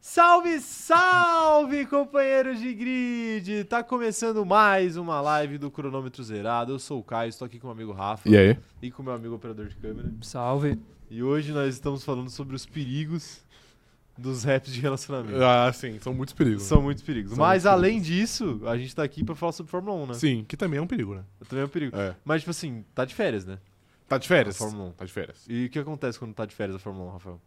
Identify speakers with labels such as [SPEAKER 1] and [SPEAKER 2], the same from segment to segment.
[SPEAKER 1] Salve, salve, companheiros de grid! Tá começando mais uma live do Cronômetro Zerado. Eu sou o Caio, estou aqui com o meu amigo Rafa
[SPEAKER 2] E aí?
[SPEAKER 1] e com o meu amigo operador de câmera.
[SPEAKER 3] Salve.
[SPEAKER 1] E hoje nós estamos falando sobre os perigos dos raps de relacionamento.
[SPEAKER 2] Ah, sim, são muitos perigos.
[SPEAKER 1] São muitos perigos.
[SPEAKER 2] São
[SPEAKER 1] Mas
[SPEAKER 2] muitos
[SPEAKER 1] além disso, a gente tá aqui pra falar sobre Fórmula 1, né?
[SPEAKER 2] Sim, que também é um perigo, né?
[SPEAKER 1] Também é um perigo.
[SPEAKER 2] É.
[SPEAKER 1] Mas, tipo assim, tá de férias, né?
[SPEAKER 2] Tá de férias?
[SPEAKER 1] A Fórmula 1.
[SPEAKER 2] Tá de férias.
[SPEAKER 1] E o que acontece quando tá de férias a Fórmula 1, Rafael?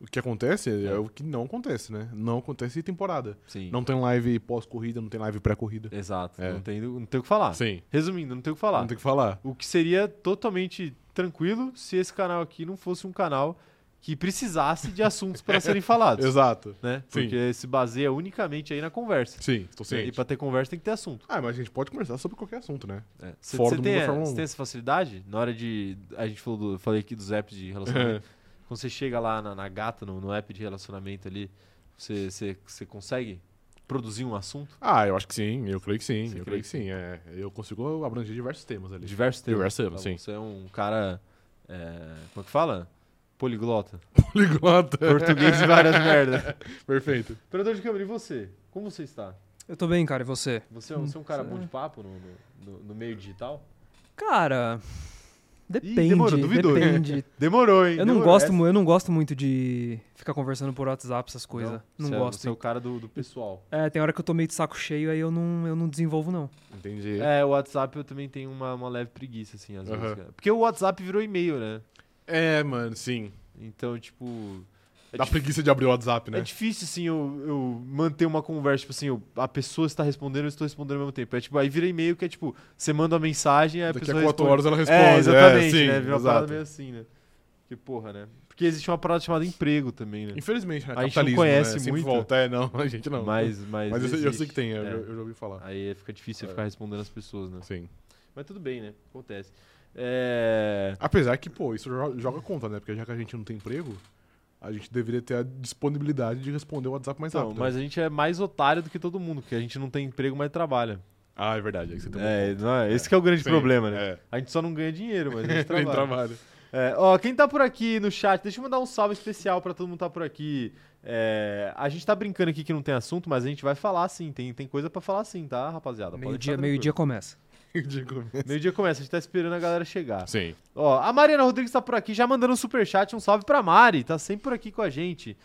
[SPEAKER 2] O que acontece é, o que não acontece, né? Não acontece em temporada.
[SPEAKER 1] Sim.
[SPEAKER 2] Não tem live pós-corrida, não tem live pré-corrida.
[SPEAKER 1] Exato.
[SPEAKER 2] É.
[SPEAKER 1] Não, tem, não tem o que falar.
[SPEAKER 2] Sim.
[SPEAKER 1] Resumindo, não tem o que falar.
[SPEAKER 2] Não tem o que falar.
[SPEAKER 1] O que seria totalmente tranquilo se esse canal aqui não fosse um canal que precisasse de assuntos para serem falados.
[SPEAKER 2] Exato.
[SPEAKER 1] Né?
[SPEAKER 2] Sim.
[SPEAKER 1] Porque se baseia unicamente aí na conversa.
[SPEAKER 2] Sim, estou
[SPEAKER 1] Né? E
[SPEAKER 2] ciente.
[SPEAKER 1] para ter conversa tem que ter assunto.
[SPEAKER 2] Ah, mas a gente pode conversar sobre qualquer assunto, né?
[SPEAKER 1] É. Cê-
[SPEAKER 2] Fora
[SPEAKER 1] cê
[SPEAKER 2] do
[SPEAKER 1] tem,
[SPEAKER 2] mundo da
[SPEAKER 1] é,
[SPEAKER 2] Fórmula
[SPEAKER 1] cê
[SPEAKER 2] 1.
[SPEAKER 1] tem essa facilidade? Na hora de. A gente falou do, falei aqui dos apps de relacionamento. Quando você chega lá na, na gata, no, no app de relacionamento ali, você, você, você consegue produzir um assunto?
[SPEAKER 2] Ah, eu acho que sim, eu creio que sim,
[SPEAKER 1] Você
[SPEAKER 2] eu
[SPEAKER 1] crê
[SPEAKER 2] creio que sim. É, eu consigo abranger diversos temas ali.
[SPEAKER 1] Diversos temas.
[SPEAKER 2] Diversos temas,
[SPEAKER 1] Tá
[SPEAKER 2] sim.
[SPEAKER 1] bom, Você é um cara. é, como é que fala? Poliglota.
[SPEAKER 2] Poliglota.
[SPEAKER 1] Português e várias merdas.
[SPEAKER 2] Perfeito.
[SPEAKER 1] Operador de câmera, e você? Como você está?
[SPEAKER 3] Eu tô bem, cara, e você?
[SPEAKER 1] Você é um, você é um
[SPEAKER 3] Hum,
[SPEAKER 1] cara bom de papo no, no- no- no meio digital?
[SPEAKER 3] Cara, depende,
[SPEAKER 1] demorou, duvidou.
[SPEAKER 3] depende.
[SPEAKER 1] Demorou, né? hein?
[SPEAKER 3] Eu não gosto, mu- eu não gosto muito de ficar conversando por WhatsApp essas coisas. Não,
[SPEAKER 1] Você é o
[SPEAKER 3] gosto.
[SPEAKER 1] cara do, do pessoal.
[SPEAKER 3] É, tem hora que eu tô meio de saco cheio, aí eu não, eu não desenvolvo não.
[SPEAKER 2] Entendi.
[SPEAKER 1] É, o WhatsApp eu também tenho uma, uma leve preguiça, assim, às vezes.
[SPEAKER 2] Aham.
[SPEAKER 1] cara. Porque o WhatsApp virou e-mail, né?
[SPEAKER 2] É, mano, sim.
[SPEAKER 1] Então, tipo. É,
[SPEAKER 2] Dá
[SPEAKER 1] dif-
[SPEAKER 2] preguiça de abrir o WhatsApp, né?
[SPEAKER 1] é difícil, assim, eu, eu manter uma conversa, tipo assim, eu- a pessoa está respondendo, eu estou respondendo ao mesmo tempo. É tipo, aí vira e-mail que é tipo, você manda uma mensagem, aí a
[SPEAKER 2] Daqui
[SPEAKER 1] É, pessoa
[SPEAKER 2] a quatro
[SPEAKER 1] responde.
[SPEAKER 2] horas ela responde.
[SPEAKER 1] É, exatamente,
[SPEAKER 2] sim,
[SPEAKER 1] né? Virou uma parada
[SPEAKER 2] exato.
[SPEAKER 1] meio assim, né? Que porra, né? Porque existe uma parada chamada emprego também, né?
[SPEAKER 2] Infelizmente, né?
[SPEAKER 1] A gente não
[SPEAKER 2] capitalismo,
[SPEAKER 1] conhece
[SPEAKER 2] né? Sempre
[SPEAKER 1] muito.
[SPEAKER 2] Volta. É, não, a gente não.
[SPEAKER 1] Mas, mas,
[SPEAKER 2] Mas eu, sei- eu sei
[SPEAKER 1] existe.
[SPEAKER 2] que tem, eu,
[SPEAKER 1] É.
[SPEAKER 2] eu já ouvi falar.
[SPEAKER 1] Aí fica difícil
[SPEAKER 2] É.
[SPEAKER 1] ficar respondendo as pessoas, né?
[SPEAKER 2] Sim.
[SPEAKER 1] Mas tudo bem, né? Acontece. É...
[SPEAKER 2] Apesar que, pô, isso jo- joga contra, né? Porque já que a gente não tem emprego, a gente deveria ter a disponibilidade de responder o WhatsApp mais
[SPEAKER 1] Então,
[SPEAKER 2] rápido.
[SPEAKER 1] mas a gente é mais otário do que todo mundo, porque a gente não tem emprego, mas trabalha.
[SPEAKER 2] Ah, é verdade. É que você tem um
[SPEAKER 1] É,
[SPEAKER 2] ponto.
[SPEAKER 1] não é? esse que é o grande
[SPEAKER 2] Sim,
[SPEAKER 1] problema, né?
[SPEAKER 2] É.
[SPEAKER 1] A gente só não ganha dinheiro, mas a gente
[SPEAKER 2] Tem
[SPEAKER 1] trabalha.
[SPEAKER 2] trabalho.
[SPEAKER 1] É, ó, quem tá por aqui no chat, deixa eu mandar um salve especial pra todo mundo que tá por aqui. É, a gente tá brincando aqui que não tem assunto, mas a gente vai falar sim, tem, tem coisa pra falar sim, tá, rapaziada? Pode
[SPEAKER 3] Meio-dia,
[SPEAKER 1] ficar
[SPEAKER 3] meio-dia começa.
[SPEAKER 2] Eu digo mesmo.
[SPEAKER 1] tranquilo. Meio-dia começa, a gente tá esperando a galera chegar.
[SPEAKER 2] Sim.
[SPEAKER 1] Ó, a Mariana Rodrigues tá por aqui, já mandando um superchat, um salve pra Mari, tá sempre por aqui com a gente.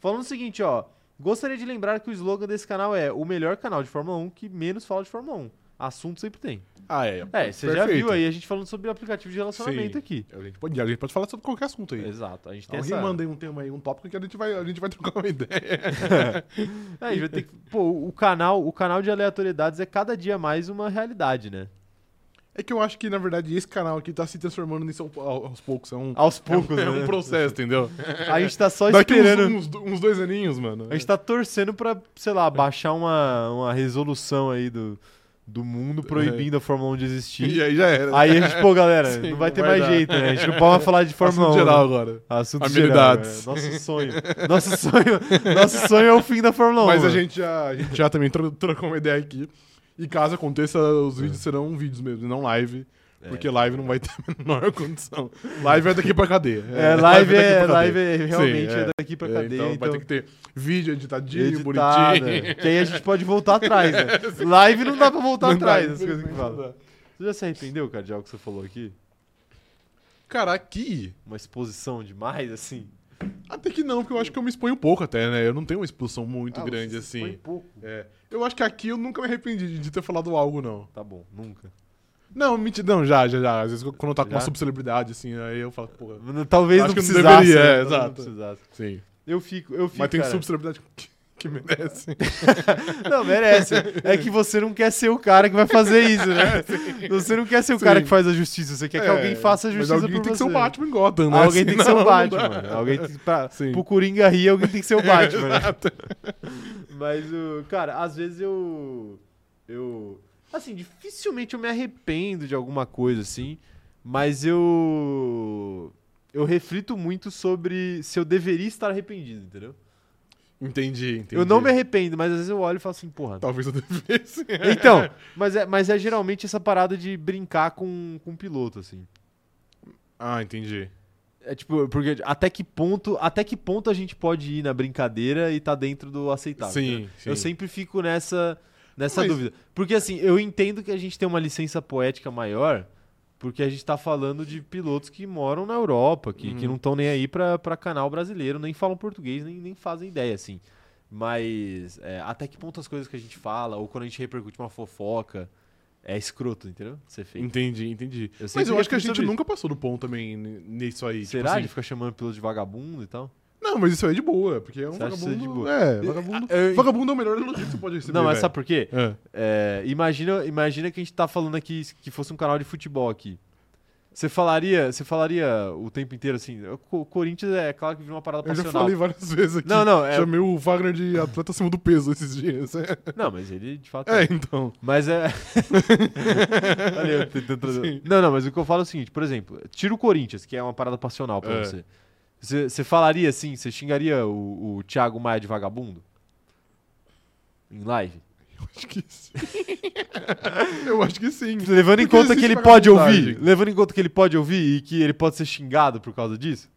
[SPEAKER 1] Falando o seguinte, ó, gostaria de lembrar que o slogan desse canal é o melhor canal de Fórmula 1 que menos fala de Fórmula 1. Assunto sempre tem.
[SPEAKER 2] Ah, é.
[SPEAKER 1] É, você já
[SPEAKER 2] Perfeito.
[SPEAKER 1] viu aí a gente falando sobre aplicativo de relacionamento
[SPEAKER 2] Sim.
[SPEAKER 1] aqui.
[SPEAKER 2] A gente, pode, a gente pode falar sobre qualquer assunto aí.
[SPEAKER 1] Exato, a gente tem
[SPEAKER 2] Alguém
[SPEAKER 1] essa...
[SPEAKER 2] manda aí um tema aí, um tópico que a gente vai, a gente vai trocar uma ideia.
[SPEAKER 1] É, a gente vai ter que... Pô, o canal, o canal de aleatoriedades é cada dia mais uma realidade, né?
[SPEAKER 2] É que eu acho que, na verdade, esse canal aqui tá se transformando nisso ao- aos poucos. É um,
[SPEAKER 1] Aos poucos,
[SPEAKER 2] é um
[SPEAKER 1] né?
[SPEAKER 2] processo, entendeu?
[SPEAKER 1] A gente tá só
[SPEAKER 2] Daqui uns- um-
[SPEAKER 1] esperando...
[SPEAKER 2] Uns, uns dois aninhos, mano.
[SPEAKER 1] A gente tá torcendo pra, sei lá, baixar uma, uma resolução aí do, do mundo proibindo a Fórmula 1 de
[SPEAKER 2] E
[SPEAKER 1] existir.
[SPEAKER 2] aí já era. né?
[SPEAKER 1] Aí a gente, pô, galera,
[SPEAKER 2] É. Sim,
[SPEAKER 1] não vai ter
[SPEAKER 2] vai
[SPEAKER 1] mais
[SPEAKER 2] dar.
[SPEAKER 1] jeito, né? A gente não pode mais falar de Fórmula
[SPEAKER 2] Assunto
[SPEAKER 1] 1.
[SPEAKER 2] Tá geral
[SPEAKER 1] né?
[SPEAKER 2] agora.
[SPEAKER 1] Assunto
[SPEAKER 2] Habilidades.
[SPEAKER 1] geral. é. Nosso sonho. Nosso sonho. Nosso sonho é o fim da Fórmula 1.
[SPEAKER 2] Mas a
[SPEAKER 1] mano.
[SPEAKER 2] gente, já, a gente já também tro- trocou uma ideia aqui. E caso aconteça, os
[SPEAKER 1] É.
[SPEAKER 2] vídeos serão vídeos mesmo, e não live. Porque live não vai ter a menor condição. Live é daqui pra cadeia.
[SPEAKER 1] É, live
[SPEAKER 2] daqui
[SPEAKER 1] é,
[SPEAKER 2] pra
[SPEAKER 1] live
[SPEAKER 2] cadeia.
[SPEAKER 1] é realmente
[SPEAKER 2] Sim,
[SPEAKER 1] é daqui pra
[SPEAKER 2] É,
[SPEAKER 1] cadeia.
[SPEAKER 2] Então,
[SPEAKER 1] então,
[SPEAKER 2] vai ter que ter vídeo editadinho,
[SPEAKER 1] editada, é.
[SPEAKER 2] bonitinho. É,
[SPEAKER 1] Que aí a gente pode voltar atrás, né? Live não dá pra voltar
[SPEAKER 2] Não dá,
[SPEAKER 1] atrás, as coisas que
[SPEAKER 2] infelizmente
[SPEAKER 1] falam.
[SPEAKER 2] não dá.
[SPEAKER 1] Você já se arrependeu, cara, de algo que você falou aqui?
[SPEAKER 2] Cara, aqui.
[SPEAKER 1] Uma exposição demais, assim?
[SPEAKER 2] Até que não, porque eu acho que eu me exponho pouco até, né? Eu não tenho uma exposição muito
[SPEAKER 1] Ah, você
[SPEAKER 2] grande
[SPEAKER 1] se
[SPEAKER 2] assim.
[SPEAKER 1] expõe pouco.
[SPEAKER 2] É. Eu acho que aqui eu nunca me arrependi de- de ter falado algo, não.
[SPEAKER 1] Tá bom, nunca.
[SPEAKER 2] Não, mentidão, já, já, já. Às vezes quando eu tá com uma
[SPEAKER 1] Já?
[SPEAKER 2] subcelebridade, assim, aí eu falo, porra.
[SPEAKER 1] Talvez
[SPEAKER 2] Acho
[SPEAKER 1] não
[SPEAKER 2] que não
[SPEAKER 1] precisasse. né?
[SPEAKER 2] deveria, é,
[SPEAKER 1] Talvez não
[SPEAKER 2] exato.
[SPEAKER 1] precisasse.
[SPEAKER 2] Sim.
[SPEAKER 1] Eu fico, eu fico.
[SPEAKER 2] Mas tem um
[SPEAKER 1] cara.
[SPEAKER 2] subcelebridade que, que merece.
[SPEAKER 1] Não, merece. É que você não quer ser o cara que vai fazer isso, né? Você não quer ser o cara
[SPEAKER 2] Sim. É,
[SPEAKER 1] que faz a justiça. Você quer É que alguém faça a justiça
[SPEAKER 2] Mas alguém
[SPEAKER 1] por
[SPEAKER 2] tem que
[SPEAKER 1] você. Ah,
[SPEAKER 2] ser o Batman em Gotham, né?
[SPEAKER 1] é Alguém tem que ser o Batman.
[SPEAKER 2] mano.
[SPEAKER 1] mano. Alguém tem que, pra,
[SPEAKER 2] Sim. É,
[SPEAKER 1] pro Coringa rir, alguém tem que ser o Batman. né? Mas, o cara, às vezes eu. Eu. Assim, dificilmente eu me arrependo de alguma coisa, assim. Mas eu. Eu reflito muito sobre se eu deveria estar arrependido, entendeu?
[SPEAKER 2] Entendi, entendi. Então."
[SPEAKER 1] Eu não me arrependo, mas às vezes eu olho e falo assim, porra.
[SPEAKER 2] Talvez eu devesse.
[SPEAKER 1] Então, mas é, mas é geralmente essa parada de brincar com, com o piloto, assim.
[SPEAKER 2] Ah, entendi.
[SPEAKER 1] É tipo, porque até que ponto, até que ponto a gente pode ir na brincadeira e tá dentro do aceitável.
[SPEAKER 2] Sim,
[SPEAKER 1] né?
[SPEAKER 2] sim.
[SPEAKER 1] Eu sempre fico nessa nessa
[SPEAKER 2] Mas-
[SPEAKER 1] dúvida. Porque assim, eu entendo que a gente tem uma licença poética maior, porque a gente tá falando de pilotos que moram na Europa, que, que
[SPEAKER 2] Uhum.
[SPEAKER 1] não estão nem aí pra, pra canal brasileiro, nem falam português, nem, nem fazem ideia, assim. Mas é, até que ponto as coisas que a gente fala, ou quando a gente repercute uma fofoca, é escroto, entendeu? Ser feito.
[SPEAKER 2] Entendi,
[SPEAKER 1] Eu
[SPEAKER 2] entendi. Uhum. Mas
[SPEAKER 1] sempre
[SPEAKER 2] eu acho que a
[SPEAKER 1] reflito
[SPEAKER 2] gente
[SPEAKER 1] sobre isso.
[SPEAKER 2] nunca passou do ponto também n- nisso aí. tipo
[SPEAKER 1] Será?
[SPEAKER 2] assim,
[SPEAKER 1] de ficar chamando piloto de vagabundo e tal?
[SPEAKER 2] Não, mas isso aí é de boa, porque é um
[SPEAKER 1] Você acha isso
[SPEAKER 2] vagabundo.
[SPEAKER 1] aí de boa?
[SPEAKER 2] É, vagabundo.
[SPEAKER 1] Eu-
[SPEAKER 2] Vagabundo é o melhor elogio que você pode receber.
[SPEAKER 1] Não, mas
[SPEAKER 2] velho.
[SPEAKER 1] sabe por quê?
[SPEAKER 2] É.
[SPEAKER 1] É, imagina, imagina que a gente tá falando aqui que fosse um canal de futebol aqui. Você falaria, você falaria o tempo inteiro assim, o Co- Corinthians é claro que virou uma parada
[SPEAKER 2] Eu já
[SPEAKER 1] passional.
[SPEAKER 2] falei tipo, várias vezes aqui.
[SPEAKER 1] Não, não, é-
[SPEAKER 2] Chamei o Wagner de atleta acima do peso esses dias. É,
[SPEAKER 1] Não, mas ele de fato
[SPEAKER 2] É,
[SPEAKER 1] é.
[SPEAKER 2] então.
[SPEAKER 1] Mas é Olha eu tentando trazer-
[SPEAKER 2] Sim.
[SPEAKER 1] Não, não, mas o que eu falo é o seguinte, por exemplo, tira o Corinthians, que é uma parada passional pra
[SPEAKER 2] É.
[SPEAKER 1] você. você. Você falaria assim, você xingaria o, o Thiago Maia de vagabundo? Em live?
[SPEAKER 2] Acho que sim. eu acho que sim.
[SPEAKER 1] Levando em
[SPEAKER 2] Porque
[SPEAKER 1] conta que
[SPEAKER 2] existe
[SPEAKER 1] ele pode ouvir,
[SPEAKER 2] vagabundagem.
[SPEAKER 1] levando em conta que ele pode ouvir e que ele pode ser xingado por causa disso?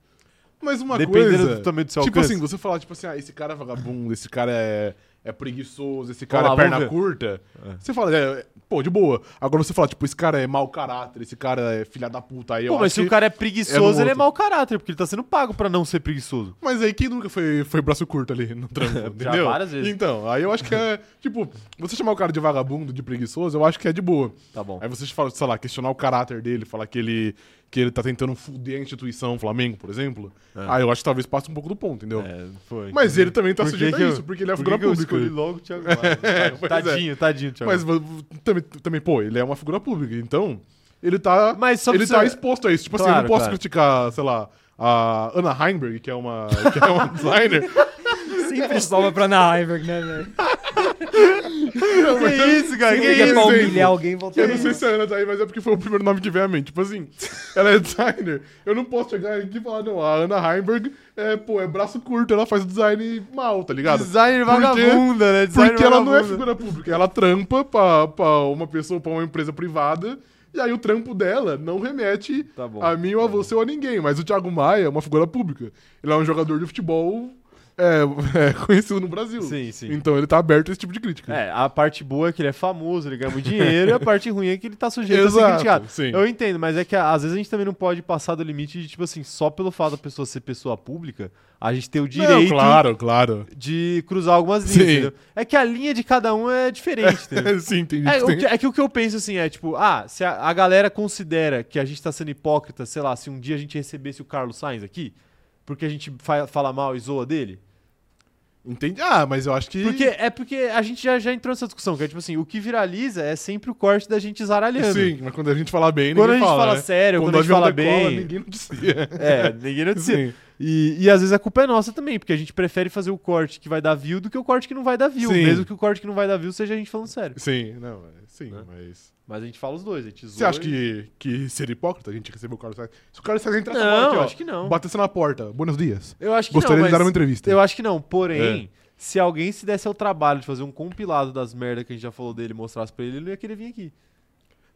[SPEAKER 2] Mas uma
[SPEAKER 1] Dependendo
[SPEAKER 2] coisa.
[SPEAKER 1] do tamanho do seu
[SPEAKER 2] tipo
[SPEAKER 1] alcance.
[SPEAKER 2] assim, você falar, tipo assim, ah, esse cara é vagabundo, esse cara é, é preguiçoso, esse cara
[SPEAKER 1] Olha lá,
[SPEAKER 2] é perna
[SPEAKER 1] vamos ver.
[SPEAKER 2] curta.
[SPEAKER 1] É.
[SPEAKER 2] Você fala, é, pô, de boa. Agora você fala, tipo, esse cara é mau caráter, esse cara é filha da puta. Aí eu
[SPEAKER 1] Pô, mas
[SPEAKER 2] acho
[SPEAKER 1] se
[SPEAKER 2] que...
[SPEAKER 1] o cara é
[SPEAKER 2] é
[SPEAKER 1] preguiçoso,
[SPEAKER 2] no
[SPEAKER 1] ele é
[SPEAKER 2] outro.
[SPEAKER 1] mau caráter, porque ele tá sendo pago pra não ser preguiçoso.
[SPEAKER 2] Mas aí quem nunca foi, foi braço curto ali no trampo, entendeu?
[SPEAKER 1] várias vezes.
[SPEAKER 2] Então, aí eu acho que é, tipo, você chamar o cara de vagabundo, de preguiçoso, eu acho que é de boa.
[SPEAKER 1] Tá bom.
[SPEAKER 2] Aí você fala, sei lá, questionar o caráter dele, falar que ele, que ele tá tentando fuder a instituição Flamengo, por exemplo.
[SPEAKER 1] É.
[SPEAKER 2] Aí eu acho que talvez passe um pouco do ponto, entendeu?
[SPEAKER 1] É, foi.
[SPEAKER 2] Mas ele também tá
[SPEAKER 1] Por que
[SPEAKER 2] sujeito
[SPEAKER 1] que
[SPEAKER 2] a
[SPEAKER 1] eu-
[SPEAKER 2] isso, porque ele é
[SPEAKER 1] Por
[SPEAKER 2] figura
[SPEAKER 1] que que eu
[SPEAKER 2] pública.
[SPEAKER 1] escolhi logo o Thiago Maia?
[SPEAKER 2] tá- pois
[SPEAKER 1] É,
[SPEAKER 2] é.
[SPEAKER 1] tadinho, tadinho, Thiago
[SPEAKER 2] Mas vo- também, também, pô, ele é uma figura pública, então ele tá,
[SPEAKER 1] Mas só
[SPEAKER 2] ele
[SPEAKER 1] precisa-
[SPEAKER 2] tá exposto a isso. Tipo assim, eu
[SPEAKER 1] Claro,
[SPEAKER 2] não posso
[SPEAKER 1] claro.
[SPEAKER 2] criticar, sei lá, a Ana Heimberg, que é uma, que é uma designer,
[SPEAKER 3] Sempre sobra pra Ana Heimberg, né, velho?
[SPEAKER 1] Maia. Que isso, cara? Que
[SPEAKER 3] Sempre que é
[SPEAKER 1] isso?
[SPEAKER 3] pra
[SPEAKER 2] isso, hein?
[SPEAKER 3] humilhar alguém, volta
[SPEAKER 2] Que eu não
[SPEAKER 3] aí.
[SPEAKER 2] sei se a Ana tá aí, mas é porque foi o primeiro nome que veio à mente. Tipo assim, ela é designer. Eu não posso chegar aqui e falar, não, a Ana Heimberg é, pô, é braço curto, ela faz design mal, tá ligado?
[SPEAKER 1] Designer
[SPEAKER 2] Porque-
[SPEAKER 1] vagabunda, né? Designer
[SPEAKER 2] Porque ela não é
[SPEAKER 1] vagabunda.
[SPEAKER 2] figura pública, ela trampa pra, pra uma pessoa, pra uma empresa privada, e aí o trampo dela não remete
[SPEAKER 1] Tá bom.
[SPEAKER 2] a mim ou a você ou a ninguém. Mas o Thiago Maia é uma figura pública. Ele é um jogador de futebol é, é, conhecido no Brasil.
[SPEAKER 1] Sim, sim.
[SPEAKER 2] Então ele tá aberto a esse tipo de crítica.
[SPEAKER 1] É, a parte boa é que ele é famoso, ele ganha muito dinheiro, e a parte ruim é que ele tá sujeito a ser
[SPEAKER 2] Exato,
[SPEAKER 1] criticado.
[SPEAKER 2] sim.
[SPEAKER 1] Eu entendo, mas é que às vezes a gente também não pode passar do limite de, tipo assim, só pelo fato da pessoa ser pessoa pública, a gente ter o
[SPEAKER 2] Não,
[SPEAKER 1] direito
[SPEAKER 2] claro, claro.
[SPEAKER 1] de cruzar algumas linhas,
[SPEAKER 2] Sim.
[SPEAKER 1] entendeu? É que a linha de cada um é diferente, entendeu?
[SPEAKER 2] Sim, entendi.
[SPEAKER 1] É, o
[SPEAKER 2] Sim.
[SPEAKER 1] que, é que o que eu penso assim é tipo, ah, se a, a galera considera que a gente tá sendo hipócrita, sei lá, se um dia a gente recebesse o Carlos Sainz aqui, porque a gente fa- fala mal e zoa dele.
[SPEAKER 2] Entendi. Ah, mas eu acho que.
[SPEAKER 1] Porque é porque a gente já, já entrou nessa discussão, que é tipo assim, o que viraliza é sempre o corte da gente zaralhando.
[SPEAKER 2] Sim, mas quando a gente fala bem,
[SPEAKER 1] Quando a
[SPEAKER 2] ninguém
[SPEAKER 1] gente fala,
[SPEAKER 2] né?
[SPEAKER 1] sério, quando, a gente
[SPEAKER 2] o avião
[SPEAKER 1] fala
[SPEAKER 2] decola,
[SPEAKER 1] bem.
[SPEAKER 2] Ninguém noticia.
[SPEAKER 1] É, ninguém noticia.
[SPEAKER 2] Sim.
[SPEAKER 1] E, e às vezes a culpa é nossa também, porque a gente prefere fazer o corte que vai dar view do que o corte que não vai dar view.
[SPEAKER 2] Sim.
[SPEAKER 1] Mesmo que o corte que não vai dar view seja a gente falando sério.
[SPEAKER 2] Sim, não, é- sim,
[SPEAKER 1] Né?
[SPEAKER 2] mas.
[SPEAKER 1] Mas a gente fala os dois, a gente zoa.
[SPEAKER 2] Você acha
[SPEAKER 1] e-
[SPEAKER 2] que, que ser hipócrita? A gente recebeu o Carlos Sainz. Se o Carlos Sainz entrar
[SPEAKER 1] Não,
[SPEAKER 2] aqui, ó,
[SPEAKER 1] acho que não.
[SPEAKER 2] batesse na porta. Buenos dias.
[SPEAKER 1] Eu acho que
[SPEAKER 2] Gostaria
[SPEAKER 1] não,
[SPEAKER 2] de dar
[SPEAKER 1] mas-
[SPEAKER 2] uma entrevista. É.
[SPEAKER 1] Eu acho que não, porém, se alguém se desse ao trabalho de fazer um compilado das merdas que a gente já falou dele e mostrasse pra ele, ele não ia querer vir aqui.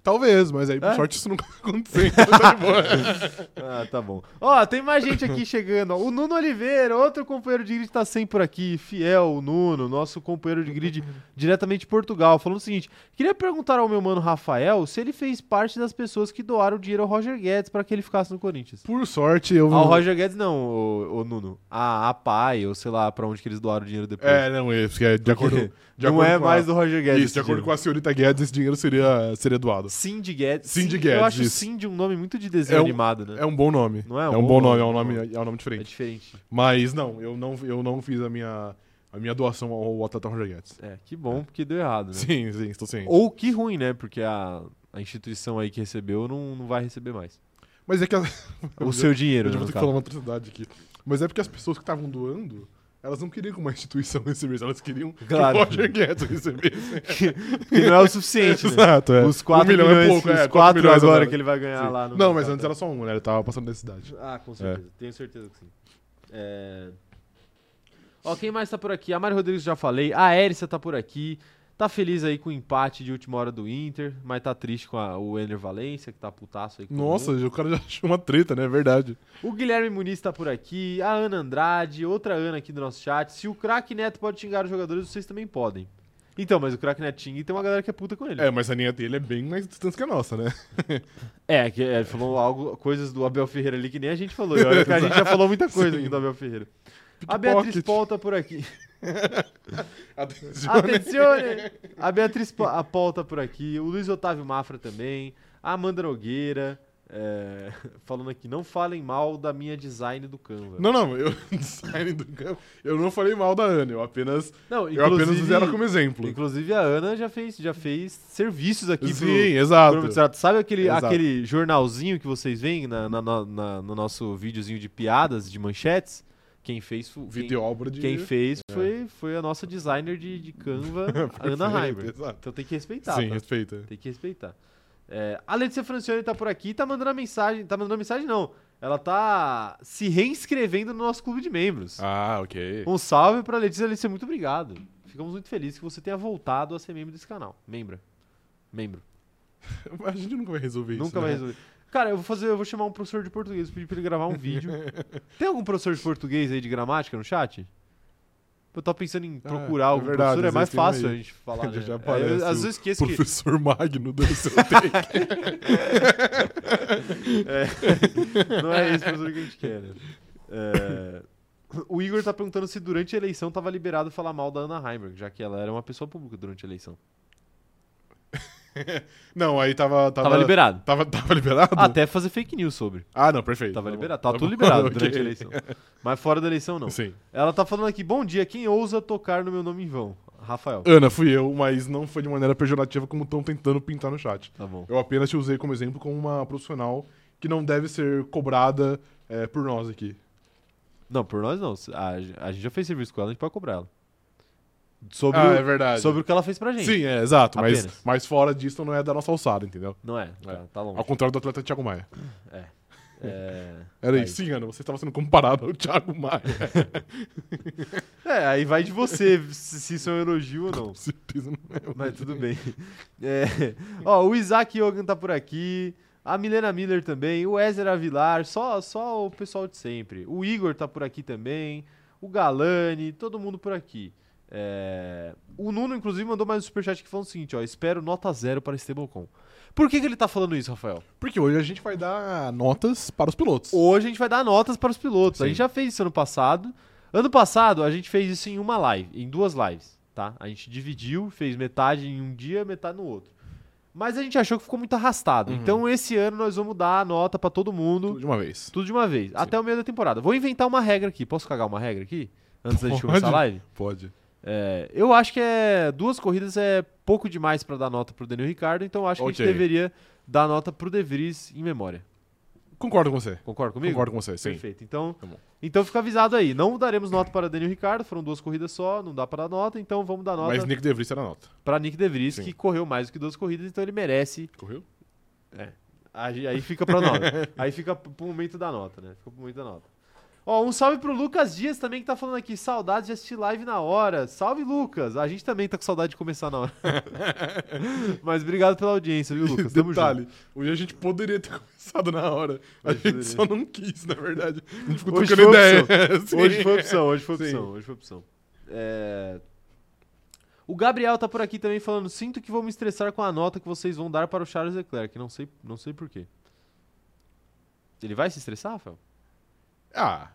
[SPEAKER 2] Talvez, mas aí, por
[SPEAKER 1] É?
[SPEAKER 2] sorte, isso nunca aconteceu. então tá de boa.
[SPEAKER 1] Ah, tá bom. Ó, tem mais gente aqui chegando. ó. O Nuno Oliveira, outro companheiro de grid, tá sempre por aqui. Fiel, o Nuno, nosso companheiro de grid diretamente de Portugal. Falando o seguinte: queria perguntar ao meu mano Rafael se ele fez parte das pessoas que doaram dinheiro ao Roger Guedes pra que ele ficasse no Corinthians.
[SPEAKER 2] por sorte, eu.
[SPEAKER 1] Ao Ah, Roger Guedes, não, o, Nuno. A, a pai, ou sei lá, pra onde que eles doaram o dinheiro depois.
[SPEAKER 2] É, não, é, porque é de acordo. De
[SPEAKER 1] não
[SPEAKER 2] acordo
[SPEAKER 1] é
[SPEAKER 2] com
[SPEAKER 1] mais
[SPEAKER 2] a...
[SPEAKER 1] do Roger Guedes.
[SPEAKER 2] Isso, de acordo
[SPEAKER 1] dinheiro.
[SPEAKER 2] com a senhorita Guedes, esse dinheiro seria, seria doado.
[SPEAKER 1] Cindy Guedes.
[SPEAKER 2] Cindy
[SPEAKER 1] Eu
[SPEAKER 2] Guedes,
[SPEAKER 1] acho
[SPEAKER 2] isso.
[SPEAKER 1] Cindy um nome muito de desenho
[SPEAKER 2] É um-
[SPEAKER 1] animado, né?
[SPEAKER 2] É um bom nome.
[SPEAKER 1] Não é?
[SPEAKER 2] um bom nome, é um nome, é um nome
[SPEAKER 1] É
[SPEAKER 2] diferente.
[SPEAKER 1] diferente.
[SPEAKER 2] Mas não, eu não, eu não fiz a minha, a minha doação ao atleta Roger Guedes.
[SPEAKER 1] É, que bom, porque deu errado, né?
[SPEAKER 2] Sim, sim, estou sim.
[SPEAKER 1] Ou que ruim, né? Porque a, a instituição aí que recebeu não, não vai receber mais.
[SPEAKER 2] Mas é que a...
[SPEAKER 1] O seu dinheiro,
[SPEAKER 2] Eu
[SPEAKER 1] né?
[SPEAKER 2] vou
[SPEAKER 1] no
[SPEAKER 2] ter que
[SPEAKER 1] caso.
[SPEAKER 2] falar uma atrocidade aqui. Mas é porque as pessoas que estavam doando, elas não queriam que uma instituição recebesse, elas queriam
[SPEAKER 1] Claro.
[SPEAKER 2] que o Roger Guedes recebesse.
[SPEAKER 1] Que não é o suficiente, né?
[SPEAKER 2] Exato, é.
[SPEAKER 1] Os 4
[SPEAKER 2] um milhão
[SPEAKER 1] milhões,
[SPEAKER 2] é pouco,
[SPEAKER 1] os
[SPEAKER 2] é.
[SPEAKER 1] 4
[SPEAKER 2] milhões
[SPEAKER 1] agora que ele vai ganhar
[SPEAKER 2] Sim.
[SPEAKER 1] lá no
[SPEAKER 2] Não, mas antes
[SPEAKER 1] Qatar.
[SPEAKER 2] era só um, né? Ele tava passando necessidade.
[SPEAKER 1] Ah, com certeza. Tenho certeza que sim. É... Ó, quem mais tá por aqui? A Mari Rodrigues já falei. A Érissa tá por aqui. Tá feliz aí com o empate de última hora do Inter, mas tá triste com a- o Ener Valência, que tá putaço aí com todo
[SPEAKER 2] Nossa, o cara já achou uma treta, né? É verdade.
[SPEAKER 1] O Guilherme Muniz tá por aqui, a Ana Andrade, outra Ana aqui do nosso chat. Se o craque Neto pode xingar os jogadores, vocês também podem. Então, mas o craque Neto xinga e tem uma galera que é puta com ele.
[SPEAKER 2] É, mas a linha dele é bem mais distante que a nossa, né?
[SPEAKER 1] É, que ele falou algo, coisas do Abel Ferreira ali que nem a gente falou. E olha que a gente já falou muita coisa aqui do Abel Ferreira. A Beatriz
[SPEAKER 2] Pickpocket.
[SPEAKER 1] Paul tá por aqui.
[SPEAKER 2] Atenção, né?
[SPEAKER 1] Atencione! A Beatriz Pa- a Paul tá por aqui, o Luiz Otávio Mafra também, a Amanda Nogueira, é, falando aqui, não falem mal da minha design do Canva.
[SPEAKER 2] Não, não, eu design do campo. Eu não falei mal da Ana, eu apenas,
[SPEAKER 1] Não,
[SPEAKER 2] eu apenas
[SPEAKER 1] inclusive-
[SPEAKER 2] usei ela como exemplo.
[SPEAKER 1] Inclusive a Ana já fez, já fez serviços aqui pro-
[SPEAKER 2] Sim,
[SPEAKER 1] pro
[SPEAKER 2] exato.
[SPEAKER 1] Prometizado. Sabe aquele,
[SPEAKER 2] Exato.
[SPEAKER 1] aquele jornalzinho que vocês veem na, na- na- na- no nosso videozinho de piadas, de manchetes? Quem fez, fu- quem,
[SPEAKER 2] Vídeo obra de É.
[SPEAKER 1] quem fez foi, foi a nossa designer de, de Canva, a Ana
[SPEAKER 2] Perfeito,
[SPEAKER 1] Heimer.
[SPEAKER 2] exato.
[SPEAKER 1] Então tem que respeitar,
[SPEAKER 2] Sim,
[SPEAKER 1] tá?
[SPEAKER 2] respeita.
[SPEAKER 1] Tem que respeitar. É, a Letícia Francione tá por aqui e tá mandando a mensagem. Tá mandando mensagem, não. Ela tá se reinscrevendo no nosso clube de membros.
[SPEAKER 2] Ah, ok.
[SPEAKER 1] Um salve pra Letícia Letícia, muito obrigado. Ficamos muito felizes que você tenha voltado a ser membro desse canal. Membra. Membro.
[SPEAKER 2] A gente nunca vai resolver isso. né?
[SPEAKER 1] Nunca vai resolver. Cara, eu vou fazer, eu vou chamar um professor de português, pedir pra ele gravar um vídeo. Tem algum professor de português aí de gramática no chat? Eu tava pensando em
[SPEAKER 2] Ah,
[SPEAKER 1] procurar
[SPEAKER 2] é
[SPEAKER 1] algum
[SPEAKER 2] verdade,
[SPEAKER 1] professor, é
[SPEAKER 2] às
[SPEAKER 1] mais
[SPEAKER 2] vezes tem um
[SPEAKER 1] fácil
[SPEAKER 2] aí.
[SPEAKER 1] a gente falar.
[SPEAKER 2] Já
[SPEAKER 1] né?
[SPEAKER 2] aparece
[SPEAKER 1] É, eu- às
[SPEAKER 2] o
[SPEAKER 1] vezes eu esqueço que.
[SPEAKER 2] Professor Magno do seu take.
[SPEAKER 1] Não é esse professor que a gente quer, né? É, O Igor tá perguntando se durante a eleição tava liberado falar mal da Ana Heimberg, já que ela era uma pessoa pública durante a eleição.
[SPEAKER 2] Não, aí tava. Tava,
[SPEAKER 1] Tava liberado.
[SPEAKER 2] Tava, tava liberado?
[SPEAKER 1] Até fazer fake news sobre.
[SPEAKER 2] Ah, não, perfeito.
[SPEAKER 1] Tava
[SPEAKER 2] Tá bom.
[SPEAKER 1] liberado, tava
[SPEAKER 2] Tá
[SPEAKER 1] tudo
[SPEAKER 2] bom,
[SPEAKER 1] liberado
[SPEAKER 2] ok.
[SPEAKER 1] durante a eleição. Mas fora da eleição, não.
[SPEAKER 2] Sim.
[SPEAKER 1] Ela tá falando aqui, bom dia, quem ousa tocar no meu nome em vão? Rafael.
[SPEAKER 2] Ana, fui eu, mas não foi de maneira pejorativa como estão tentando pintar no chat.
[SPEAKER 1] Tá bom.
[SPEAKER 2] Eu apenas te usei como exemplo como uma profissional que não deve ser cobrada é, por nós aqui.
[SPEAKER 1] Não, por nós não. A, a gente já fez serviço com ela, a gente pode cobrar ela. Sobre,
[SPEAKER 2] ah,
[SPEAKER 1] o,
[SPEAKER 2] é verdade.
[SPEAKER 1] sobre o que ela fez pra gente.
[SPEAKER 2] Sim, é, exato. Mas,
[SPEAKER 1] Apenas.
[SPEAKER 2] mas fora disso não é da nossa alçada, entendeu?
[SPEAKER 1] Não é? Tá, tá
[SPEAKER 2] Ao
[SPEAKER 1] longe.
[SPEAKER 2] contrário do atleta Thiago Maia.
[SPEAKER 1] É...
[SPEAKER 2] Era
[SPEAKER 1] Aí.
[SPEAKER 2] isso, sim, Ana, você estava sendo comparado ao Thiago Maia.
[SPEAKER 1] é, aí vai de você se se isso é um elogio ou não.
[SPEAKER 2] Com certeza não é.
[SPEAKER 1] Mas tudo bem. É, Ó, o Isaac Yogan tá por aqui. A Milena Miller também. O Ezra Vilar. Só, só o pessoal de sempre. O Igor tá por aqui também. O Galani. Todo mundo por aqui. É, O Nuno, inclusive, mandou mais um superchat que falando o seguinte: ó, espero nota zero para Stablecon. Por que, que ele tá falando isso, Rafael?
[SPEAKER 2] Porque hoje a gente vai dar notas para os pilotos.
[SPEAKER 1] Hoje a gente vai dar notas para os pilotos. A
[SPEAKER 2] Sim.
[SPEAKER 1] gente já fez isso ano passado. Ano passado a gente fez isso em uma live, em duas lives, tá? A gente dividiu, fez metade em um dia, metade no outro. Mas a gente achou que ficou muito arrastado.
[SPEAKER 2] Uhum.
[SPEAKER 1] Então esse ano nós vamos dar a nota para todo mundo,
[SPEAKER 2] Tudo
[SPEAKER 1] tudo,
[SPEAKER 2] de uma vez.
[SPEAKER 1] de uma vez, até o meio da temporada. Vou inventar uma regra aqui. Posso cagar uma regra aqui? Antes da gente
[SPEAKER 2] Pode.
[SPEAKER 1] começar a live?
[SPEAKER 2] Pode.
[SPEAKER 1] É, eu acho que é duas corridas é pouco demais para dar nota pro Daniel Ricardo, então eu acho que a
[SPEAKER 2] Ok.
[SPEAKER 1] gente deveria dar nota pro De Vries em memória.
[SPEAKER 2] Concordo com você.
[SPEAKER 1] Concorda comigo?
[SPEAKER 2] Concordo com você, sim.
[SPEAKER 1] Perfeito. Então,
[SPEAKER 2] Tá bom.
[SPEAKER 1] então fica avisado aí. Não daremos nota para Daniel Ricardo, foram duas corridas só, não dá para dar nota, então vamos dar nota
[SPEAKER 2] Mas Nick De Vries era nota.
[SPEAKER 1] para Nick De Vries,
[SPEAKER 2] Sim.
[SPEAKER 1] que correu mais do que duas corridas, então ele merece.
[SPEAKER 2] Correu?
[SPEAKER 1] Aí aí fica para nota. aí fica pro momento da nota, né? Fica pro momento da nota. Ó, um salve pro Lucas Dias também que tá falando aqui, saudades de assistir live na hora. Salve Lucas. A gente também tá com saudade de começar na hora. Mas obrigado pela audiência, viu, Lucas? Tamo junto.
[SPEAKER 2] Detalhe, hoje a gente poderia ter começado na hora. A
[SPEAKER 1] Hoje
[SPEAKER 2] gente
[SPEAKER 1] poderia.
[SPEAKER 2] só não quis, na verdade. A gente ficou
[SPEAKER 1] Hoje
[SPEAKER 2] trocando
[SPEAKER 1] foi
[SPEAKER 2] ideia. Sim.
[SPEAKER 1] Hoje foi opção, hoje foi
[SPEAKER 2] Sim.
[SPEAKER 1] opção, hoje foi opção. É, O Gabriel tá por aqui também falando: sinto que vou me estressar com a nota que vocês vão dar para o Charles Leclerc. Não sei, não sei porquê. Ele vai se estressar, Rafael?
[SPEAKER 2] Ah,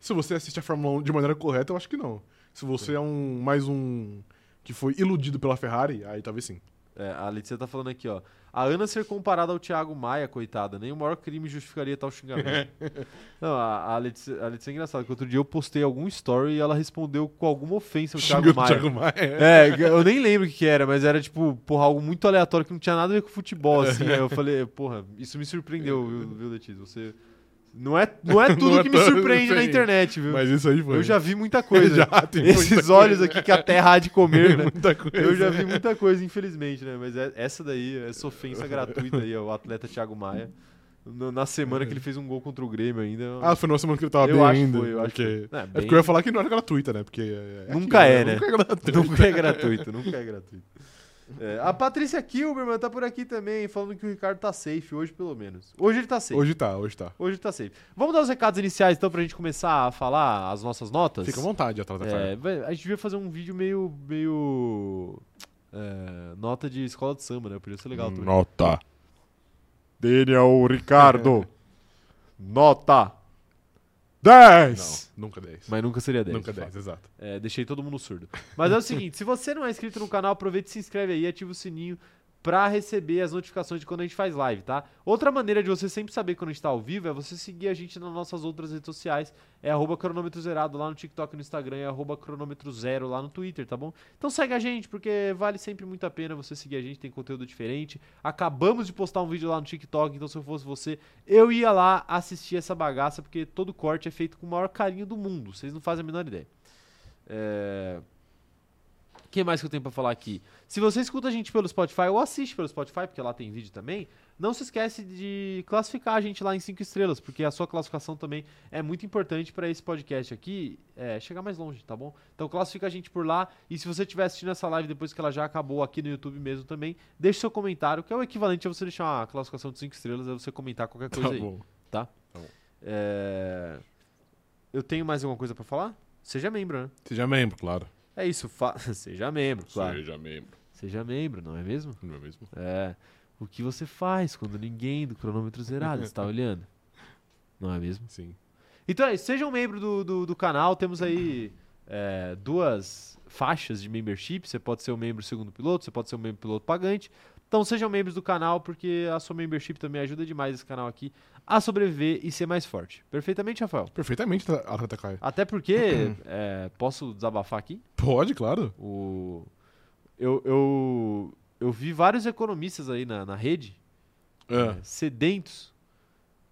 [SPEAKER 2] se você assiste a Fórmula 1 de maneira correta, eu acho que não. Se você é um mais um que foi iludido pela Ferrari, aí talvez sim.
[SPEAKER 1] É, a Letícia tá falando aqui, ó. A Ana ser comparada ao Thiago Maia, coitada, nem o maior crime justificaria tal xingamento. Não, a, a Letícia, a Letícia é engraçada, que outro dia eu postei algum story e ela respondeu com alguma ofensa ao Thiago
[SPEAKER 2] Xingando o
[SPEAKER 1] Maia.
[SPEAKER 2] Thiago Maia.
[SPEAKER 1] É, eu nem lembro o que que era, mas era tipo, porra, algo muito aleatório que não tinha nada a ver com futebol, assim. Aí eu falei, porra, isso me surpreendeu, viu, viu Letícia? Você. Não é, não é tudo
[SPEAKER 2] Não é
[SPEAKER 1] que me
[SPEAKER 2] tudo,
[SPEAKER 1] surpreende na
[SPEAKER 2] sim.
[SPEAKER 1] internet, viu?
[SPEAKER 2] Mas isso aí foi.
[SPEAKER 1] eu já vi muita coisa.
[SPEAKER 2] Já, tem
[SPEAKER 1] Esses
[SPEAKER 2] muita
[SPEAKER 1] olhos
[SPEAKER 2] coisa.
[SPEAKER 1] aqui que a terra há de comer, né?
[SPEAKER 2] Muita coisa.
[SPEAKER 1] Eu já vi é, muita coisa, infelizmente, né? Mas é- essa daí, essa ofensa gratuita aí, ó, o atleta Thiago Maia. no- na semana que ele fez um gol contra o Grêmio ainda.
[SPEAKER 2] Ah, foi numa semana que ele tava
[SPEAKER 1] eu
[SPEAKER 2] bem
[SPEAKER 1] acho que
[SPEAKER 2] ainda.
[SPEAKER 1] foi, eu acho
[SPEAKER 2] porque-
[SPEAKER 1] que foi. Não,
[SPEAKER 2] É
[SPEAKER 1] bem-
[SPEAKER 2] porque eu ia falar que não era gratuita, né? Porque é- é
[SPEAKER 1] Nunca
[SPEAKER 2] aquilo,
[SPEAKER 1] é, né?
[SPEAKER 2] Nunca é gratuita.
[SPEAKER 1] Nunca é gratuito, nunca é gratuito. É, a Patrícia Kilberman tá por aqui também, falando que o Ricardo tá safe hoje, pelo menos. Hoje ele tá safe. Hoje,
[SPEAKER 2] Hoje tá, hoje tá.
[SPEAKER 1] tá safe. Vamos dar os recados iniciais, então, pra gente começar a falar as nossas notas?
[SPEAKER 2] Fica à vontade atrás da cara.
[SPEAKER 1] É, vai- a gente devia fazer um vídeo meio. meio. é, nota de escola de samba, né? Podia ser legal
[SPEAKER 2] Hum,
[SPEAKER 1] também.
[SPEAKER 2] Nota. Dele ao Ricardo.
[SPEAKER 1] É. Nota!
[SPEAKER 2] 10! Nunca 10.
[SPEAKER 1] Mas nunca seria 10.
[SPEAKER 2] Nunca
[SPEAKER 1] de fato.
[SPEAKER 2] 10, exato.
[SPEAKER 1] É, deixei todo mundo surdo. Mas é o seguinte, se você não é inscrito no canal, aproveita e se inscreve aí, ativa o sininho pra receber as notificações de quando a gente faz live, tá? Outra maneira de você sempre saber quando a gente tá ao vivo é você seguir a gente nas nossas outras redes sociais. É arroba cronômetro zerado lá no TikTok e no Instagram, é arroba cronômetro zero lá no Twitter, tá bom? Então segue a gente, porque vale sempre muito a pena você seguir a gente, tem conteúdo diferente. Acabamos de postar um vídeo lá no TikTok, então se eu fosse você, eu ia lá assistir essa bagaça, porque todo corte é feito com o maior carinho do mundo. Vocês não fazem a menor ideia. É... O que mais que eu tenho pra falar aqui? Se você escuta a gente pelo Spotify ou assiste pelo Spotify, porque lá tem vídeo também, não se esquece de classificar a gente lá em 5 estrelas, porque a sua classificação também é muito importante pra esse podcast aqui é, chegar mais longe, tá bom? Então classifica a gente por lá e se você estiver assistindo essa live depois que ela já acabou aqui no YouTube mesmo também, deixe seu comentário, que é o equivalente a você deixar uma classificação de 5 estrelas, é você comentar qualquer coisa
[SPEAKER 2] Tá
[SPEAKER 1] aí.
[SPEAKER 2] bom.
[SPEAKER 1] É, Eu tenho mais alguma coisa pra falar? Seja membro, né?
[SPEAKER 2] Seja membro, claro.
[SPEAKER 1] É isso, fa- seja membro, claro.
[SPEAKER 2] Seja membro.
[SPEAKER 1] Seja membro, não é mesmo?
[SPEAKER 2] Não é mesmo?
[SPEAKER 1] É. O que você faz quando ninguém do cronômetro zerado está olhando? Não é mesmo?
[SPEAKER 2] Sim.
[SPEAKER 1] Então é isso, sejam membro do, do, do canal, temos aí é, duas faixas de membership, você pode ser um membro segundo piloto, você pode ser um membro piloto pagante. Então sejam membros do canal, porque a sua membership também ajuda demais esse canal aqui a sobreviver e ser mais forte. Perfeitamente, Rafael.
[SPEAKER 2] Perfeitamente, Atleta Kai.
[SPEAKER 1] Até porque, é, posso desabafar aqui?
[SPEAKER 2] Pode, claro.
[SPEAKER 1] O... Eu, eu, eu vi vários economistas aí na, na rede,
[SPEAKER 2] É.
[SPEAKER 1] eh, sedentos,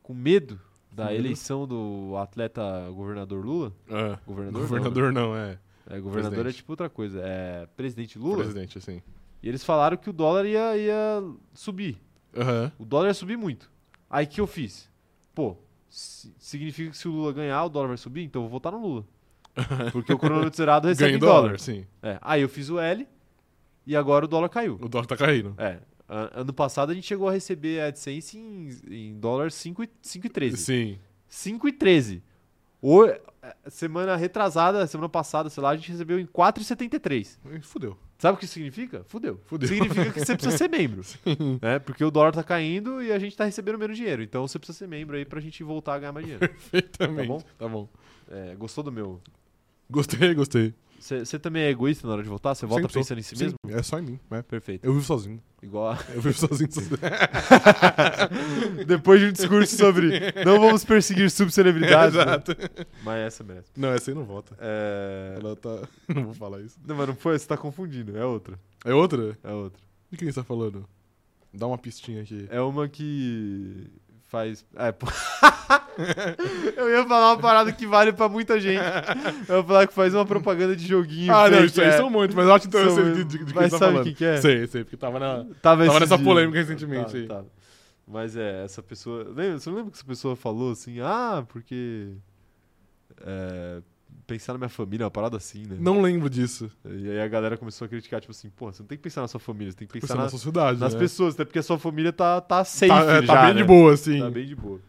[SPEAKER 1] com medo da
[SPEAKER 2] medo.
[SPEAKER 1] eleição do atleta governador Lula.
[SPEAKER 2] é.
[SPEAKER 1] Governador, não,
[SPEAKER 2] Governador não, é.
[SPEAKER 1] né? É, governador é
[SPEAKER 2] Presidente.
[SPEAKER 1] tipo outra coisa. É presidente Lula.
[SPEAKER 2] Presidente, assim.
[SPEAKER 1] E eles falaram que o dólar ia, ia subir.
[SPEAKER 2] Aham.
[SPEAKER 1] O dólar ia subir muito. Aí o que eu fiz? Pô, si- significa que se o Lula ganhar, o dólar vai subir, então eu vou votar no Lula. Porque o cronômetro zerado recebe
[SPEAKER 2] Ganha
[SPEAKER 1] em
[SPEAKER 2] em
[SPEAKER 1] dólar.
[SPEAKER 2] dólar, sim.
[SPEAKER 1] É, aí eu fiz o L e agora o dólar caiu.
[SPEAKER 2] O dólar tá caindo.
[SPEAKER 1] É. a- Ano passado a gente chegou a receber a AdSense em, em dólar 5 e 5,13.
[SPEAKER 2] Sim.
[SPEAKER 1] 5,13. Ho- eh, Semana retrasada, semana passada, sei lá, a gente recebeu em 4,73.
[SPEAKER 2] Fudeu.
[SPEAKER 1] Sabe o que isso significa? Fudeu.
[SPEAKER 2] Fudeu.
[SPEAKER 1] Significa que você precisa ser membro. né? Porque o dólar tá caindo e a gente tá recebendo menos dinheiro. Então você precisa ser membro aí pra gente voltar a ganhar mais dinheiro.
[SPEAKER 2] Perfeitamente.
[SPEAKER 1] Tá bom?
[SPEAKER 2] Tá bom.
[SPEAKER 1] É, gostou do meu?
[SPEAKER 2] Gostei, gostei.
[SPEAKER 1] Você também é egoísta na hora de votar? Você vota
[SPEAKER 2] Sempre sou.
[SPEAKER 1] pensando em si
[SPEAKER 2] Sim,
[SPEAKER 1] mesmo?
[SPEAKER 2] É só em mim, né?
[SPEAKER 1] Perfeito.
[SPEAKER 2] Eu vivo sozinho.
[SPEAKER 1] Igual a...
[SPEAKER 2] Eu vivo sozinho.
[SPEAKER 1] Depois de um discurso sobre não vamos perseguir subcelebridades. né?
[SPEAKER 2] Exato.
[SPEAKER 1] Mas essa merece.
[SPEAKER 2] Não, essa aí não vota.
[SPEAKER 1] É...
[SPEAKER 2] Ela tá. Não vou falar isso.
[SPEAKER 1] Não, mas não foi, você tá confundindo. É outra.
[SPEAKER 2] É outra?
[SPEAKER 1] É outra.
[SPEAKER 2] De quem você tá falando? Dá uma pistinha aqui.
[SPEAKER 1] É uma que faz. É, pô. Eu ia falar uma parada que vale pra muita gente. Eu ia falar que faz uma propaganda de joguinho.
[SPEAKER 2] Ah, não,
[SPEAKER 1] fake,
[SPEAKER 2] isso aí
[SPEAKER 1] é.
[SPEAKER 2] são muitos, mas eu acho que então eu
[SPEAKER 1] São-
[SPEAKER 2] sei de, de, de quem
[SPEAKER 1] Mas
[SPEAKER 2] você tá
[SPEAKER 1] sabe
[SPEAKER 2] falando.
[SPEAKER 1] quem que é?
[SPEAKER 2] Sei, sei, porque tava na.
[SPEAKER 1] Tava,
[SPEAKER 2] Tava
[SPEAKER 1] esses
[SPEAKER 2] nessa
[SPEAKER 1] dias.
[SPEAKER 2] polêmica recentemente aí.
[SPEAKER 1] Tava, tava. Mas é, essa pessoa. Lembra, você não lembra que essa pessoa falou assim? Ah, porque. é, pensar na minha família é uma parada assim, né?
[SPEAKER 2] Não lembro disso.
[SPEAKER 1] E aí a galera começou a criticar, tipo assim, pô, você não tem que pensar na sua família, você tem que pensar
[SPEAKER 2] Pensando na
[SPEAKER 1] na-
[SPEAKER 2] sociedade.
[SPEAKER 1] nas
[SPEAKER 2] né?
[SPEAKER 1] pessoas, até porque a sua família tá, tá safe
[SPEAKER 2] Tá, é, tá
[SPEAKER 1] já,
[SPEAKER 2] bem
[SPEAKER 1] né?
[SPEAKER 2] de boa, assim.
[SPEAKER 1] Tá bem de boa.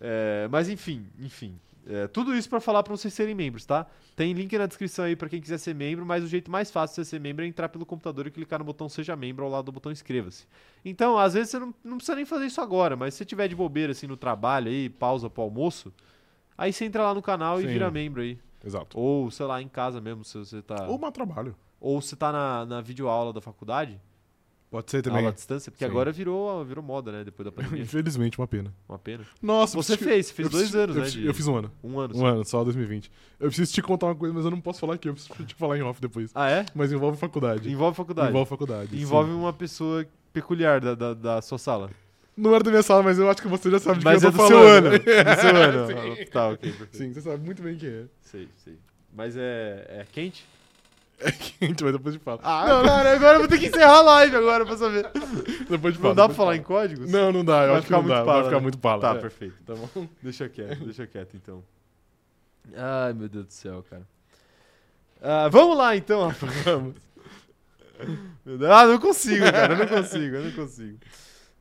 [SPEAKER 1] É, mas enfim, enfim. É, tudo isso pra falar pra vocês serem membros, tá? Tem link na descrição aí pra quem quiser ser membro, mas o jeito mais fácil de você ser membro é entrar pelo computador e clicar no botão Seja Membro ao lado do botão Inscreva-se. Então, às vezes você não, não precisa nem fazer isso agora, mas se você tiver de bobeira assim no trabalho aí, pausa pro almoço, aí você entra lá no canal e
[SPEAKER 2] Sim.
[SPEAKER 1] vira membro aí.
[SPEAKER 2] Exato.
[SPEAKER 1] Ou, sei lá, em casa mesmo, se você tá.
[SPEAKER 2] Ou mau trabalho.
[SPEAKER 1] Ou você tá na, na videoaula da faculdade,
[SPEAKER 2] Pode ser
[SPEAKER 1] aula
[SPEAKER 2] também.
[SPEAKER 1] à distância, porque
[SPEAKER 2] Sim.
[SPEAKER 1] agora virou, virou moda, né? Depois da pandemia.
[SPEAKER 2] Infelizmente, uma pena.
[SPEAKER 1] Uma pena.
[SPEAKER 2] Nossa,
[SPEAKER 1] Você
[SPEAKER 2] eu preciso-
[SPEAKER 1] fez, você fez
[SPEAKER 2] eu
[SPEAKER 1] dois
[SPEAKER 2] preciso-
[SPEAKER 1] anos,
[SPEAKER 2] eu
[SPEAKER 1] né?
[SPEAKER 2] preciso-
[SPEAKER 1] de-
[SPEAKER 2] Eu fiz um ano.
[SPEAKER 1] Um ano.
[SPEAKER 2] Um ano, só 2020. Eu preciso te contar uma coisa, mas eu não posso falar aqui. Eu preciso te falar em off depois.
[SPEAKER 1] Ah, é?
[SPEAKER 2] Mas envolve faculdade.
[SPEAKER 1] Envolve faculdade. Envolve,
[SPEAKER 2] Envolve faculdade. sim.
[SPEAKER 1] uma pessoa peculiar da, da, da sua sala.
[SPEAKER 2] Não era da minha sala, mas eu acho que você já sabe de
[SPEAKER 1] Mas
[SPEAKER 2] quem
[SPEAKER 1] é
[SPEAKER 2] eu
[SPEAKER 1] do
[SPEAKER 2] tô
[SPEAKER 1] seu
[SPEAKER 2] falando.
[SPEAKER 1] ano. É do seu ano. Ah, Tá, ok. Perfeito.
[SPEAKER 2] Sim, você sabe muito bem quem é.
[SPEAKER 1] Sei, sei. Mas é, é quente?
[SPEAKER 2] É quente, mas depois a gente fala.
[SPEAKER 1] Ah,
[SPEAKER 2] não,
[SPEAKER 1] cara, agora eu vou ter que encerrar a live agora pra saber.
[SPEAKER 2] depois a gente
[SPEAKER 1] Não
[SPEAKER 2] fala.
[SPEAKER 1] dá pra
[SPEAKER 2] depois
[SPEAKER 1] falar
[SPEAKER 2] a
[SPEAKER 1] em
[SPEAKER 2] gente
[SPEAKER 1] códigos?
[SPEAKER 2] fala. Não, não dá. Eu
[SPEAKER 1] vai
[SPEAKER 2] acho que
[SPEAKER 1] ficar
[SPEAKER 2] não
[SPEAKER 1] muito
[SPEAKER 2] dá.
[SPEAKER 1] pala.
[SPEAKER 2] Vai ficar muito pala.
[SPEAKER 1] Tá,
[SPEAKER 2] é.
[SPEAKER 1] perfeito.
[SPEAKER 2] Tá bom.
[SPEAKER 1] Deixa quieto, deixa quieto então. Ai, meu Deus do céu, cara. Ah, vamos lá então, Rafa.
[SPEAKER 2] Vamos.
[SPEAKER 1] Meu Deus. Ah, não consigo, cara. Eu não consigo, eu não consigo.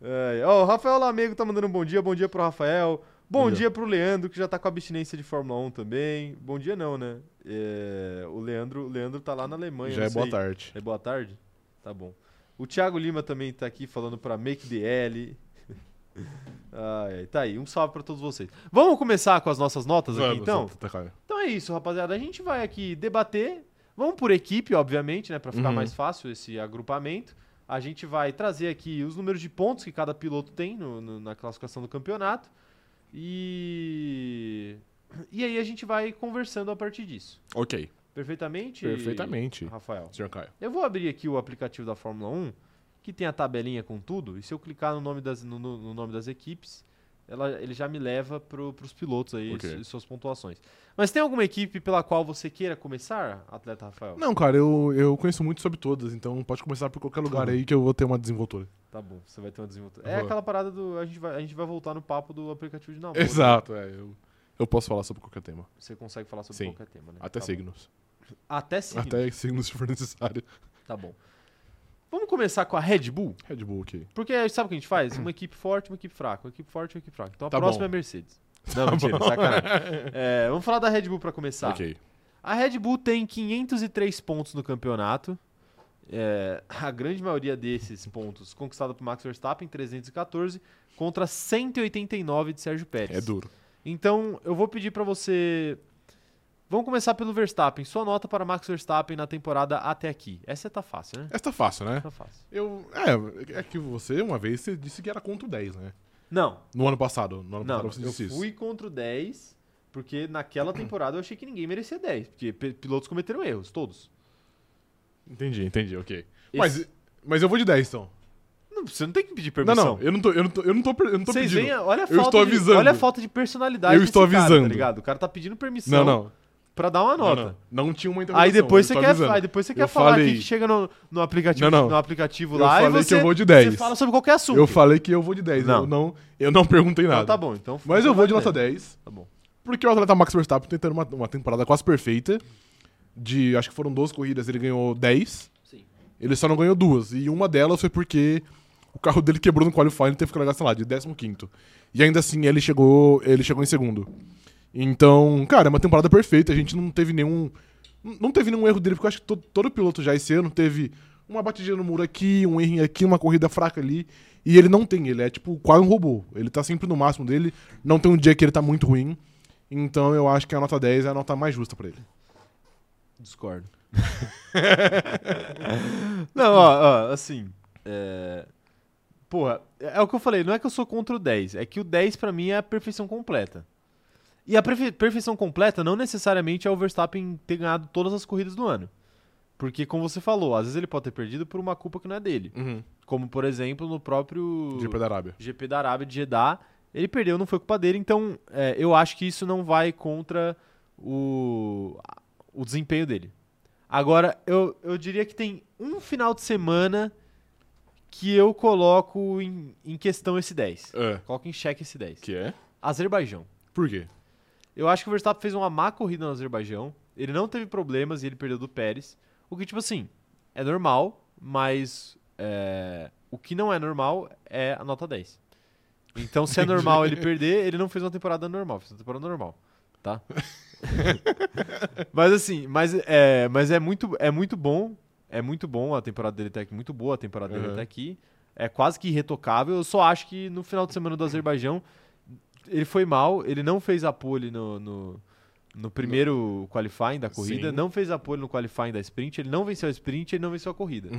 [SPEAKER 1] Ai, ó, o Rafael Lamego tá mandando um bom dia. Bom dia pro Rafael. Bom
[SPEAKER 2] Bom dia.
[SPEAKER 1] dia pro Leandro, que já tá com abstinência de Fórmula 1 também. Bom dia não, né? É, o Leandro, o Leandro tá lá na Alemanha.
[SPEAKER 2] Já
[SPEAKER 1] não
[SPEAKER 2] é boa
[SPEAKER 1] sei.
[SPEAKER 2] tarde.
[SPEAKER 1] É boa tarde? Tá bom. O Thiago Lima também tá aqui falando pra Make the L. Ai, ai, tá aí, um salve pra todos vocês. Vamos começar com as nossas notas aqui
[SPEAKER 2] Vamos,
[SPEAKER 1] então?
[SPEAKER 2] tá, claro.
[SPEAKER 1] Então é isso, rapaziada. A gente vai aqui debater. Vamos por equipe, obviamente, né? Pra ficar
[SPEAKER 2] Uhum.
[SPEAKER 1] mais fácil esse agrupamento. A gente vai trazer aqui os números de pontos que cada piloto tem no- no- na classificação do campeonato. E. E aí a gente vai conversando a partir disso.
[SPEAKER 2] Ok.
[SPEAKER 1] Perfeitamente?
[SPEAKER 2] Perfeitamente.
[SPEAKER 1] Rafael.
[SPEAKER 2] Senhor Caio.
[SPEAKER 1] Eu vou abrir aqui o aplicativo da Fórmula 1, que tem a tabelinha com tudo, e se eu clicar no nome das, no, no- no nome das equipes, ela- ele já me leva para os pilotos aí,
[SPEAKER 2] Ok.
[SPEAKER 1] su- suas pontuações. Mas tem alguma equipe pela qual você queira começar, atleta Rafael?
[SPEAKER 2] Não, cara, eu, eu conheço muito sobre todas, então pode começar por qualquer lugar
[SPEAKER 1] Uhum.
[SPEAKER 2] aí que eu vou ter uma desenvoltura.
[SPEAKER 1] Tá bom, você vai ter uma desenvoltura.
[SPEAKER 2] Eu
[SPEAKER 1] É
[SPEAKER 2] vou.
[SPEAKER 1] aquela parada do. A gente, vai, a gente vai voltar no papo do aplicativo de namoro. né?
[SPEAKER 2] Exato, é. Eu, eu posso falar sobre qualquer tema.
[SPEAKER 1] Você consegue falar sobre
[SPEAKER 2] Sim.
[SPEAKER 1] qualquer tema, né? tá
[SPEAKER 2] Até
[SPEAKER 1] bom.
[SPEAKER 2] signos.
[SPEAKER 1] Até sim.
[SPEAKER 2] Até signos se for necessário.
[SPEAKER 1] Tá bom. Vamos começar com a Red Bull?
[SPEAKER 2] Red Bull, ok.
[SPEAKER 1] Porque sabe o que a gente faz? Uma equipe forte, uma equipe fraca, uma equipe forte, uma equipe fraca. Então a
[SPEAKER 2] Tá
[SPEAKER 1] próxima é a
[SPEAKER 2] bom. Tá
[SPEAKER 1] Mercedes. Não, mentira, sacanagem. É, vamos falar da Red Bull pra começar.
[SPEAKER 2] Ok.
[SPEAKER 1] A Red Bull tem 503 pontos no campeonato. É, a grande maioria desses pontos conquistada por Max Verstappen, 314, contra 189 de Sérgio Pérez.
[SPEAKER 2] É duro.
[SPEAKER 1] Então, eu vou pedir pra você. Vamos começar pelo Verstappen. Sua nota para Max Verstappen na temporada até aqui. Essa tá fácil, né?
[SPEAKER 2] Essa tá fácil, né?
[SPEAKER 1] Tá fácil.
[SPEAKER 2] Eu. É, é que você, uma vez, você disse que era contra o 10, né?
[SPEAKER 1] Não,
[SPEAKER 2] No ano passado. No ano
[SPEAKER 1] Não,
[SPEAKER 2] passado você
[SPEAKER 1] eu
[SPEAKER 2] disse isso.
[SPEAKER 1] fui contra o 10, porque naquela temporada eu achei que ninguém merecia 10, porque pi- pilotos cometeram erros, todos.
[SPEAKER 2] Entendi, entendi, ok.
[SPEAKER 1] Esse-
[SPEAKER 2] Mas, mas eu vou de 10, então.
[SPEAKER 1] Não, você não tem que pedir
[SPEAKER 2] Não,
[SPEAKER 1] permissão.
[SPEAKER 2] não, eu não tô, eu não tô, eu não tô, per- eu não tô
[SPEAKER 1] Vocês
[SPEAKER 2] pedindo.
[SPEAKER 1] veem, a- olha a
[SPEAKER 2] Eu
[SPEAKER 1] falta
[SPEAKER 2] estou
[SPEAKER 1] de-
[SPEAKER 2] avisando.
[SPEAKER 1] olha a falta de personalidade
[SPEAKER 2] Eu
[SPEAKER 1] desse
[SPEAKER 2] estou
[SPEAKER 1] cara,
[SPEAKER 2] avisando.
[SPEAKER 1] tá ligado? O cara tá pedindo permissão
[SPEAKER 2] Não, não.
[SPEAKER 1] pra dar uma nota.
[SPEAKER 2] Não, não. Não tinha uma interrupção.
[SPEAKER 1] Aí depois você quer, aí depois você quer
[SPEAKER 2] Eu
[SPEAKER 1] falar aqui
[SPEAKER 2] falei-
[SPEAKER 1] que chega no, no aplicativo,
[SPEAKER 2] Não, não.
[SPEAKER 1] no aplicativo
[SPEAKER 2] Eu
[SPEAKER 1] lá e
[SPEAKER 2] falei
[SPEAKER 1] você,
[SPEAKER 2] que eu vou de 10.
[SPEAKER 1] você fala sobre qualquer assunto.
[SPEAKER 2] Eu falei que eu vou de 10.
[SPEAKER 1] Não.
[SPEAKER 2] Eu, não, eu não perguntei nada.
[SPEAKER 1] Então tá bom, então.
[SPEAKER 2] Mas eu vou de nota 10.
[SPEAKER 1] Tá bom.
[SPEAKER 2] Porque o atleta Max Verstappen tá tentando uma, uma temporada quase perfeita. De acho que foram 12 corridas, ele ganhou 10.
[SPEAKER 1] Sim.
[SPEAKER 2] Ele só não ganhou duas. E uma delas foi porque o carro dele quebrou no qualifying e teve que largar, sei lá, de 15. E ainda assim ele chegou, ele chegou em segundo. Então, cara, é uma temporada perfeita. A gente não teve nenhum. Não teve nenhum erro dele, porque eu acho que to- todo piloto já esse ano teve uma batidinha no muro aqui, um erro aqui, uma corrida fraca ali. E ele não tem, ele é tipo quase um robô. Ele tá sempre no máximo dele, não tem um dia que ele tá muito ruim. Então eu acho que a nota 10 é a nota mais justa pra ele.
[SPEAKER 1] Discordo. não, ó, ó, assim. É... Porra, é é o que eu falei, não é que eu sou contra o 10, é que o 10 pra mim é a perfeição completa. E a perfe- perfeição completa não necessariamente é o Verstappen ter ganhado todas as corridas do ano. Porque, como você falou, às vezes ele pode ter perdido por uma culpa que não é dele. Como, por exemplo, no próprio.
[SPEAKER 2] GP da Arábia.
[SPEAKER 1] GP da Arábia de Jeddah. Ele perdeu, não foi culpa dele, então é, eu acho que isso não vai contra o, o desempenho dele. Agora, eu, eu diria que tem um final de semana que eu coloco em, em questão esse 10.
[SPEAKER 2] É.
[SPEAKER 1] Coloco em xeque esse 10.
[SPEAKER 2] Que é?
[SPEAKER 1] Azerbaijão.
[SPEAKER 2] Por quê?
[SPEAKER 1] Eu acho que o Verstappen fez uma má corrida no Azerbaijão. Ele não teve problemas e ele perdeu do Pérez. O que, tipo assim, é normal, mas é, o que não é normal é a nota 10. Então, se é normal ele perder, ele não fez uma temporada normal, fez uma temporada normal. Tá? mas assim, mas é, mas é, muito, é muito bom. É muito bom a temporada dele até aqui, muito boa a temporada dele
[SPEAKER 2] Uhum.
[SPEAKER 1] até aqui. É quase que irretocável. Eu só acho que no final de semana do Azerbaijão ele foi mal, ele não fez a pole no, no, no primeiro qualifying da corrida,
[SPEAKER 2] Sim.
[SPEAKER 1] não fez a pole no qualifying da sprint, ele não venceu a sprint, ele não venceu a corrida.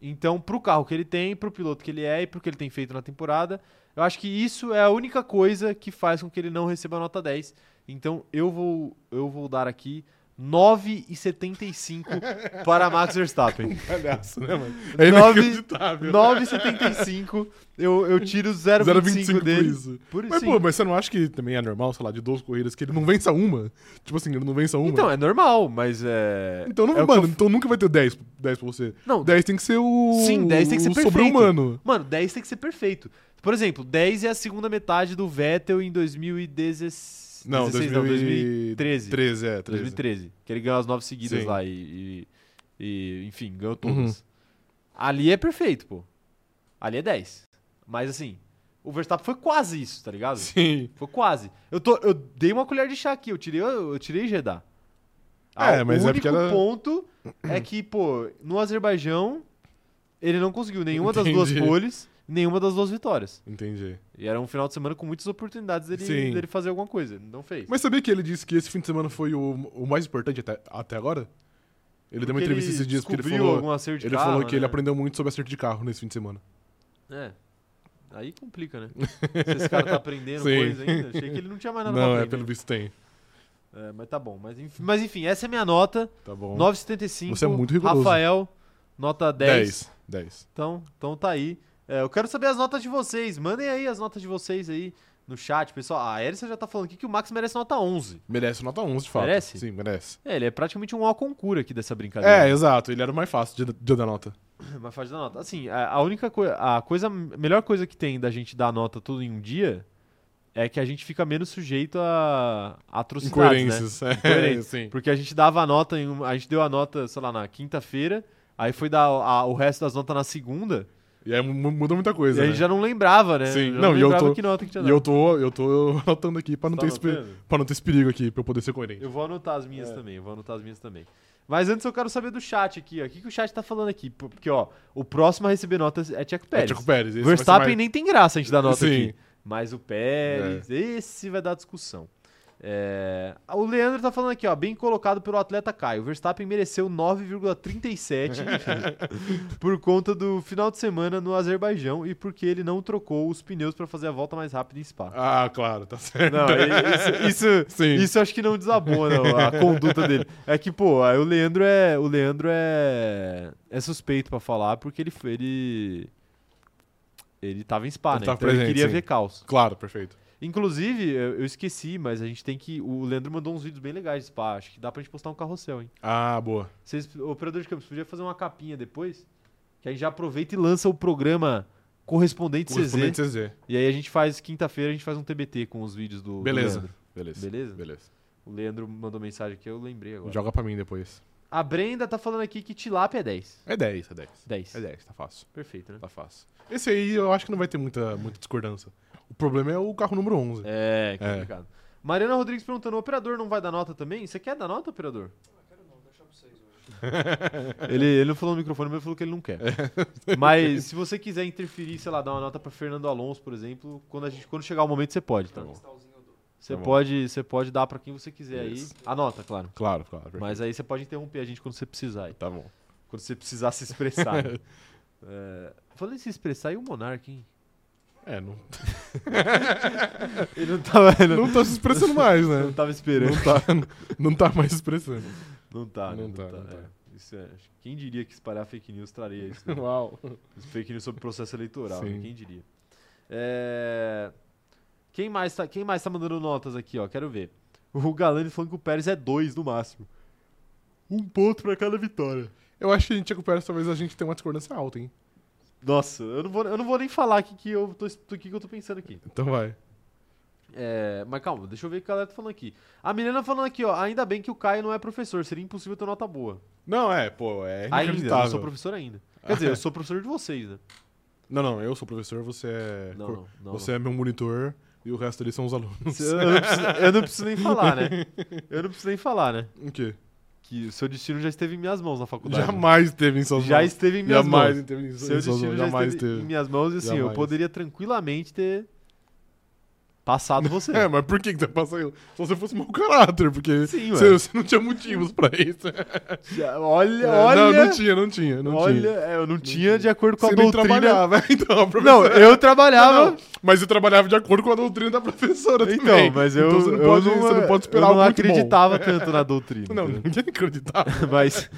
[SPEAKER 1] Então, pro carro que ele tem, pro piloto que ele é e pro que ele tem feito na temporada, eu acho que isso é a única coisa que faz com que ele não receba a nota 10. Então, eu vou eu vou dar aqui 9,75 para Max Verstappen.
[SPEAKER 2] Palhaço, né, mano? É
[SPEAKER 1] Nove-
[SPEAKER 2] inacreditável.
[SPEAKER 1] 9,75 eu, eu tiro
[SPEAKER 2] 0,25
[SPEAKER 1] 0,25
[SPEAKER 2] por
[SPEAKER 1] dele.
[SPEAKER 2] isso.
[SPEAKER 1] Por
[SPEAKER 2] Mas,
[SPEAKER 1] sim.
[SPEAKER 2] pô, mas você não acha que também é normal, sei lá, de 12 corridas que ele não vença uma? Tipo assim, ele não vença uma?
[SPEAKER 1] Então, é normal, mas é.
[SPEAKER 2] Então, não,
[SPEAKER 1] é o que
[SPEAKER 2] mano,
[SPEAKER 1] eu-
[SPEAKER 2] então nunca vai ter 10, 10 pra você.
[SPEAKER 1] Não,
[SPEAKER 2] 10 tem que ser o.
[SPEAKER 1] Sim, 10 tem que ser
[SPEAKER 2] o
[SPEAKER 1] perfeito.
[SPEAKER 2] sobre-humano.
[SPEAKER 1] Mano, 10 tem que ser perfeito. Por exemplo, 10 é a segunda metade do Vettel em 2016.
[SPEAKER 2] Não,
[SPEAKER 1] 2013.
[SPEAKER 2] 13, é, 13.
[SPEAKER 1] 2013. Que ele ganhou as nove seguidas
[SPEAKER 2] Sim. Uhum.
[SPEAKER 1] lá e, e- e, Enfim, ganhou todas. Ali é perfeito, pô. Ali é 10. Mas assim, o Verstappen foi quase isso, tá ligado?
[SPEAKER 2] Sim.
[SPEAKER 1] Foi quase. Eu, tô, eu dei uma colher de chá aqui, eu tirei, eu, tirei Jeddah. Ah,
[SPEAKER 2] É, mas
[SPEAKER 1] o
[SPEAKER 2] é
[SPEAKER 1] único
[SPEAKER 2] porque era-
[SPEAKER 1] ponto é que, pô, no Azerbaijão, ele não conseguiu nenhuma das
[SPEAKER 2] Entendi.
[SPEAKER 1] duas poles, nenhuma das duas vitórias.
[SPEAKER 2] Entendi.
[SPEAKER 1] E era um final de semana com muitas oportunidades dele,
[SPEAKER 2] Sim.
[SPEAKER 1] dele fazer alguma coisa. Ele não fez.
[SPEAKER 2] Mas sabia que ele disse que esse fim de semana foi o, o mais importante até, até agora? Ele deu uma
[SPEAKER 1] Porque
[SPEAKER 2] entrevista esses dias que ele
[SPEAKER 1] descobriu
[SPEAKER 2] falou.
[SPEAKER 1] algum acerto de
[SPEAKER 2] Ele
[SPEAKER 1] carro,
[SPEAKER 2] falou que ele
[SPEAKER 1] né?
[SPEAKER 2] aprendeu muito sobre acerto de carro nesse fim de semana.
[SPEAKER 1] É. Aí complica, né? Se esse cara tá aprendendo
[SPEAKER 2] Sim.
[SPEAKER 1] coisa ainda, achei que ele Ah, não tinha mais nada
[SPEAKER 2] não,
[SPEAKER 1] pra
[SPEAKER 2] é,
[SPEAKER 1] aprender.
[SPEAKER 2] pelo visto tem.
[SPEAKER 1] É, mas tá bom. Mas enfim, mas enfim, essa é a minha nota.
[SPEAKER 2] Tá bom.
[SPEAKER 1] 9,75.
[SPEAKER 2] Você é muito rigoroso.
[SPEAKER 1] Rafael, nota 10.
[SPEAKER 2] 10. 10.
[SPEAKER 1] Então, então tá aí. É, eu quero saber as notas de vocês. Mandem aí as notas de vocês aí no chat, pessoal. Ah, a Erissa já tá falando aqui que o Max merece nota 11.
[SPEAKER 2] Merece nota 11, de fato.
[SPEAKER 1] Merece?
[SPEAKER 2] Sim, merece.
[SPEAKER 1] É, ele é praticamente um Alconcura aqui dessa brincadeira.
[SPEAKER 2] É, exato. Ele era o mais fácil de, de dar nota.
[SPEAKER 1] Mas faz da nota. Assim, a, a única coisa. A coisa. a melhor coisa que tem da gente dar nota tudo em um dia é que a gente fica menos sujeito a, a atrocidades, né?
[SPEAKER 2] Incoerências. É,
[SPEAKER 1] Incoerência.
[SPEAKER 2] sim.
[SPEAKER 1] Porque a gente dava a nota em um- A gente deu a nota, sei lá, na quinta-feira. Aí foi dar a- o resto das notas na segunda.
[SPEAKER 2] E aí mu- muda muita coisa.
[SPEAKER 1] e a
[SPEAKER 2] né?
[SPEAKER 1] gente já não lembrava, né?
[SPEAKER 2] Sim.
[SPEAKER 1] Já
[SPEAKER 2] Não, e eu
[SPEAKER 1] lembrava
[SPEAKER 2] tô-
[SPEAKER 1] que nota que tinha
[SPEAKER 2] E
[SPEAKER 1] dado.
[SPEAKER 2] eu tô, eu tô anotando aqui pra não,
[SPEAKER 1] Tá
[SPEAKER 2] ter esse, pe-
[SPEAKER 1] anotando?
[SPEAKER 2] pra não ter esse perigo aqui, pra eu poder ser coerente.
[SPEAKER 1] Eu vou anotar as minhas também, eu vou anotar as minhas também. Mas antes eu quero saber do chat aqui, ó. O que, que o chat tá falando aqui? Por- Porque, ó, o próximo a receber notas é Tcheco Pérez.
[SPEAKER 2] É Chico Pérez. esse vai ser
[SPEAKER 1] Verstappen
[SPEAKER 2] mais-
[SPEAKER 1] nem tem graça a gente dar nota
[SPEAKER 2] Sim. É.
[SPEAKER 1] aqui. Mas o Pérez, esse vai dar discussão. É, O Leandro tá falando aqui, ó, bem colocado pelo atleta Caio. O Verstappen mereceu 9,37 por conta do final de semana no Azerbaijão e porque ele não trocou os pneus pra fazer a volta mais rápida em Spa.
[SPEAKER 2] Ah, claro, tá certo.
[SPEAKER 1] Não, i- isso, isso,
[SPEAKER 2] Sim.
[SPEAKER 1] isso eu acho que não desabona a conduta dele. É que, pô, aí o Leandro é. O Leandro é. É suspeito pra falar, porque ele. foi- ele... Ele tava em spa,
[SPEAKER 2] Ele
[SPEAKER 1] né?
[SPEAKER 2] tava
[SPEAKER 1] então ele
[SPEAKER 2] presente,
[SPEAKER 1] queria
[SPEAKER 2] sim.
[SPEAKER 1] ver caos.
[SPEAKER 2] Claro, perfeito.
[SPEAKER 1] Inclusive, eu eu esqueci, mas a gente tem que. O Leandro mandou uns vídeos bem legais de spa. Acho que dá pra gente postar um carrossel, hein?
[SPEAKER 2] Ah, boa.
[SPEAKER 1] Vocês, o operador de câmbio, você podia fazer uma capinha depois? Que a gente já aproveita e lança o programa correspondente,
[SPEAKER 2] Correspondente
[SPEAKER 1] CZ.
[SPEAKER 2] CZ.
[SPEAKER 1] E aí a gente faz quinta-feira, a gente faz um TBT com os vídeos do. do
[SPEAKER 2] Beleza.
[SPEAKER 1] Leandro.
[SPEAKER 2] Beleza.
[SPEAKER 1] Beleza?
[SPEAKER 2] Beleza.
[SPEAKER 1] O Leandro mandou mensagem aqui, eu lembrei agora.
[SPEAKER 2] Joga pra mim depois.
[SPEAKER 1] A Brenda tá falando aqui que tilápia é 10.
[SPEAKER 2] É 10, é 10.
[SPEAKER 1] 10.
[SPEAKER 2] É 10, tá fácil.
[SPEAKER 1] Perfeito, né?
[SPEAKER 2] Tá fácil. Esse aí eu acho que não vai ter muita, muita discordância. O problema é o carro número 11.
[SPEAKER 1] É,
[SPEAKER 2] É.
[SPEAKER 1] complicado. Mariana Rodrigues perguntando, o operador não vai dar nota também? Você quer dar nota, operador? Ele, ele não falou no microfone, mas ele falou que ele não quer. É. Mas se você quiser interferir, sei lá, dar uma nota pra Fernando Alonso, por exemplo, quando, a gente, quando chegar o momento, você pode, tá bom? Você
[SPEAKER 2] Tá bom.
[SPEAKER 1] pode, você pode dar pra quem você quiser
[SPEAKER 2] Isso.
[SPEAKER 1] aí. A nota, claro.
[SPEAKER 2] Claro, claro. perfeito.
[SPEAKER 1] Mas aí você pode interromper a gente quando você precisar aí.
[SPEAKER 2] Tá bom.
[SPEAKER 1] Quando você precisar se expressar. né? É, falando em se expressar, e o Monark, hein?
[SPEAKER 2] É, não,
[SPEAKER 1] Ele não tava, ele não,
[SPEAKER 2] não tá se expressando mais,
[SPEAKER 1] não
[SPEAKER 2] né?
[SPEAKER 1] tava esperando.
[SPEAKER 2] Não tá, não tá mais expressando.
[SPEAKER 1] Não tá, né?
[SPEAKER 2] Não tá, não
[SPEAKER 1] é. Isso é- acho que quem diria que espalhar fake news traria isso? né?
[SPEAKER 2] Uau.
[SPEAKER 1] fake news sobre processo eleitoral, né?
[SPEAKER 2] Sim.
[SPEAKER 1] quem diria? É, Quem, mais tá, quem mais tá mandando notas aqui, ó? Quero ver. O Galani falando que o Pérez é dois no máximo. Um ponto pra cada vitória.
[SPEAKER 2] Eu acho que a gente recupera, talvez a gente tenha uma discordância alta, hein?
[SPEAKER 1] Nossa, eu não vou, eu não vou nem falar o que, que, eu tô- o que que eu tô pensando aqui.
[SPEAKER 2] Então vai.
[SPEAKER 1] É, mas calma, deixa eu ver o que a galera tá falando aqui. A Milena falando aqui, ó, ainda bem que o Caio não é professor, seria impossível ter nota boa.
[SPEAKER 2] Não, é, pô,
[SPEAKER 1] ainda,
[SPEAKER 2] é
[SPEAKER 1] eu não sou
[SPEAKER 2] inacreditável.
[SPEAKER 1] professor ainda. Quer dizer, eu sou professor de vocês, né?
[SPEAKER 2] Não, não, eu sou professor, você é.
[SPEAKER 1] Não,
[SPEAKER 2] cor-
[SPEAKER 1] não, não.
[SPEAKER 2] você é meu monitor e o resto ali são os alunos.
[SPEAKER 1] não. Eu, não preciso, eu não preciso nem falar, né? Eu não preciso nem falar, né?
[SPEAKER 2] O quê?
[SPEAKER 1] Que o seu destino já esteve em minhas mãos na faculdade.
[SPEAKER 2] Jamais teve em suas
[SPEAKER 1] Já
[SPEAKER 2] mãos.
[SPEAKER 1] esteve em minhas
[SPEAKER 2] Jamais
[SPEAKER 1] mãos.
[SPEAKER 2] teve em suas
[SPEAKER 1] Seu
[SPEAKER 2] mãos.
[SPEAKER 1] destino já
[SPEAKER 2] Jamais
[SPEAKER 1] esteve em
[SPEAKER 2] teve.
[SPEAKER 1] minhas mãos e assim, eu
[SPEAKER 2] Jamais.
[SPEAKER 1] poderia tranquilamente ter Passado você.
[SPEAKER 2] É, mas por que que você passa eu? Só se eu fosse mau caráter, porque
[SPEAKER 1] Sim,
[SPEAKER 2] você,
[SPEAKER 1] ué.
[SPEAKER 2] você não tinha motivos pra isso.
[SPEAKER 1] Já- Olha,
[SPEAKER 2] É,
[SPEAKER 1] olha.
[SPEAKER 2] Não, não tinha, não tinha, não
[SPEAKER 1] olha,
[SPEAKER 2] tinha.
[SPEAKER 1] é, eu não tinha de acordo com
[SPEAKER 2] Você
[SPEAKER 1] a
[SPEAKER 2] nem
[SPEAKER 1] doutrina.
[SPEAKER 2] trabalhava, então, a
[SPEAKER 1] Não,
[SPEAKER 2] professora...
[SPEAKER 1] eu trabalhava.
[SPEAKER 2] Não, não, mas eu trabalhava de acordo com a doutrina da professora também.
[SPEAKER 1] Então, mas eu,
[SPEAKER 2] Então você não,
[SPEAKER 1] eu
[SPEAKER 2] pode,
[SPEAKER 1] não, é,
[SPEAKER 2] você não pode esperar
[SPEAKER 1] eu não
[SPEAKER 2] algo muito bom.
[SPEAKER 1] acreditava tanto na doutrina.
[SPEAKER 2] Não,
[SPEAKER 1] entendeu?
[SPEAKER 2] ninguém acreditava.
[SPEAKER 1] Mas.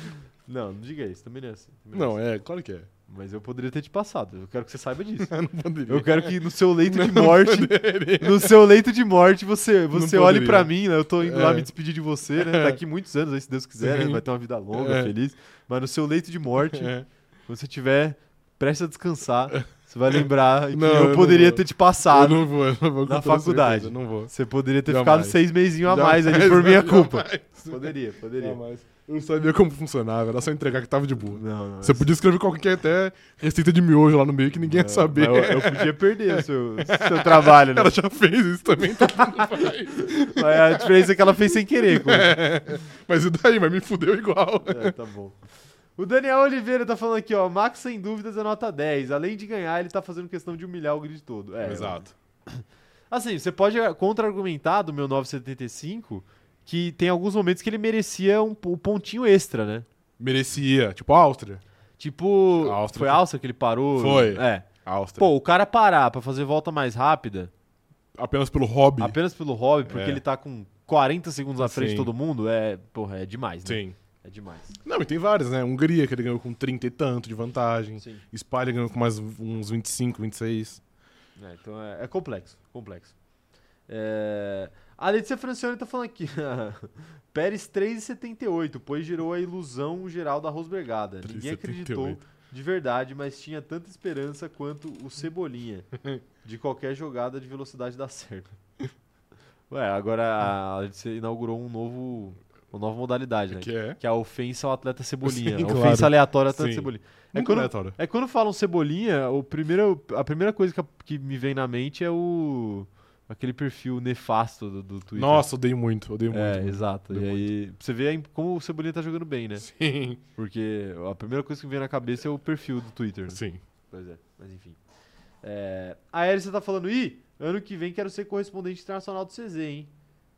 [SPEAKER 1] Não, não diga isso, também não é assim. também não é
[SPEAKER 2] Não, é, claro que é.
[SPEAKER 1] assim. Mas eu poderia ter te passado. Eu quero que você saiba disso.
[SPEAKER 2] Não poderia.
[SPEAKER 1] Eu quero que no seu leito de
[SPEAKER 2] Não
[SPEAKER 1] morte.
[SPEAKER 2] poderia.
[SPEAKER 1] No seu leito de morte, você, você
[SPEAKER 2] Não
[SPEAKER 1] olhe
[SPEAKER 2] poderia.
[SPEAKER 1] pra mim, né? Eu tô indo
[SPEAKER 2] É.
[SPEAKER 1] lá me despedir de você, né? Daqui muitos anos, aí, se Deus quiser, né?
[SPEAKER 2] Sim.
[SPEAKER 1] vai ter uma vida longa,
[SPEAKER 2] É.
[SPEAKER 1] feliz. Mas no seu leito de morte,
[SPEAKER 2] É.
[SPEAKER 1] quando você tiver prestes a descansar, você vai lembrar que
[SPEAKER 2] Não, eu
[SPEAKER 1] eu
[SPEAKER 2] não
[SPEAKER 1] poderia
[SPEAKER 2] vou.
[SPEAKER 1] ter te
[SPEAKER 2] Eu
[SPEAKER 1] passado.
[SPEAKER 2] não vou, eu não vou. com
[SPEAKER 1] Na
[SPEAKER 2] toda
[SPEAKER 1] faculdade.
[SPEAKER 2] certeza, Não vou.
[SPEAKER 1] Você poderia ter
[SPEAKER 2] Jamais.
[SPEAKER 1] ficado seis meizinhos a mais ali
[SPEAKER 2] Jamais,
[SPEAKER 1] por minha
[SPEAKER 2] jamais,
[SPEAKER 1] culpa.
[SPEAKER 2] jamais.
[SPEAKER 1] Poderia, poderia.
[SPEAKER 2] Jamais. Eu não sabia como funcionava, era só entregar que tava de boa.
[SPEAKER 1] Não, não.
[SPEAKER 2] Você podia escrever qualquer até receita de miojo lá no meio que ninguém ia
[SPEAKER 1] Não,
[SPEAKER 2] saber.
[SPEAKER 1] É, mas Eu, eu podia perder o seu, seu trabalho, né?
[SPEAKER 2] Ela já fez isso também, então
[SPEAKER 1] Mas a diferença é que ela fez sem querer. como-
[SPEAKER 2] Mas e daí? Mas me fudeu igual.
[SPEAKER 1] É, tá bom. O Daniel Oliveira tá falando aqui, ó. Max, sem dúvidas, é nota 10. Além de ganhar, ele tá fazendo questão de humilhar o grid todo. É,
[SPEAKER 2] Exato.
[SPEAKER 1] Assim, você pode contra-argumentar do meu 975 que tem alguns momentos que ele merecia um, p- um pontinho extra, né?
[SPEAKER 2] Merecia. Tipo, a Áustria.
[SPEAKER 1] Tipo,
[SPEAKER 2] A Áustria
[SPEAKER 1] foi a
[SPEAKER 2] foi-
[SPEAKER 1] Alça que ele parou?
[SPEAKER 2] Foi.
[SPEAKER 1] É.
[SPEAKER 2] A Áustria.
[SPEAKER 1] Pô, o cara parar pra fazer volta mais rápida,
[SPEAKER 2] Apenas pelo hobby.
[SPEAKER 1] apenas pelo hobby, porque
[SPEAKER 2] É.
[SPEAKER 1] ele tá com 40 segundos à frente de
[SPEAKER 2] Sim.
[SPEAKER 1] todo mundo, é, porra, é demais, né?
[SPEAKER 2] Sim.
[SPEAKER 1] É demais.
[SPEAKER 2] Não, e tem vários, né? Hungria, que ele ganhou com 30 e tanto de vantagem.
[SPEAKER 1] Sim.
[SPEAKER 2] Spalha ganhou com mais uns 25, 26.
[SPEAKER 1] É, então é, é complexo, complexo. É, a Letícia Francione tá falando aqui. Pérez 3,78, pois gerou a ilusão geral da Rosbergada. Ninguém
[SPEAKER 2] 3,78.
[SPEAKER 1] acreditou de verdade, mas tinha tanta esperança quanto o Cebolinha de qualquer jogada de velocidade dar certo. Ué, agora a Letícia inaugurou um novo, uma nova modalidade, né?
[SPEAKER 2] Que é?
[SPEAKER 1] Que é a ofensa ao atleta Cebolinha.
[SPEAKER 2] Sim,
[SPEAKER 1] ofensa
[SPEAKER 2] claro.
[SPEAKER 1] aleatória ao atleta
[SPEAKER 2] Sim. Hum,
[SPEAKER 1] Cebolinha. É
[SPEAKER 2] Nunca
[SPEAKER 1] quando-
[SPEAKER 2] aleatório.
[SPEAKER 1] é quando falam cebolinha, o primeiro, a primeira coisa que, que me vem na mente é o aquele perfil nefasto do, do Twitter.
[SPEAKER 2] Nossa, odeio muito, odeio
[SPEAKER 1] é,
[SPEAKER 2] muito.
[SPEAKER 1] exato.
[SPEAKER 2] Deu
[SPEAKER 1] E aí, pra você vê aí como o Cebolinha tá jogando bem, né?
[SPEAKER 2] Sim.
[SPEAKER 1] Porque a primeira coisa que me vem na cabeça é o perfil do Twitter. né?
[SPEAKER 2] Sim.
[SPEAKER 1] Pois é, mas enfim. É, a Erissa tá falando, ih, ano que vem quero ser correspondente internacional do CZ, hein?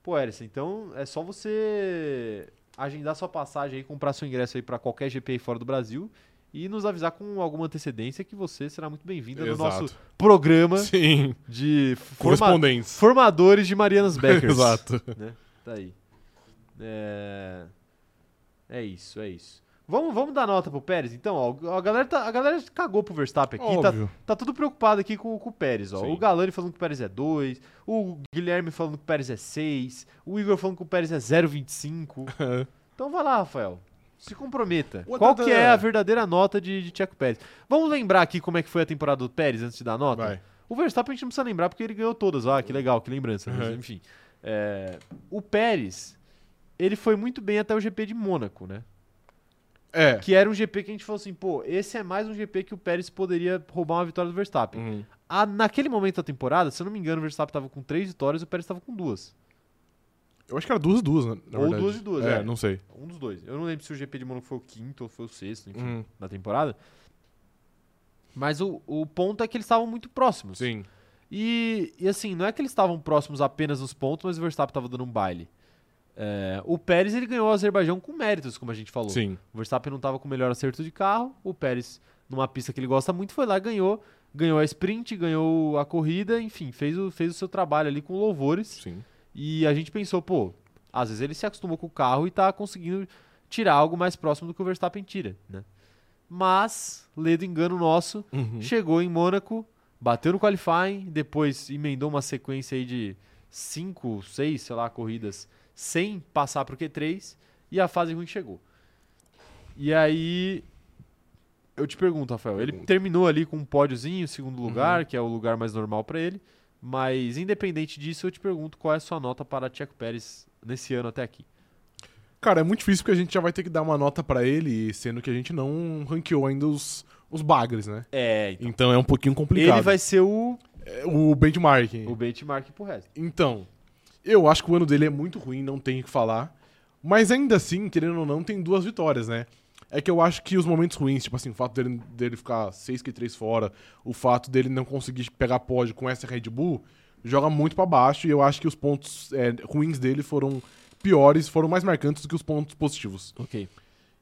[SPEAKER 1] Pô, Erissa, então é só você agendar sua passagem aí, comprar seu ingresso aí pra qualquer GP aí fora do Brasil e nos avisar com alguma antecedência que você será muito bem-vinda Então, no nosso
[SPEAKER 2] Exato.
[SPEAKER 1] programa
[SPEAKER 2] Sim.
[SPEAKER 1] de forma-
[SPEAKER 2] Correspondentes.
[SPEAKER 1] formadores de Marianas Beckers.
[SPEAKER 2] Exato.
[SPEAKER 1] Tá aí. É... é isso, é isso. Vamos, vamos dar nota pro Pérez, então. Ó, a, galera tá- a galera cagou pro Verstappen aqui, tá,
[SPEAKER 2] Óbvio.
[SPEAKER 1] Tá tudo preocupado aqui com, com o Pérez, ó.
[SPEAKER 2] Sim.
[SPEAKER 1] O Galani falando que o Pérez é 2, o Guilherme falando que o Pérez é 6, o Igor falando que o Pérez é 0,25. então vai lá, Rafael. Se comprometa.
[SPEAKER 2] O
[SPEAKER 1] Qual
[SPEAKER 2] atleta-
[SPEAKER 1] que é a verdadeira nota de, de Tcheco Pérez? Vamos lembrar aqui como é que foi a temporada do Pérez antes de dar a nota?
[SPEAKER 2] Vai.
[SPEAKER 1] O Verstappen a gente não precisa lembrar porque ele ganhou todas. Ah, que legal, que lembrança. Mas,
[SPEAKER 2] Uhum.
[SPEAKER 1] enfim. É, o Pérez, ele foi muito bem até o GP de Mônaco, né?
[SPEAKER 2] É.
[SPEAKER 1] Que era um GP que a gente falou assim, pô, esse é mais um GP que o Pérez poderia roubar uma vitória do Verstappen.
[SPEAKER 2] Uhum.
[SPEAKER 1] Ah, naquele momento da temporada, se eu não me engano, o Verstappen tava com três vitórias e o Pérez tava com duas.
[SPEAKER 2] Eu acho que era duas e duas, né? na
[SPEAKER 1] Ou
[SPEAKER 2] verdade.
[SPEAKER 1] duas e duas, é.
[SPEAKER 2] É, não sei.
[SPEAKER 1] Um dos dois. Eu não lembro se o GP de Mônaco foi o quinto ou foi o sexto, enfim,
[SPEAKER 2] Hum,
[SPEAKER 1] da temporada. Mas o, o ponto é que eles estavam muito próximos.
[SPEAKER 2] Sim.
[SPEAKER 1] E, e assim, não é que eles estavam próximos apenas nos pontos, mas o Verstappen tava dando um baile. É, o Pérez ele ganhou o Azerbaijão com méritos, como a gente falou.
[SPEAKER 2] Sim.
[SPEAKER 1] O Verstappen não estava com o melhor acerto de carro. O Pérez, numa pista que ele gosta muito, foi lá, ganhou. Ganhou a sprint, ganhou a corrida, enfim, fez o, fez o seu trabalho ali com louvores.
[SPEAKER 2] Sim.
[SPEAKER 1] E a gente pensou, pô, às vezes ele se acostumou com o carro e tá conseguindo tirar algo mais próximo do que o Verstappen tira, né? Mas, ledo engano nosso,
[SPEAKER 2] Uhum.
[SPEAKER 1] chegou em Mônaco, bateu no qualifying, depois emendou uma sequência aí de 5, 6, sei lá, corridas sem passar pro Q3 e a fase ruim chegou. E aí eu te pergunto, Rafael, ele
[SPEAKER 2] Pergunta.
[SPEAKER 1] terminou ali com um pódiozinho, segundo lugar, que é o lugar mais normal para ele, mas independente disso, eu te pergunto qual é a sua nota para Tcheco Pérez nesse ano até aqui.
[SPEAKER 2] Cara, é muito difícil porque a gente já vai ter que dar uma nota pra ele, sendo que a gente não ranqueou ainda os, os bagres, né?
[SPEAKER 1] É,
[SPEAKER 2] Então é um pouquinho complicado.
[SPEAKER 1] ele vai ser o,
[SPEAKER 2] É, O benchmarking.
[SPEAKER 1] o benchmark pro resto.
[SPEAKER 2] Então, eu acho que o ano dele é muito ruim, não tenho o que falar. Mas ainda assim, querendo ou não, tem duas vitórias, né? É que eu acho que os momentos ruins, tipo assim, o fato dele, dele ficar 6 que 3 fora, o fato dele não conseguir pegar pódio com essa Red Bull, joga muito pra baixo e eu acho que os pontos é, ruins dele foram piores, foram mais marcantes do que os pontos positivos.
[SPEAKER 1] Ok.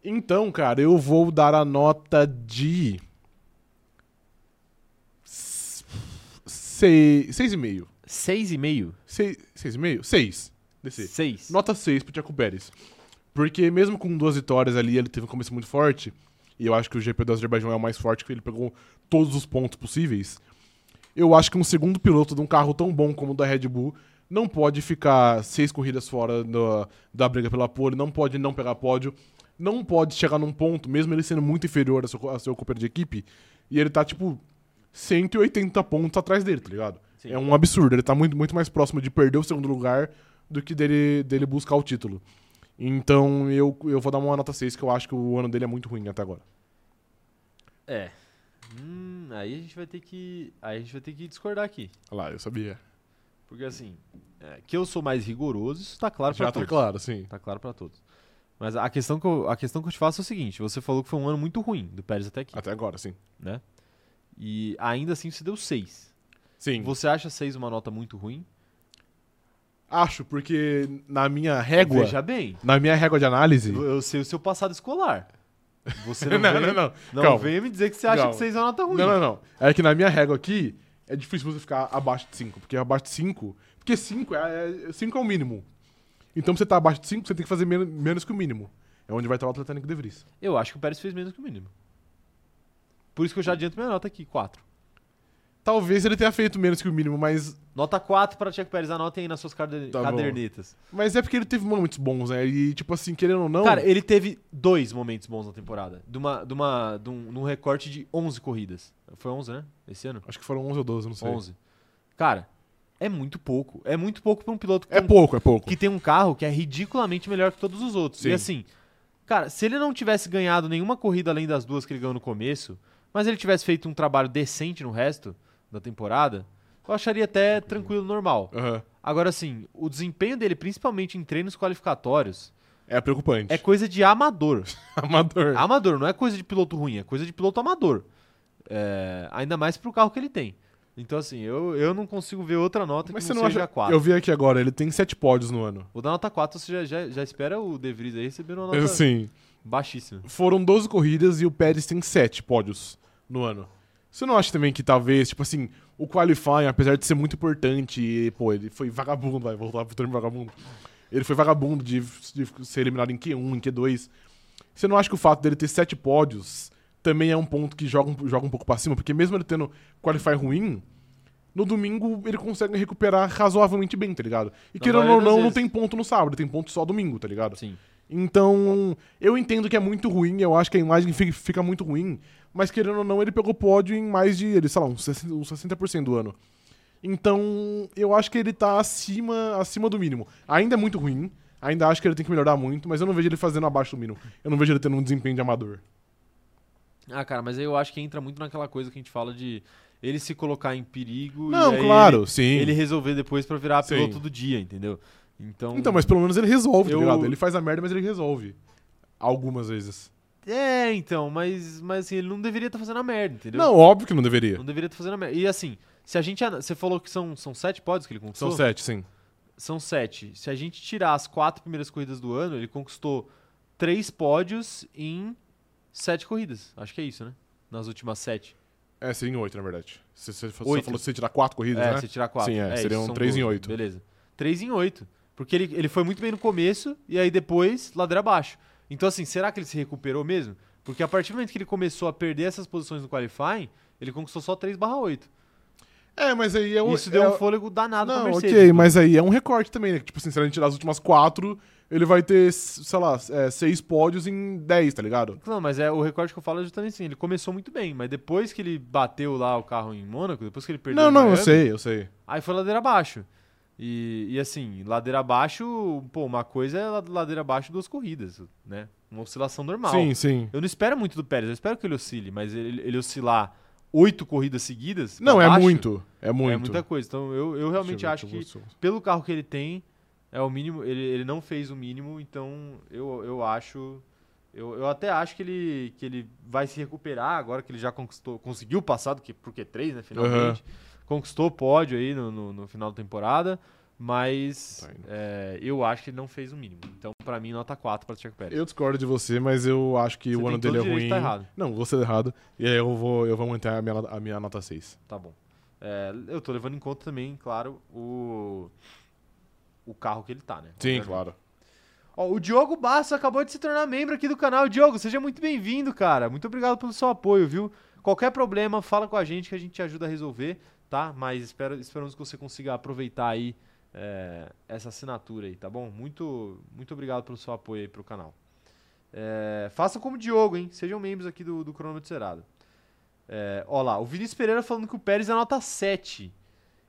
[SPEAKER 2] Então, cara, eu vou dar a nota de. 6,5.
[SPEAKER 1] 6,5?
[SPEAKER 2] 6,5? 6. Descer.
[SPEAKER 1] 6.
[SPEAKER 2] Nota 6 pro Tiago Pérez. Porque mesmo com duas vitórias ali, ele teve um começo muito forte. E eu acho que o GP do Azerbaijão é o mais forte, porque ele pegou todos os pontos possíveis. Eu acho que um segundo piloto de um carro tão bom como o da Red Bull não pode ficar seis corridas fora da, da briga pela pole, não pode não pegar pódio, não pode chegar num ponto, mesmo ele sendo muito inferior a seu, a seu companheiro de equipe, e ele tá, tipo, 180 pontos atrás dele, tá ligado?
[SPEAKER 1] Sim.
[SPEAKER 2] É um absurdo. Ele tá muito, muito mais próximo de perder o segundo lugar do que dele, dele buscar o título. Então eu, eu vou dar uma nota 6, que eu acho que o ano dele é muito ruim até agora.
[SPEAKER 1] É. Hum, aí a gente vai ter que. Aí a gente vai ter que discordar aqui.
[SPEAKER 2] Olha lá, eu sabia.
[SPEAKER 1] Porque assim, é, que eu sou mais rigoroso, isso tá claro pra
[SPEAKER 2] Já tá
[SPEAKER 1] todos.
[SPEAKER 2] claro, sim.
[SPEAKER 1] Tá claro pra todos. Mas a questão, que eu, a questão que eu te faço é o seguinte: você falou que foi um ano muito ruim do Pérez até aqui,
[SPEAKER 2] Até agora, sim.
[SPEAKER 1] né? E ainda assim você deu 6.
[SPEAKER 2] Sim.
[SPEAKER 1] Você acha 6 uma nota muito ruim?
[SPEAKER 2] Acho, porque na minha régua.
[SPEAKER 1] Veja bem,
[SPEAKER 2] Na minha régua de análise.
[SPEAKER 1] eu eu sei o seu passado escolar. Você não,
[SPEAKER 2] Não, não,
[SPEAKER 1] vem,
[SPEAKER 2] não.
[SPEAKER 1] não
[SPEAKER 2] Calma.
[SPEAKER 1] venha me dizer que você acha
[SPEAKER 2] Calma.
[SPEAKER 1] que 6 é uma nota ruim.
[SPEAKER 2] Não, não, não. É que na minha régua aqui, é difícil você ficar abaixo de 5. Porque abaixo de 5. Porque 5 é, é, cinco é o mínimo. Então, pra você tá abaixo de 5, você tem que fazer men- menos que o mínimo. É onde vai estar o Atlético de Vries.
[SPEAKER 1] Eu acho que o Pérez fez menos que o mínimo. Por isso que eu já adianto minha nota aqui, 4.
[SPEAKER 2] Talvez ele tenha feito menos que o mínimo, mas.
[SPEAKER 1] Nota 4 para Tcheco Pérez, anotem aí nas suas cade-
[SPEAKER 2] Tá bom.
[SPEAKER 1] cadernetas.
[SPEAKER 2] Mas é porque ele teve momentos bons, né? E, tipo assim, querendo ou não.
[SPEAKER 1] Cara, ele teve dois momentos bons na temporada. De uma, de uma, de um, num recorte de 11 corridas. Foi 11, né? Esse ano?
[SPEAKER 2] Acho que foram 11 ou 12, não sei.
[SPEAKER 1] 11. Cara, é muito pouco. É muito pouco pra um piloto que,
[SPEAKER 2] É
[SPEAKER 1] tem, um-
[SPEAKER 2] pouco, é pouco.
[SPEAKER 1] que tem um carro que é ridiculamente melhor que todos os outros.
[SPEAKER 2] Sim.
[SPEAKER 1] E assim, cara, se ele não tivesse ganhado nenhuma corrida além das duas que ele ganhou no começo, mas ele tivesse feito um trabalho decente no resto da temporada, eu acharia até tranquilo, normal.
[SPEAKER 2] Aham.
[SPEAKER 1] Agora, assim, o desempenho dele, principalmente em treinos qualificatórios,
[SPEAKER 2] É preocupante.
[SPEAKER 1] é coisa de amador.
[SPEAKER 2] amador.
[SPEAKER 1] Amador, não é coisa de piloto ruim, é coisa de piloto amador. É, ainda mais pro carro que ele tem. Então, assim, eu, eu não consigo ver outra nota
[SPEAKER 2] Mas
[SPEAKER 1] que
[SPEAKER 2] você
[SPEAKER 1] não,
[SPEAKER 2] não
[SPEAKER 1] seja
[SPEAKER 2] acha.
[SPEAKER 1] 4.
[SPEAKER 2] Eu vi aqui agora, ele tem 7 pódios no ano.
[SPEAKER 1] Vou dar nota 4, você já, já, já espera o De Vries aí receber uma nota
[SPEAKER 2] Assim,
[SPEAKER 1] baixíssima.
[SPEAKER 2] foram 12 corridas e o Pérez tem 7 pódios no ano. Você não acha também que talvez, tipo assim, o qualifying, apesar de ser muito importante, e, pô, ele foi vagabundo, vai voltar pro termo vagabundo. Ele foi vagabundo de, de ser eliminado em Q1, em Q2. Você não acha que o fato dele ter 7 pódios também é um ponto que joga, um- joga um pouco pra cima? Porque mesmo ele tendo qualify ruim, no domingo ele consegue recuperar razoavelmente bem, tá ligado? E
[SPEAKER 1] Na
[SPEAKER 2] querendo
[SPEAKER 1] maioria
[SPEAKER 2] ou
[SPEAKER 1] das
[SPEAKER 2] não, não
[SPEAKER 1] vezes.
[SPEAKER 2] tem ponto no sábado, tem ponto só domingo, tá ligado?
[SPEAKER 1] Sim.
[SPEAKER 2] Então, eu entendo que é muito ruim, eu acho que a imagem fi- fica muito ruim, mas querendo ou não, ele pegou pódio em mais de, ele, sei lá, uns 60%, uns 60% do ano. Então, eu acho que ele tá acima, acima do mínimo. Ainda é muito ruim, ainda acho que ele tem que melhorar muito, mas eu não vejo ele fazendo abaixo do mínimo. Eu não vejo ele tendo um desempenho de amador.
[SPEAKER 1] Ah, cara, mas aí eu acho que entra muito naquela coisa que a gente fala de ele se colocar em perigo
[SPEAKER 2] Não,
[SPEAKER 1] e aí
[SPEAKER 2] claro, sim.
[SPEAKER 1] ele, ele resolver depois pra virar
[SPEAKER 2] Sim.
[SPEAKER 1] piloto do dia, entendeu? Então,
[SPEAKER 2] Então, mas pelo menos ele resolve,
[SPEAKER 1] Eu-
[SPEAKER 2] tá ligado? Ele faz a merda, mas ele resolve. Algumas vezes.
[SPEAKER 1] É, então, mas, mas assim, ele não deveria estar fazendo a merda, entendeu?
[SPEAKER 2] Não, óbvio que não deveria.
[SPEAKER 1] Não deveria estar fazendo a merda. E assim, se a gente. ana- Você falou que são, são sete pódios que ele
[SPEAKER 2] São
[SPEAKER 1] conquistou?
[SPEAKER 2] sete, sim.
[SPEAKER 1] São sete. Se a gente tirar as quatro primeiras corridas do ano, ele conquistou três pódios em sete corridas. Acho que é isso, né? Nas últimas sete.
[SPEAKER 2] É, seria em oito, na verdade. Você, você falou
[SPEAKER 1] Oito.
[SPEAKER 2] que você tirar quatro corridas,
[SPEAKER 1] é,
[SPEAKER 2] né?
[SPEAKER 1] se tirar quatro.
[SPEAKER 2] Sim, é, seriam
[SPEAKER 1] isso, são
[SPEAKER 2] três em
[SPEAKER 1] doze.
[SPEAKER 2] oito.
[SPEAKER 1] Beleza. Três em oito. Porque ele, ele foi muito bem no começo e aí depois ladeira abaixo. Então, assim, será que ele se recuperou mesmo? Porque a partir do momento que ele começou a perder essas posições no qualifying, ele conquistou só 3/8.
[SPEAKER 2] É, mas aí é o-
[SPEAKER 1] Isso deu
[SPEAKER 2] é-
[SPEAKER 1] um fôlego danado pra
[SPEAKER 2] Não,
[SPEAKER 1] Mercedes.
[SPEAKER 2] ok, mas aí é um recorte também, né? Tipo assim, se a gente tirar as últimas quatro, ele vai ter, sei lá, é, seis pódios em dez, tá ligado?
[SPEAKER 1] Não, mas é o recorde que eu falo é justamente assim. Ele começou muito bem, mas depois que ele bateu lá o carro em Mônaco, depois que ele perdeu.
[SPEAKER 2] não,
[SPEAKER 1] em
[SPEAKER 2] não, eu
[SPEAKER 1] Miami,
[SPEAKER 2] sei, eu sei.
[SPEAKER 1] Aí foi ladeira abaixo. E, e assim, ladeira abaixo, pô, uma coisa é la- ladeira abaixo duas corridas, né? Uma oscilação normal.
[SPEAKER 2] Sim, sim.
[SPEAKER 1] Eu não espero muito do Pérez, eu espero que ele oscile, mas ele, ele oscilar oito corridas seguidas. pra
[SPEAKER 2] Não, é
[SPEAKER 1] baixo,
[SPEAKER 2] muito, é muito.
[SPEAKER 1] É muita coisa. Então eu, eu realmente
[SPEAKER 2] Deixa eu ver
[SPEAKER 1] acho
[SPEAKER 2] aqui,
[SPEAKER 1] que
[SPEAKER 2] eu vou-
[SPEAKER 1] pelo carro que ele tem, é o mínimo. Ele, ele não fez o mínimo, então eu, eu acho. Eu, eu até acho que ele, que ele vai se recuperar agora que ele já conquistou, conseguiu o passado, que, porque três, né, finalmente. conquistou o pódio aí no, no- no final da temporada, mas
[SPEAKER 2] Tá indo.
[SPEAKER 1] é, eu acho que ele não fez o mínimo. Então, pra mim, nota 4 para o Checo Pérez.
[SPEAKER 2] Eu discordo de você, mas eu acho que
[SPEAKER 1] Você
[SPEAKER 2] o
[SPEAKER 1] tem
[SPEAKER 2] ano
[SPEAKER 1] todo
[SPEAKER 2] dele é
[SPEAKER 1] o direito
[SPEAKER 2] ruim.
[SPEAKER 1] de tá errado.
[SPEAKER 2] Não, você tá errado. E aí eu vou, eu vou manter a minha, a minha nota 6.
[SPEAKER 1] Tá bom. É, eu tô levando em conta também, claro, o, o carro que ele tá, né?
[SPEAKER 2] Sim,
[SPEAKER 1] Obviamente.
[SPEAKER 2] claro.
[SPEAKER 1] Ó, o Diogo Basso acabou de se tornar membro aqui do canal. Diogo, seja muito bem-vindo, cara. Muito obrigado pelo seu apoio, viu? Qualquer problema, fala com a gente que a gente te ajuda a resolver, tá? Mas espero, esperamos que você consiga aproveitar aí é, essa assinatura aí, tá bom? Muito, muito obrigado pelo seu apoio aí pro canal. É, façam como o Diogo, hein? Sejam membros aqui do, do Cronômetro Zerado. É, ó lá, o Vinícius Pereira falando que o Pérez é nota 7.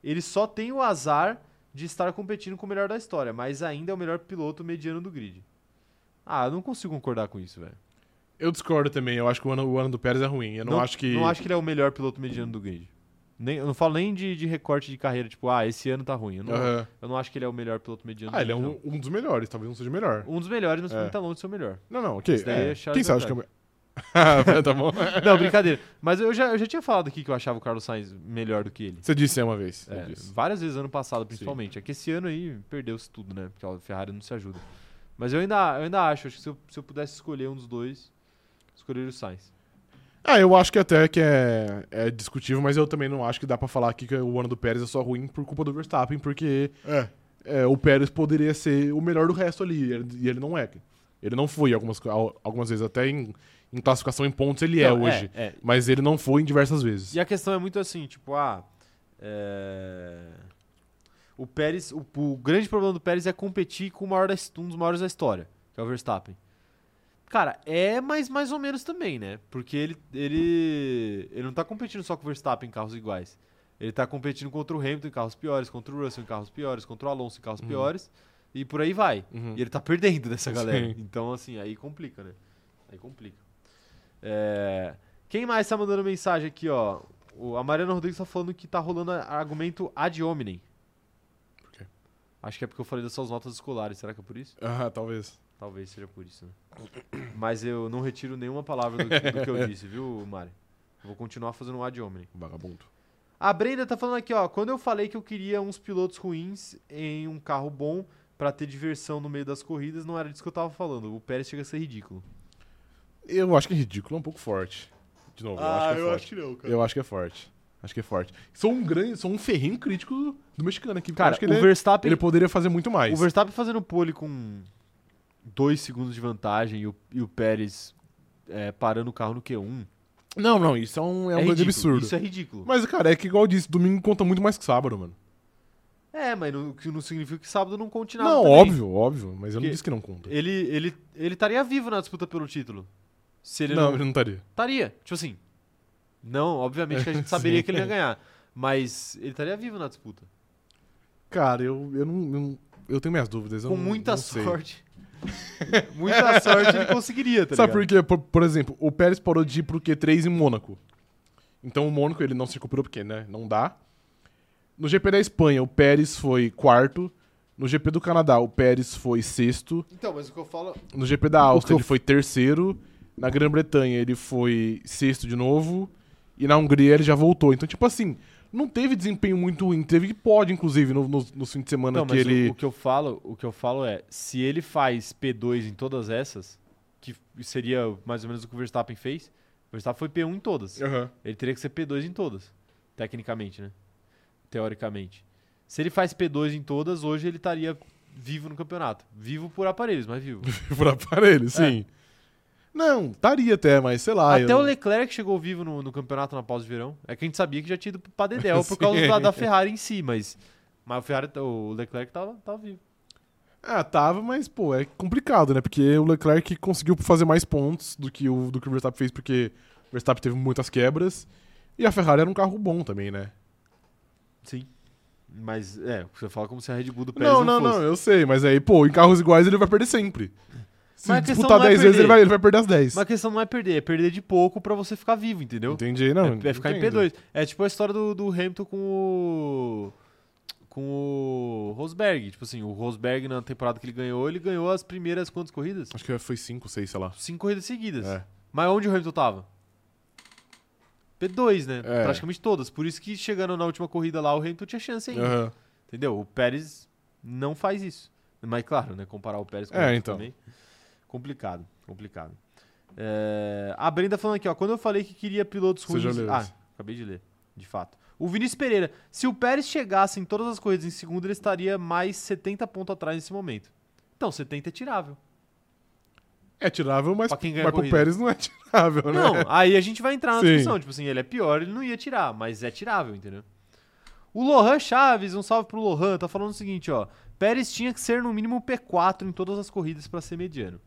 [SPEAKER 1] Ele só tem o azar de estar competindo com o melhor da história, mas ainda é o melhor piloto mediano do grid. Ah, eu não consigo concordar com isso, velho.
[SPEAKER 2] Eu discordo também. Eu acho que o ano, o ano do Pérez é ruim. Eu não, acho que.
[SPEAKER 1] Não acho que ele é o melhor piloto mediano do grid. Nem, eu não falo nem de, de recorte de carreira, tipo, ah, esse ano tá ruim. Eu não,
[SPEAKER 2] Aham.
[SPEAKER 1] eu não acho que ele é o melhor piloto mediano
[SPEAKER 2] Ah,
[SPEAKER 1] do
[SPEAKER 2] ele é
[SPEAKER 1] grid,
[SPEAKER 2] um, um dos melhores. Talvez não seja o melhor.
[SPEAKER 1] não. Um dos melhores, mas
[SPEAKER 2] É.
[SPEAKER 1] pra mim tá longe de ser o melhor.
[SPEAKER 2] Não, não, ok.
[SPEAKER 1] Esse daí
[SPEAKER 2] é.
[SPEAKER 1] é Charles
[SPEAKER 2] Quem sabe acho que é o melhor? tá bom.
[SPEAKER 1] Não, brincadeira. Mas eu já, eu já tinha falado aqui que eu achava o Carlos Sainz melhor do que ele.
[SPEAKER 2] Você disse uma vez. Você
[SPEAKER 1] É,
[SPEAKER 2] disse.
[SPEAKER 1] várias vezes ano passado, principalmente. É que esse ano aí perdeu-se tudo, né? Porque a Ferrari não se ajuda. Mas eu ainda, eu ainda acho, acho que se eu, se eu pudesse escolher um dos dois, escolheria o Sainz.
[SPEAKER 2] Ah, eu acho que até que é, é discutível, mas eu também não acho que dá pra falar aqui que o ano do Pérez é só ruim por culpa do Verstappen, porque é, o Pérez poderia ser o melhor do resto ali, e ele- e ele não é. Ele não foi algumas, co- al- algumas vezes, até em, em classificação em pontos ele é
[SPEAKER 1] Não,
[SPEAKER 2] hoje,
[SPEAKER 1] é.
[SPEAKER 2] mas ele não foi em diversas vezes.
[SPEAKER 1] E a questão é muito assim, tipo, ah. é, O Pérez. O, o grande problema do Pérez é competir com o maior da his- um dos maiores da história, que é o Verstappen. Cara, é, mas mais ou menos também, né? Porque ele, ele, ele não tá competindo só com o Verstappen em carros iguais. Ele tá competindo contra o Hamilton em carros piores, contra o Russell em carros piores, contra o Alonso em carros piores, e por aí vai.
[SPEAKER 2] Uhum.
[SPEAKER 1] E ele tá perdendo dessa galera.
[SPEAKER 2] Sim.
[SPEAKER 1] Então, assim, aí complica, né? Aí complica. É, Quem mais tá mandando mensagem aqui, ó? O... A Mariana Rodrigues tá falando que tá rolando a- argumento ad hominem. Por
[SPEAKER 2] quê?
[SPEAKER 1] Acho que é porque eu falei das suas notas escolares. Será que é por isso?
[SPEAKER 2] Ah, talvez.
[SPEAKER 1] Talvez seja por isso, né? Mas eu não retiro nenhuma palavra do que, do que eu disse, viu, Mari? Eu vou continuar fazendo um ad hominem.
[SPEAKER 2] Vagabundo.
[SPEAKER 1] A Brenda tá falando aqui, ó. Quando eu falei que eu queria uns pilotos ruins em um carro bom pra ter diversão no meio das corridas, não era disso que eu tava falando. O Pérez chega a ser ridículo.
[SPEAKER 2] Eu acho que é ridículo, é um pouco forte. De novo,
[SPEAKER 1] Ah,
[SPEAKER 2] eu acho que é forte.
[SPEAKER 1] não,
[SPEAKER 2] eu acho que é forte. Acho que é forte. Sou um grande, sou um ferrinho crítico do mexicano aqui. porque eu
[SPEAKER 1] Cara,
[SPEAKER 2] acho que
[SPEAKER 1] o
[SPEAKER 2] ele, é-
[SPEAKER 1] Verstappen,
[SPEAKER 2] ele poderia fazer muito
[SPEAKER 1] o
[SPEAKER 2] mais.
[SPEAKER 1] Verstappen fazendo pole com dois segundos de vantagem e o, e o Pérez é, parando o carro no Q1.
[SPEAKER 2] Não, não, isso é um, é um grande
[SPEAKER 1] ridículo,
[SPEAKER 2] absurdo.
[SPEAKER 1] Isso é ridículo.
[SPEAKER 2] Mas, cara, é que igual eu disse, domingo conta muito mais que sábado, mano.
[SPEAKER 1] É, mas não, que não significa que sábado não conte nada.
[SPEAKER 2] Não,
[SPEAKER 1] também.
[SPEAKER 2] óbvio, óbvio, mas eu
[SPEAKER 1] Porque
[SPEAKER 2] não disse que não conta.
[SPEAKER 1] Ele, ele, ele estaria vivo na disputa pelo título. Se ele
[SPEAKER 2] não,
[SPEAKER 1] não
[SPEAKER 2] ele não estaria.
[SPEAKER 1] Estaria. Tipo assim. Não, obviamente que a gente saberia que ele ia ganhar. Mas ele estaria vivo na disputa.
[SPEAKER 2] Cara, eu, eu não. Eu, não- eu tenho minhas dúvidas. eu
[SPEAKER 1] Com
[SPEAKER 2] não-
[SPEAKER 1] muita
[SPEAKER 2] não sei.
[SPEAKER 1] sorte. muita sorte ele conseguiria, tá
[SPEAKER 2] Sabe por
[SPEAKER 1] ligado?
[SPEAKER 2] quê? Por, por exemplo, o Pérez parou de ir pro Q3 em Mônaco. Então o Mônaco ele não se recuperou porque, né? Não dá. No GP da Espanha, o Pérez foi quarto. No GP do Canadá, o Pérez foi sexto.
[SPEAKER 1] Então, mas o que eu falo.
[SPEAKER 2] No GP da
[SPEAKER 1] que
[SPEAKER 2] Áustria
[SPEAKER 1] eu
[SPEAKER 2] ele foi terceiro, na Grã-Bretanha ele foi sexto de novo, e na Hungria ele já voltou. Então, tipo assim, não teve desempenho muito ruim, teve que pode, inclusive, no, no, no fim de semana
[SPEAKER 1] Não,
[SPEAKER 2] que
[SPEAKER 1] mas
[SPEAKER 2] ele.
[SPEAKER 1] o, o que eu falo, o que eu falo é, se ele faz P2 em todas essas, que seria mais ou menos o que o Verstappen fez, o Verstappen foi P1 em todas.
[SPEAKER 2] Aham.
[SPEAKER 1] Ele teria que ser P2 em todas. Tecnicamente, né? Teoricamente. Se ele faz P2 em todas, hoje ele estaria vivo no campeonato. Vivo por aparelhos, mas vivo.
[SPEAKER 2] Por
[SPEAKER 1] É.
[SPEAKER 2] aparelho, sim. Não, estaria até, mas sei lá.
[SPEAKER 1] Até
[SPEAKER 2] eu-
[SPEAKER 1] o Leclerc chegou vivo no, no campeonato na pausa de verão. É que a gente sabia que já tinha ido pra Dedel por causa
[SPEAKER 2] Sim.
[SPEAKER 1] da, da Ferrari em si, mas. Mas o, Ferrari, o Leclerc tava, tava vivo.
[SPEAKER 2] Ah, tava, mas, pô, é complicado, né? Porque o Leclerc conseguiu fazer mais pontos do que o, do que o Verstappen fez, porque o Verstappen teve muitas quebras. E a Ferrari era um carro bom também, né?
[SPEAKER 1] Sim. Mas, é, você fala como se a Red Bull do Pérez
[SPEAKER 2] Não,
[SPEAKER 1] não,
[SPEAKER 2] não,
[SPEAKER 1] fosse.
[SPEAKER 2] não, eu sei, mas aí, pô, em carros iguais ele vai perder sempre. Se
[SPEAKER 1] Mas a questão
[SPEAKER 2] disputar
[SPEAKER 1] não é
[SPEAKER 2] 10 vezes,
[SPEAKER 1] perder.
[SPEAKER 2] ele vai, ele vai perder as 10.
[SPEAKER 1] Mas a questão não é perder, é perder de pouco pra você ficar vivo, entendeu?
[SPEAKER 2] Entendi, não.
[SPEAKER 1] é, é ficar
[SPEAKER 2] entendo.
[SPEAKER 1] em P2. É tipo a história do, do Hamilton com o. Com o Rosberg. Tipo assim, o Rosberg na temporada que ele ganhou, ele ganhou as primeiras quantas corridas?
[SPEAKER 2] Acho que foi 5, 6, sei lá.
[SPEAKER 1] É. Cinco corridas seguidas.
[SPEAKER 2] É.
[SPEAKER 1] Mas onde o Hamilton tava? P2, né?
[SPEAKER 2] É.
[SPEAKER 1] Praticamente todas. Por isso que chegando na última corrida lá, o Hamilton tinha chance ainda.
[SPEAKER 2] Aham.
[SPEAKER 1] Entendeu? O Pérez não faz isso. Mas claro, né? Comparar o Pérez com
[SPEAKER 2] É,
[SPEAKER 1] o Hamilton
[SPEAKER 2] então.
[SPEAKER 1] também. Complicado, complicado. É, a Brenda falando aqui, ó. Quando eu falei que queria pilotos
[SPEAKER 2] Você já
[SPEAKER 1] ruins.
[SPEAKER 2] leu
[SPEAKER 1] Ah,
[SPEAKER 2] isso.
[SPEAKER 1] acabei de ler, de fato. O Vinícius Pereira, se o Pérez chegasse em todas as corridas em segundo, ele estaria mais 70 pontos atrás nesse momento. Então, 70 é tirável.
[SPEAKER 2] É tirável, mas,
[SPEAKER 1] Pra quem ganha
[SPEAKER 2] mas
[SPEAKER 1] a
[SPEAKER 2] pro
[SPEAKER 1] corrida.
[SPEAKER 2] Pérez não é tirável, né?
[SPEAKER 1] Não, aí a gente vai entrar na
[SPEAKER 2] Sim.
[SPEAKER 1] discussão. Tipo assim, ele é pior, ele não ia tirar, mas é tirável, entendeu? O Lohan Chaves, um salve pro Lohan, tá falando o seguinte, ó. Pérez tinha que ser no mínimo P4 em todas as corridas pra ser mediano.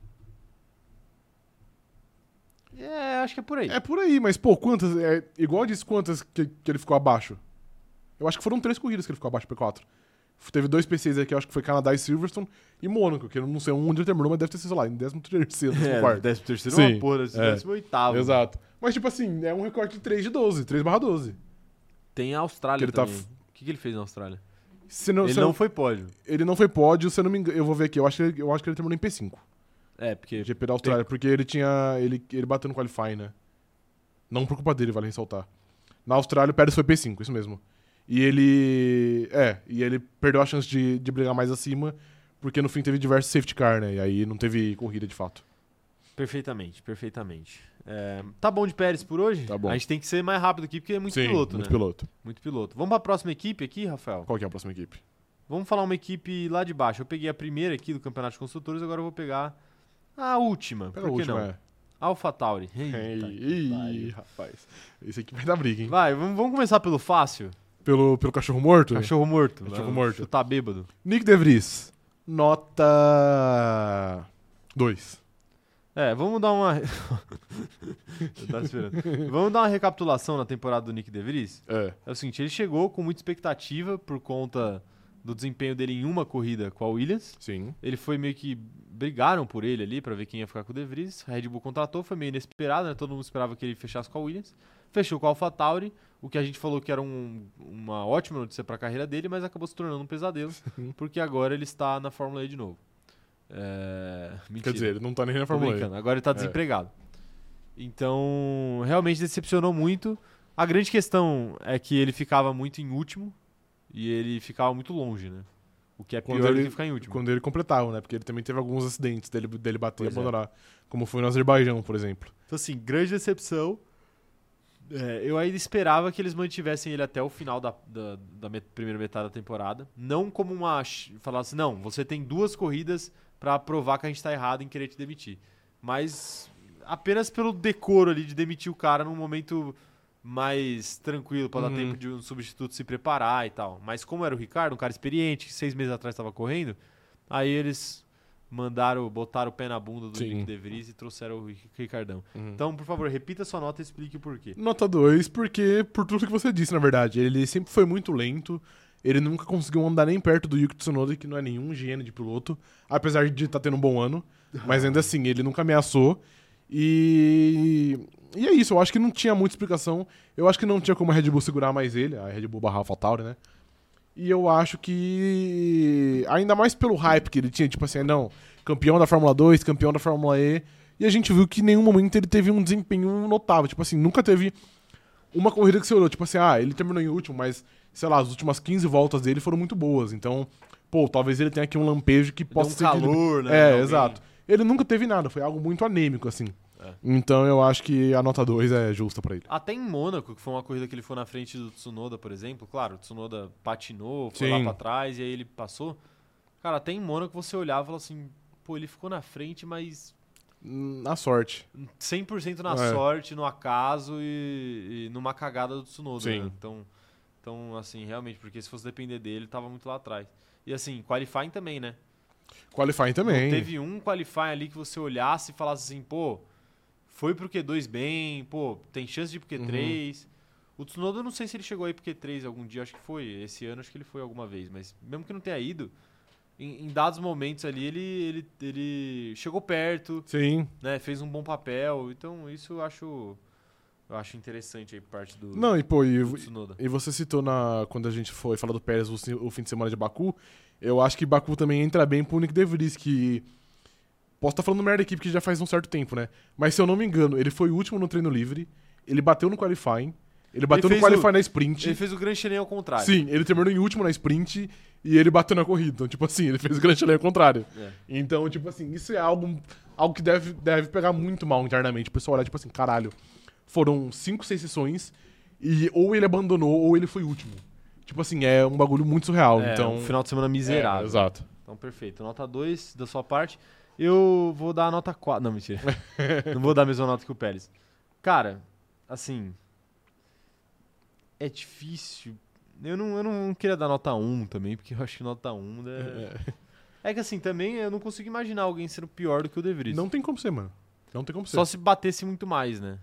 [SPEAKER 1] É, acho que é por aí.
[SPEAKER 2] É por aí, mas, pô, quantas. É, igual diz quantas que, que ele ficou abaixo. Eu acho que foram três corridas que ele ficou abaixo do P4. Teve dois P6 aqui, eu acho que foi Canadá e Silverstone e Mônaco, que eu não sei onde ele terminou, mas deve ter sido sei lá, em 13 terceiro, 14
[SPEAKER 1] É, décimo terceiro
[SPEAKER 2] Sim,
[SPEAKER 1] uma porra,
[SPEAKER 2] é.
[SPEAKER 1] décimo oitavo.
[SPEAKER 2] Exato. Mas, tipo assim, é um recorte de 3 de 12, 3 barra 12.
[SPEAKER 1] Tem a Austrália
[SPEAKER 2] Que ele tá
[SPEAKER 1] também.
[SPEAKER 2] f-
[SPEAKER 1] O que, que ele fez na Austrália?
[SPEAKER 2] Se não,
[SPEAKER 1] ele
[SPEAKER 2] se
[SPEAKER 1] não
[SPEAKER 2] eu-
[SPEAKER 1] foi pódio.
[SPEAKER 2] ele não foi pódio, se eu não me engano, eu vou ver aqui, eu acho que ele, eu acho que ele terminou em P5,
[SPEAKER 1] É, porque...
[SPEAKER 2] GP da Austrália, porque ele tinha, ele, ele bateu no qualify, né? Não por culpa dele, vale ressaltar. Na Austrália, o Pérez foi P5, isso mesmo. E ele, é, e ele perdeu a chance de, de brigar mais acima, porque no fim teve diversos safety car, né? E aí não teve corrida de fato.
[SPEAKER 1] Perfeitamente, perfeitamente. É, tá bom de Pérez por hoje?
[SPEAKER 2] Tá bom.
[SPEAKER 1] A gente tem que ser mais rápido aqui, porque é muito piloto,
[SPEAKER 2] muito
[SPEAKER 1] né?
[SPEAKER 2] piloto.
[SPEAKER 1] Muito piloto. Vamos pra próxima equipe aqui, Rafael?
[SPEAKER 2] Qual que é a próxima equipe?
[SPEAKER 1] Vamos falar uma equipe lá de baixo. Eu peguei a primeira aqui do Campeonato de Construtores, agora eu vou pegar a última.
[SPEAKER 2] Pega a
[SPEAKER 1] Por que
[SPEAKER 2] última,
[SPEAKER 1] não?
[SPEAKER 2] é.
[SPEAKER 1] Alpha Tauri.
[SPEAKER 2] Ei, Ih, rapaz. Esse aqui vai dar briga, hein?
[SPEAKER 1] Vai, vamos, vamos começar pelo fácil.
[SPEAKER 2] Pelo, pelo cachorro morto?
[SPEAKER 1] Cachorro morto.
[SPEAKER 2] Cachorro
[SPEAKER 1] Vai,
[SPEAKER 2] morto.
[SPEAKER 1] Chutar bêbado.
[SPEAKER 2] Nick De Vries, nota 2.
[SPEAKER 1] É, vamos dar uma. eu tava esperando. Vamos dar uma recapitulação na temporada do Nick DeVries?
[SPEAKER 2] É.
[SPEAKER 1] É o seguinte, ele chegou com muita expectativa por conta do desempenho dele em uma corrida com a Williams.
[SPEAKER 2] Sim.
[SPEAKER 1] Ele foi meio que. Brigaram por ele ali pra ver quem ia ficar com o De Vries. A Red Bull contratou, foi meio inesperado, né? Todo mundo esperava que ele fechasse com a Williams. Fechou com a AlphaTauri, o que a gente falou que era um- uma ótima notícia pra carreira dele, mas acabou se tornando um pesadelo, porque agora ele está na Fórmula E de novo. É... Mentira.
[SPEAKER 2] Quer dizer, ele não tá nem na
[SPEAKER 1] Tô
[SPEAKER 2] Fórmula E. É.
[SPEAKER 1] brincando, agora ele tá desempregado. Então, realmente decepcionou muito. A grande questão é que ele ficava muito em último e ele ficava muito longe, né? O que é
[SPEAKER 2] Quando
[SPEAKER 1] pior do
[SPEAKER 2] ele-
[SPEAKER 1] que ficar em último.
[SPEAKER 2] Tipo, Quando ele completava, né? Porque ele também teve alguns acidentes dele, dele bater
[SPEAKER 1] Pois
[SPEAKER 2] e
[SPEAKER 1] é.
[SPEAKER 2] abandonar. Como foi no Azerbaijão, por exemplo.
[SPEAKER 1] Então, assim, grande decepção. É, eu ainda esperava que eles mantivessem ele até o final da, da, da met- primeira metade da temporada. Não como uma. ch- Falar assim, não, você tem duas corridas pra provar que a gente tá errado em querer te demitir. Mas apenas pelo decoro ali de demitir o cara num momento mais tranquilo, pra dar
[SPEAKER 2] Uhum.
[SPEAKER 1] tempo de um substituto se preparar e tal. Mas como era o Ricardo, um cara experiente, que seis meses atrás tava correndo, aí eles mandaram, botaram o pé na bunda do
[SPEAKER 2] Sim.
[SPEAKER 1] Nick De Vries e trouxeram o Ric- Ricardão. Então, por favor, repita sua nota e explique o porquê.
[SPEAKER 2] Nota 2, porque, por tudo que você disse, na verdade, ele sempre foi muito lento. Ele nunca conseguiu andar nem perto do Yuki Tsunoda, que não é nenhum gênio de piloto, apesar de estar tendo um bom ano. Mas ainda assim, ele nunca ameaçou. E. E é isso, eu acho que não tinha muita explicação. Eu acho que não tinha como a Red Bull segurar mais ele, a Red Bull barra AlphaTauri, né? E eu acho que. Ainda mais pelo hype que ele tinha, tipo assim, não, campeão da Fórmula 2, campeão da Fórmula E. E a gente viu que em nenhum momento ele teve um desempenho notável. Tipo assim, nunca teve uma corrida que você olhou. Tipo assim, ah, ele terminou em último, mas, sei lá, as últimas 15 voltas dele foram muito boas. Então, pô, talvez ele tenha aqui um lampejo que
[SPEAKER 1] Deu
[SPEAKER 2] possa
[SPEAKER 1] um
[SPEAKER 2] ser de-
[SPEAKER 1] calor, né?
[SPEAKER 2] é,
[SPEAKER 1] Alguém-
[SPEAKER 2] exato. Ele nunca teve nada, foi algo muito anêmico, assim.
[SPEAKER 1] É.
[SPEAKER 2] Então eu acho que a nota 2 é justa pra ele.
[SPEAKER 1] Até em Mônaco, que foi uma corrida que ele foi na frente do Tsunoda, por exemplo. Claro, o Tsunoda patinou, foi lá
[SPEAKER 2] Sim.
[SPEAKER 1] pra trás e aí ele passou. Cara, até em Mônaco você olhava e falava assim, pô, ele ficou na frente, mas
[SPEAKER 2] Na sorte.
[SPEAKER 1] 100% na
[SPEAKER 2] É.
[SPEAKER 1] sorte, no acaso e, e numa cagada do Tsunoda.
[SPEAKER 2] Sim.
[SPEAKER 1] né? Então, então, assim, realmente, porque se fosse depender dele, tava muito lá atrás. E assim, qualifying também, né?
[SPEAKER 2] Qualifying também.
[SPEAKER 1] Não teve um qualifying ali que você olhasse e falasse assim, pô, foi pro Q2 bem, pô, tem chance de ir pro
[SPEAKER 2] Uhum.
[SPEAKER 1] Q3. O Tsunoda, eu não sei se ele chegou aí pro Q3 algum dia, acho que foi. Esse ano, acho que ele foi alguma vez, mas mesmo que não tenha ido, em, em dados momentos ali, ele, ele, ele chegou perto,
[SPEAKER 2] Sim.
[SPEAKER 1] né, fez um bom papel. Então, isso eu acho, eu acho interessante aí por parte do,
[SPEAKER 2] Não, e pô,
[SPEAKER 1] do
[SPEAKER 2] e,
[SPEAKER 1] Tsunoda.
[SPEAKER 2] e você citou na, quando a gente foi falar do Pérez o, si- o fim de semana de Baku. Eu acho que Baku também entra bem pro Nick De Vries, que. Posso estar falando merda aqui porque já faz um certo tempo, né? Mas se eu não me engano, ele foi o último no treino livre, ele bateu no qualifying, Ele bateu
[SPEAKER 1] fez
[SPEAKER 2] no qualify
[SPEAKER 1] o-
[SPEAKER 2] na sprint.
[SPEAKER 1] Ele fez o Grand Chelem ao contrário.
[SPEAKER 2] Sim, ele terminou em último na sprint e ele bateu na corrida. Então, tipo assim, ele fez o Grand Slam ao contrário.
[SPEAKER 1] É.
[SPEAKER 2] Então, tipo assim, isso é algo, algo que deve, deve pegar muito mal internamente. O pessoal olhar, tipo assim, caralho, foram cinco, seis sessões e ou ele abandonou ou ele foi último. Tipo assim, é um bagulho muito surreal.
[SPEAKER 1] É,
[SPEAKER 2] então,
[SPEAKER 1] um final de semana
[SPEAKER 2] É,
[SPEAKER 1] miserável.
[SPEAKER 2] exato.
[SPEAKER 1] então, perfeito. Nota 2 da sua parte. Eu vou dar a nota 4. Não, mentira. Não vou dar a mesma nota que o Pérez. Cara, assim. É difícil. Eu não, eu não queria dar nota 1 também, porque eu acho que nota 1 é. É que assim, também eu não consigo imaginar alguém sendo pior do que o De Vries.
[SPEAKER 2] Não tem como ser, mano. Não tem como ser.
[SPEAKER 1] Só se batesse muito mais, né?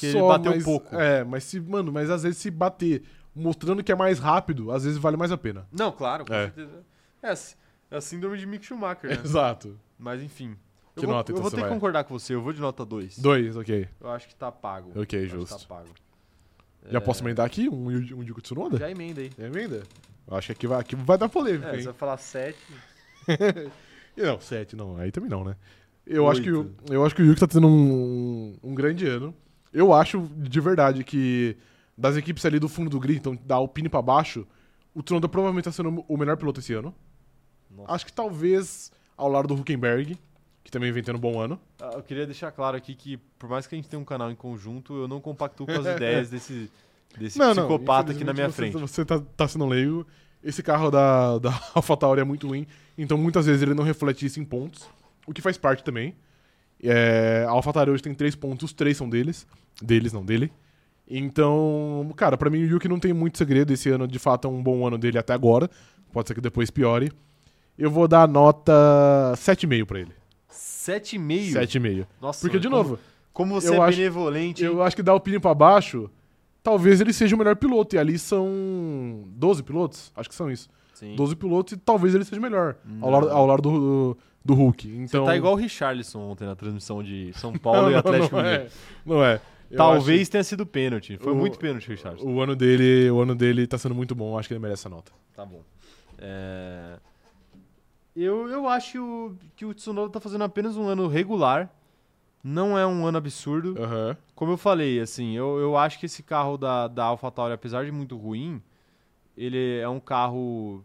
[SPEAKER 1] que ele
[SPEAKER 2] Só,
[SPEAKER 1] bateu
[SPEAKER 2] mas-
[SPEAKER 1] pouco.
[SPEAKER 2] É, mas se, mano, mas às vezes se bater mostrando que é mais rápido, às vezes vale mais a pena.
[SPEAKER 1] Não, claro, com
[SPEAKER 2] É.
[SPEAKER 1] certeza. É, a sí- é a síndrome de Mick Schumacher, né?
[SPEAKER 2] Exato.
[SPEAKER 1] Mas enfim.
[SPEAKER 2] Que
[SPEAKER 1] eu vou,
[SPEAKER 2] nota,
[SPEAKER 1] eu
[SPEAKER 2] então,
[SPEAKER 1] vou
[SPEAKER 2] você
[SPEAKER 1] ter que
[SPEAKER 2] vai?
[SPEAKER 1] concordar com você, eu vou de nota 2.
[SPEAKER 2] Dois, ok.
[SPEAKER 1] Eu acho que tá pago.
[SPEAKER 2] Ok,
[SPEAKER 1] Eu acho que
[SPEAKER 2] justo.
[SPEAKER 1] Tá pago.
[SPEAKER 2] Já
[SPEAKER 1] É,
[SPEAKER 2] posso emendar aqui um, Yu- um Yuko Tsunoda?
[SPEAKER 1] Já emenda aí.
[SPEAKER 2] É emenda? Eu acho que aqui vai, aqui vai dar polêmica,
[SPEAKER 1] É,
[SPEAKER 2] hein?
[SPEAKER 1] você vai falar 7.
[SPEAKER 2] E Não, sete não. Aí também não, né? Eu acho, que, o-
[SPEAKER 1] Oito.
[SPEAKER 2] eu acho que o Yuki tá tendo um, um grande ano. Eu acho, de verdade, que das equipes ali do fundo do grid, então da Alpine pra baixo, o Tsunoda provavelmente tá sendo o melhor piloto esse ano.
[SPEAKER 1] Nossa.
[SPEAKER 2] Acho que talvez ao lado do Huckenberg, que também vem tendo um bom ano.
[SPEAKER 1] Ah, Eu queria deixar claro aqui que, por mais que a gente tenha um canal em conjunto, eu não compactuo com as ideias desse, desse psicopata aqui na minha
[SPEAKER 2] infelizmente
[SPEAKER 1] frente.
[SPEAKER 2] Você, você tá, tá sendo leigo. Esse carro da, da AlphaTauri é muito ruim, então muitas vezes ele não reflete isso em pontos, o que faz parte também. É, a AlphaTauri hoje tem três pontos, três são deles. Deles, não dele. Então, cara, pra mim o Yuki não tem muito segredo. Esse ano, de fato, é um bom ano dele até agora. Pode ser que depois piore. Eu vou dar nota 7,5 pra ele.
[SPEAKER 1] 7,5?
[SPEAKER 2] 7,5.
[SPEAKER 1] Nossa,
[SPEAKER 2] Porque,
[SPEAKER 1] mano,
[SPEAKER 2] de
[SPEAKER 1] é como-
[SPEAKER 2] novo,
[SPEAKER 1] Como você
[SPEAKER 2] eu
[SPEAKER 1] é
[SPEAKER 2] acho-
[SPEAKER 1] benevolente. hein?
[SPEAKER 2] eu acho que da Alpine pra baixo, talvez ele seja o melhor piloto. E ali são 12 pilotos? Acho que são isso.
[SPEAKER 1] Sim.
[SPEAKER 2] 12 pilotos e talvez ele seja o melhor. Ao
[SPEAKER 1] Não.
[SPEAKER 2] lado, ao lado do, do, do Hulk. Então,
[SPEAKER 1] Tá igual o Richarlison ontem na transmissão de São
[SPEAKER 2] Não,
[SPEAKER 1] Paulo e
[SPEAKER 2] não,
[SPEAKER 1] Atlético
[SPEAKER 2] não
[SPEAKER 1] Mineiro.
[SPEAKER 2] é. Não é. Eu
[SPEAKER 1] Talvez tenha sido pênalti. Foi
[SPEAKER 2] O-
[SPEAKER 1] muito pênalti, Richard.
[SPEAKER 2] acho que O ano dele, o ano dele tá sendo muito bom, acho que ele merece essa nota.
[SPEAKER 1] Tá bom. É, Eu, eu acho o- que o Tsunoda tá fazendo apenas um ano regular. Não é um ano absurdo.
[SPEAKER 2] Aham.
[SPEAKER 1] Como eu falei, assim, eu, eu acho que esse carro da, da AlphaTauri, apesar de muito ruim, ele é um carro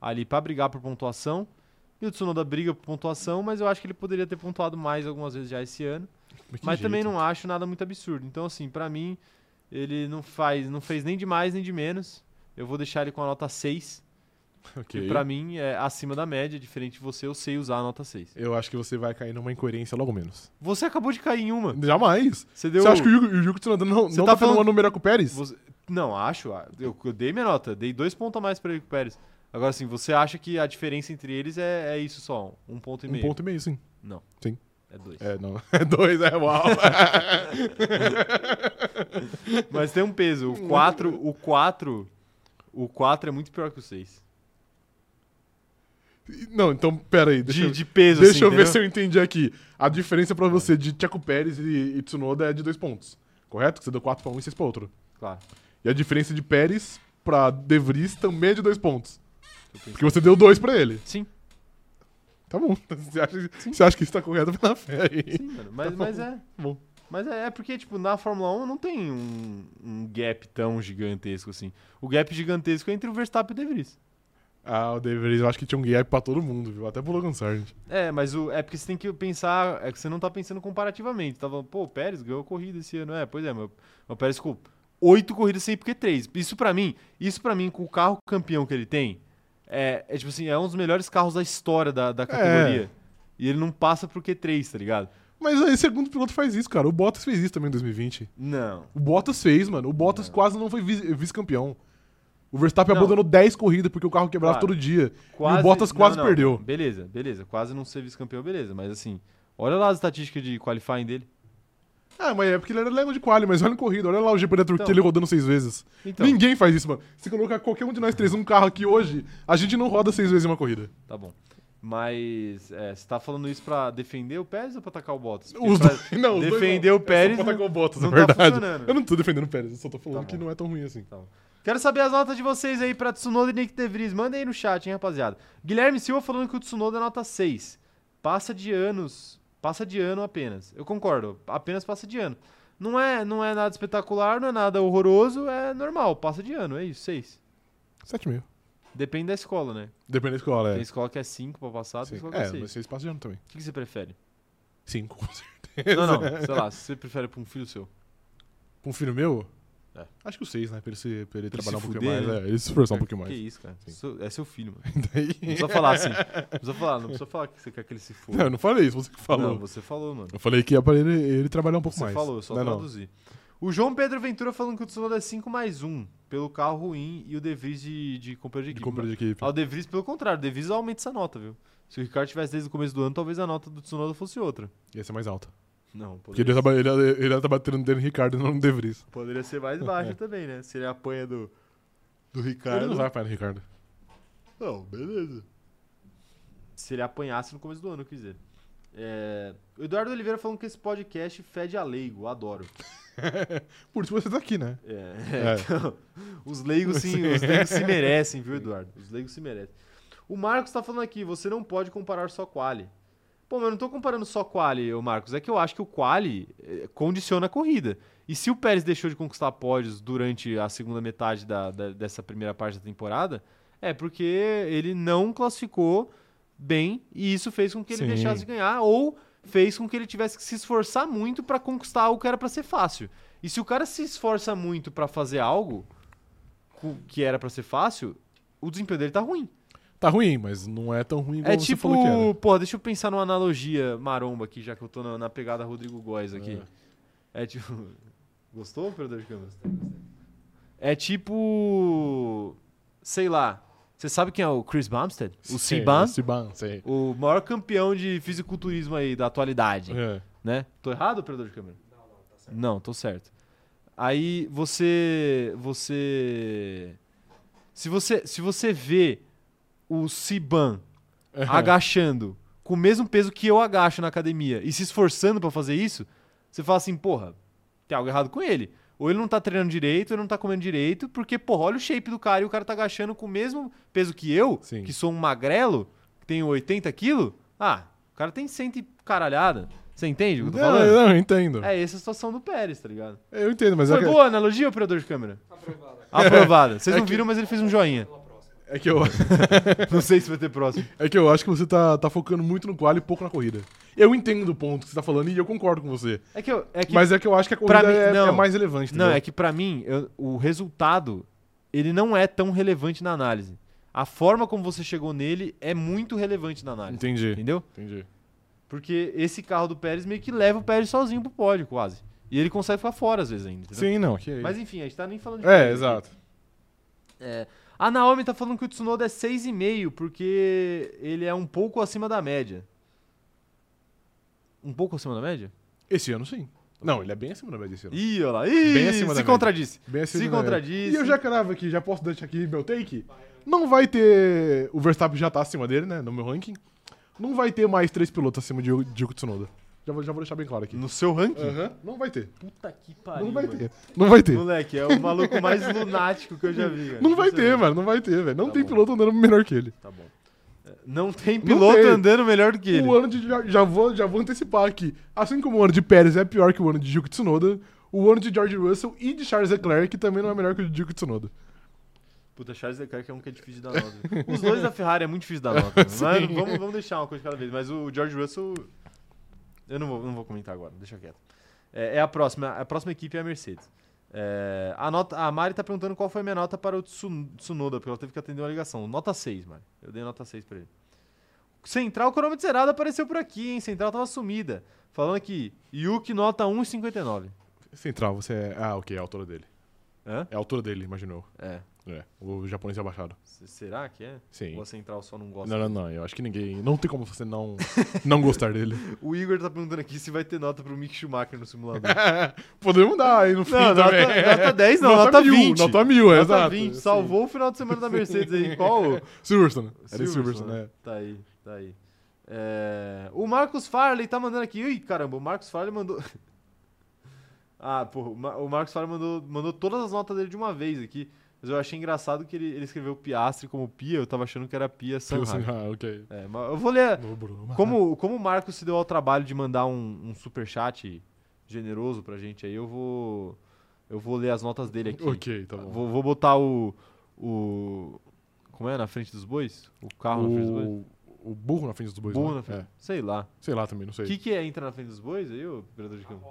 [SPEAKER 1] ali pra brigar por pontuação. E o Tsunoda briga por pontuação, mas eu acho que ele poderia ter pontuado mais algumas vezes já esse ano.
[SPEAKER 2] que
[SPEAKER 1] Mas
[SPEAKER 2] jeito.
[SPEAKER 1] também não acho nada muito absurdo. Então, assim, pra mim, ele não faz, não fez nem de mais nem de menos. Eu vou deixar ele com a nota 6,
[SPEAKER 2] Ok.
[SPEAKER 1] que pra mim é acima da média, diferente de você, eu sei usar a nota 6.
[SPEAKER 2] Eu acho que você vai cair numa incoerência logo menos.
[SPEAKER 1] Você acabou de cair em uma.
[SPEAKER 2] Jamais.
[SPEAKER 1] Você deu
[SPEAKER 2] Você acha que o Yugo, o Yugo Tsunoda não,
[SPEAKER 1] Você
[SPEAKER 2] não
[SPEAKER 1] tá
[SPEAKER 2] tá, tendo um
[SPEAKER 1] falando-
[SPEAKER 2] ano melhor que o Pérez?
[SPEAKER 1] você- Não, acho. ah, Eu, eu dei minha nota, dei dois pontos a mais pra ele com o Pérez. Agora, assim, você acha que a diferença entre eles é, é isso só, um ponto e
[SPEAKER 2] Um
[SPEAKER 1] meio.
[SPEAKER 2] ponto e meio, sim.
[SPEAKER 1] É dois.
[SPEAKER 2] É, não. É dois, é uau.
[SPEAKER 1] Mas tem um peso. O 4, o 4, o 4 é muito pior que o 6.
[SPEAKER 2] Não, então, pera aí. Deixa,
[SPEAKER 1] De,
[SPEAKER 2] eu-
[SPEAKER 1] de peso,
[SPEAKER 2] deixa
[SPEAKER 1] assim,
[SPEAKER 2] eu ver
[SPEAKER 1] entendeu?
[SPEAKER 2] se eu entendi aqui. A diferença pra você de Tcheco Pérez e, e Tsunoda é de dois pontos, correto? Que você deu 4 pra um e 6 pra outro.
[SPEAKER 1] Claro.
[SPEAKER 2] E a diferença de Pérez pra De Vries também é de dois pontos.
[SPEAKER 1] eu pensei.
[SPEAKER 2] Porque você deu dois pra ele.
[SPEAKER 1] Sim.
[SPEAKER 2] Tá bom. Você acha, você acha que isso tá correto? Vai na fé aí.
[SPEAKER 1] Sim, mano. Mas, mas é.
[SPEAKER 2] Tá bom.
[SPEAKER 1] Mas é, é porque, tipo, na Fórmula 1 não tem um, um gap tão gigantesco assim. O gap gigantesco é entre o Verstappen e o De Vries.
[SPEAKER 2] Ah, o De Vries eu acho que tinha um gap pra todo mundo, viu? Até pro Logan Sargent.
[SPEAKER 1] É, mas o, é porque você tem que pensar. É que você não tá pensando comparativamente. Tava, pô, o Pérez ganhou corrida esse ano. É, pois é, mas o Pérez com oito corridas sem Q3. Isso pra mim, isso pra mim, com o carro campeão que ele tem, é, é tipo assim, é um dos melhores carros da história da,
[SPEAKER 2] É.
[SPEAKER 1] da categoria. E ele não passa pro Q3, tá ligado?
[SPEAKER 2] Mas aí, segundo piloto faz isso, cara. O Bottas fez isso também em 2020.
[SPEAKER 1] Não.
[SPEAKER 2] O Bottas fez, mano. O Bottas quase não foi vi- vice-campeão. O Verstappen
[SPEAKER 1] É. Não.
[SPEAKER 2] abandonou 10 corridas porque o carro quebrava
[SPEAKER 1] Claro.
[SPEAKER 2] todo dia.
[SPEAKER 1] Quase-
[SPEAKER 2] E o Bottas
[SPEAKER 1] não,
[SPEAKER 2] quase
[SPEAKER 1] não.
[SPEAKER 2] perdeu.
[SPEAKER 1] Beleza, beleza. Quase não ser vice-campeão, beleza. Mas assim, olha lá as estatísticas de qualifying dele.
[SPEAKER 2] Ah, mas é porque ele era lego de quali, mas olha em corrida, olha lá o GP da Turquia
[SPEAKER 1] Então.
[SPEAKER 2] ele rodando seis vezes.
[SPEAKER 1] Então,
[SPEAKER 2] Ninguém faz isso, mano. Se colocar qualquer um de nós três num carro aqui hoje, a gente não roda seis vezes em uma corrida.
[SPEAKER 1] tá bom. Mas é, você tá falando isso pra defender o Pérez ou pra atacar o Bottas? Porque
[SPEAKER 2] Os
[SPEAKER 1] pra
[SPEAKER 2] dois- não, os dois
[SPEAKER 1] defender
[SPEAKER 2] não.
[SPEAKER 1] o Pérez.
[SPEAKER 2] É só pra
[SPEAKER 1] não-
[SPEAKER 2] atacar o Bottas,
[SPEAKER 1] não
[SPEAKER 2] na
[SPEAKER 1] tá
[SPEAKER 2] verdade.
[SPEAKER 1] funcionando.
[SPEAKER 2] eu não tô defendendo o Pérez, eu só tô falando
[SPEAKER 1] Tá
[SPEAKER 2] que
[SPEAKER 1] bom.
[SPEAKER 2] não é tão ruim assim.
[SPEAKER 1] Tá bom. Quero saber as notas de vocês aí pra Tsunoda e Nick DeVries. Manda aí no chat, hein, rapaziada. Guilherme Silva falando que o Tsunoda é nota 6. Passa de anos. Passa de ano apenas. Eu concordo. Apenas passa de ano. Não é, não é nada espetacular, não é nada horroroso, é normal, passa de ano, é isso, seis.
[SPEAKER 2] 7,5.
[SPEAKER 1] Depende da escola, né?
[SPEAKER 2] Depende da escola, é.
[SPEAKER 1] Tem escola que é cinco pra passar, tem
[SPEAKER 2] Sim.
[SPEAKER 1] escola que é
[SPEAKER 2] É,
[SPEAKER 1] seis.
[SPEAKER 2] mas vocês passam de ano também.
[SPEAKER 1] O que que você prefere?
[SPEAKER 2] 5, com certeza.
[SPEAKER 1] Não, não, sei lá, você prefere pra um filho seu.
[SPEAKER 2] Com um filho meu?
[SPEAKER 1] É.
[SPEAKER 2] Acho que o 6, né? Pra ele, se, pra ele
[SPEAKER 1] Pra ele
[SPEAKER 2] trabalhar um
[SPEAKER 1] se
[SPEAKER 2] pouquinho
[SPEAKER 1] fuder, né?
[SPEAKER 2] mais. É, ele se esforçar um pouquinho
[SPEAKER 1] Que
[SPEAKER 2] mais.
[SPEAKER 1] isso, cara.
[SPEAKER 2] Sim.
[SPEAKER 1] Seu- É seu filho, mano. Não
[SPEAKER 2] Daí...
[SPEAKER 1] precisa falar assim. Não precisa falar, não precisa falar que você quer que ele se foda.
[SPEAKER 2] Não, eu não falei isso, você que falou.
[SPEAKER 1] Não, você falou, mano.
[SPEAKER 2] Eu falei que ia pra ele, ele trabalhar um pouco
[SPEAKER 1] Você
[SPEAKER 2] mais.
[SPEAKER 1] falou, eu só
[SPEAKER 2] não, não.
[SPEAKER 1] traduzi. O João Pedro Ventura falando que o Tsunoda é 5 mais 1 pelo carro ruim e o De Vries de, de companheiro de
[SPEAKER 2] De
[SPEAKER 1] equipe.
[SPEAKER 2] compra de equipe.
[SPEAKER 1] Ah, o De Vries, pelo contrário, o De Vries aumenta essa nota, viu? Se o Ricardo tivesse desde o começo do ano, talvez a nota do Tsunoda fosse outra.
[SPEAKER 2] Ia ser mais alta.
[SPEAKER 1] Não,
[SPEAKER 2] Porque
[SPEAKER 1] poderia,
[SPEAKER 2] ele ia traba- ele ia- ele ia estar batendo no Daniel Ricardo e não no De Vries.
[SPEAKER 1] poderia ser mais baixa também, né? Se ele apanha do, do Ricardo.
[SPEAKER 2] É. Ele não vai apanhar no Ricardo.
[SPEAKER 1] Não, beleza. Se ele apanhasse no começo do ano, eu quis dizer. É, O Eduardo Oliveira falando que esse podcast fede a leigo, adoro.
[SPEAKER 2] Por isso você tá aqui, né?
[SPEAKER 1] É,
[SPEAKER 2] É.
[SPEAKER 1] então, os leigos sim, os leigos se merecem, viu, Eduardo? Os leigos se merecem. O Marcos tá falando aqui, você não pode comparar só quali. Pô, mas eu não tô comparando só quali, ô Marcos, é que eu acho que o quali eh, condiciona a corrida. E se o Pérez deixou de conquistar pódios durante a segunda metade da- da- dessa primeira parte da temporada, é porque ele não classificou bem e isso fez com que ele
[SPEAKER 2] Sim.
[SPEAKER 1] deixasse de ganhar ou fez com que ele tivesse que se esforçar muito pra conquistar algo que era pra ser fácil. E se o cara se esforça muito pra fazer algo cu- que era pra ser fácil, o desempenho dele tá ruim.
[SPEAKER 2] Tá ruim, mas não é tão ruim como
[SPEAKER 1] é
[SPEAKER 2] você
[SPEAKER 1] tipo,
[SPEAKER 2] falou que era.
[SPEAKER 1] porra, deixa eu pensar numa analogia maromba aqui, já que eu tô na, na pegada Rodrigo Góes aqui. É, tipo, gostou, operador de câmeras? É tipo, sei lá, você sabe quem é o Chris Bumstead? O
[SPEAKER 2] Sim,
[SPEAKER 1] Siban,
[SPEAKER 2] O Siban, sei.
[SPEAKER 1] o maior campeão de fisiculturismo aí da atualidade
[SPEAKER 2] É.
[SPEAKER 1] né? Tô errado, operador de câmera? Não, não, tá certo. Não, tô certo. Aí você você se você se você vê o Siban agachando com o mesmo peso que eu agacho na academia e se esforçando pra fazer isso, você fala assim, porra, tem algo errado com ele. Ou ele não tá treinando direito, ou ele não tá comendo direito, porque, porra, olha o shape do cara e o cara tá agachando com o mesmo peso que eu,
[SPEAKER 2] Sim.
[SPEAKER 1] que sou um magrelo, que tenho 80 quilos. Ah, o cara tem 100 e caralhada. Você entende o que eu tô
[SPEAKER 2] Não,
[SPEAKER 1] falando?
[SPEAKER 2] não, eu entendo.
[SPEAKER 1] É essa a situação do Pérez, tá ligado?
[SPEAKER 2] Eu entendo, mas é
[SPEAKER 1] Foi
[SPEAKER 2] que,
[SPEAKER 1] boa a analogia, operador de câmera? Aprovada. Vocês
[SPEAKER 2] É
[SPEAKER 1] não
[SPEAKER 2] que-
[SPEAKER 1] viram, mas ele fez um joinha.
[SPEAKER 2] é que eu,
[SPEAKER 1] Não sei se vai ter próximo.
[SPEAKER 2] é que eu acho que você tá, tá focando muito no quali e pouco na corrida. Eu entendo o ponto que você tá falando e eu concordo com você.
[SPEAKER 1] É que eu, é que
[SPEAKER 2] Mas é que eu acho que a
[SPEAKER 1] Pra
[SPEAKER 2] corrida
[SPEAKER 1] mim-
[SPEAKER 2] é,
[SPEAKER 1] não.
[SPEAKER 2] é mais relevante,
[SPEAKER 1] Não,
[SPEAKER 2] entendeu?
[SPEAKER 1] é que pra mim, eu- o resultado, ele não é tão relevante na análise. A forma como você chegou nele é muito relevante na análise.
[SPEAKER 2] Entendi,
[SPEAKER 1] Entendeu?
[SPEAKER 2] entendi.
[SPEAKER 1] Porque esse carro do Pérez meio que leva o Pérez sozinho pro pódio, quase. E ele consegue ficar fora às vezes ainda. entendeu?
[SPEAKER 2] Sim, não. Que...
[SPEAKER 1] Mas enfim, a gente tá nem falando de
[SPEAKER 2] É,
[SPEAKER 1] Pérez aqui.
[SPEAKER 2] exato.
[SPEAKER 1] A Naomi tá falando que o Tsunoda é 6,5 porque ele é um pouco acima da média. Um pouco acima da média?
[SPEAKER 2] Esse ano sim. Não, ele é bem acima da média esse ano.
[SPEAKER 1] Ih, olha lá. Ih,
[SPEAKER 2] Bem acima da
[SPEAKER 1] se
[SPEAKER 2] média.
[SPEAKER 1] contradisse.
[SPEAKER 2] Bem acima
[SPEAKER 1] se
[SPEAKER 2] da média.
[SPEAKER 1] contradisse.
[SPEAKER 2] E eu já cravo aqui, já posso deixar aqui meu take? Não vai ter. O Verstappen já tá acima dele, né? No meu ranking. Não vai ter mais três pilotos acima de Diogo Tsunoda. Já vou, já vou deixar bem claro aqui.
[SPEAKER 1] No seu ranking?
[SPEAKER 2] Aham, Não vai ter.
[SPEAKER 1] Puta que pariu.
[SPEAKER 2] Não vai
[SPEAKER 1] Tá mano.
[SPEAKER 2] ter. Não vai ter.
[SPEAKER 1] Moleque, é o maluco mais lunático que eu já vi. cara.
[SPEAKER 2] Não vai ter,
[SPEAKER 1] Impressionante.
[SPEAKER 2] mano. Não vai ter, velho. Não
[SPEAKER 1] Tá
[SPEAKER 2] tem
[SPEAKER 1] bom.
[SPEAKER 2] piloto andando melhor que ele.
[SPEAKER 1] Tá bom. É, Não tem
[SPEAKER 2] Não
[SPEAKER 1] piloto
[SPEAKER 2] tem.
[SPEAKER 1] andando melhor do que ele.
[SPEAKER 2] O Um ano de. Já, já vou, já vou antecipar aqui. Assim como o ano de Pérez é pior que o ano de Diogo Tsunoda, o ano de George Russell e de Charles Leclerc também não é melhor que o de Diogo Tsunoda.
[SPEAKER 1] Puta, Charles Leclerc é um que é difícil de dar nota. Os dois da Ferrari é muito difícil dar nota. Mas vamos, vamos deixar uma coisa de cada vez. Mas o George Russell. Eu não vou, não vou comentar agora, deixa quieto. É, é a próxima. A próxima equipe é a Mercedes. É, a, nota, a Mari tá perguntando qual foi a minha nota para o Tsun- Tsunoda, porque ela teve que atender uma ligação. Nota 6, Mari. Eu dei nota 6 pra ele. Central cronômetro zerado apareceu por aqui, hein? Central tava sumida. Falando aqui, Yuki nota 1,59.
[SPEAKER 2] Central, você é. Ah, ok, é a altura dele.
[SPEAKER 1] Hã?
[SPEAKER 2] É a altura dele, imaginou.
[SPEAKER 1] É.
[SPEAKER 2] É. O japonês é abaixado.
[SPEAKER 1] C- Será que é?
[SPEAKER 2] Sim.
[SPEAKER 1] Ou a Central só não gosta
[SPEAKER 2] Não, não, não. Eu acho que ninguém. Não tem como você não, não gostar dele.
[SPEAKER 1] O Igor tá perguntando aqui se vai ter nota pro Mick Schumacher no simulador.
[SPEAKER 2] Podemos dar aí no fim
[SPEAKER 1] não, nota,
[SPEAKER 2] também.
[SPEAKER 1] nota 10 não, nota,
[SPEAKER 2] mil,
[SPEAKER 1] 20.
[SPEAKER 2] Nota mil, é
[SPEAKER 1] Nota
[SPEAKER 2] exato.
[SPEAKER 1] 20,
[SPEAKER 2] Sim.
[SPEAKER 1] salvou o final de semana da Mercedes aí. Qual?
[SPEAKER 2] Silverstone. Era Silverstone, né?
[SPEAKER 1] Tá aí, tá aí. É, O Marcos Farley tá mandando aqui. Ih, caramba, o Marcos Farley mandou... Ah, porra, o Ma- o Marcos Farley mandou, mandou todas as notas dele de uma vez aqui. Mas eu achei engraçado que ele, ele escreveu Piastre como Pia, eu tava achando que era Pia Sanhai.
[SPEAKER 2] Ah, ok.
[SPEAKER 1] É, mas eu vou ler...
[SPEAKER 2] No Bruno.
[SPEAKER 1] Como, como o Marcos se deu ao trabalho de mandar um, um superchat generoso pra gente aí, eu vou. Eu vou ler as notas dele aqui.
[SPEAKER 2] Ok, tá bom.
[SPEAKER 1] Vou, vou botar o. o. Como é? Na frente dos bois? O carro na frente dos bois?
[SPEAKER 2] o, o burro na frente dos bois.
[SPEAKER 1] Burro
[SPEAKER 2] né?
[SPEAKER 1] na frente.
[SPEAKER 2] É.
[SPEAKER 1] Sei lá.
[SPEAKER 2] Sei lá também, não sei.
[SPEAKER 1] O que, que é entra na frente dos bois aí, ô operador de campo?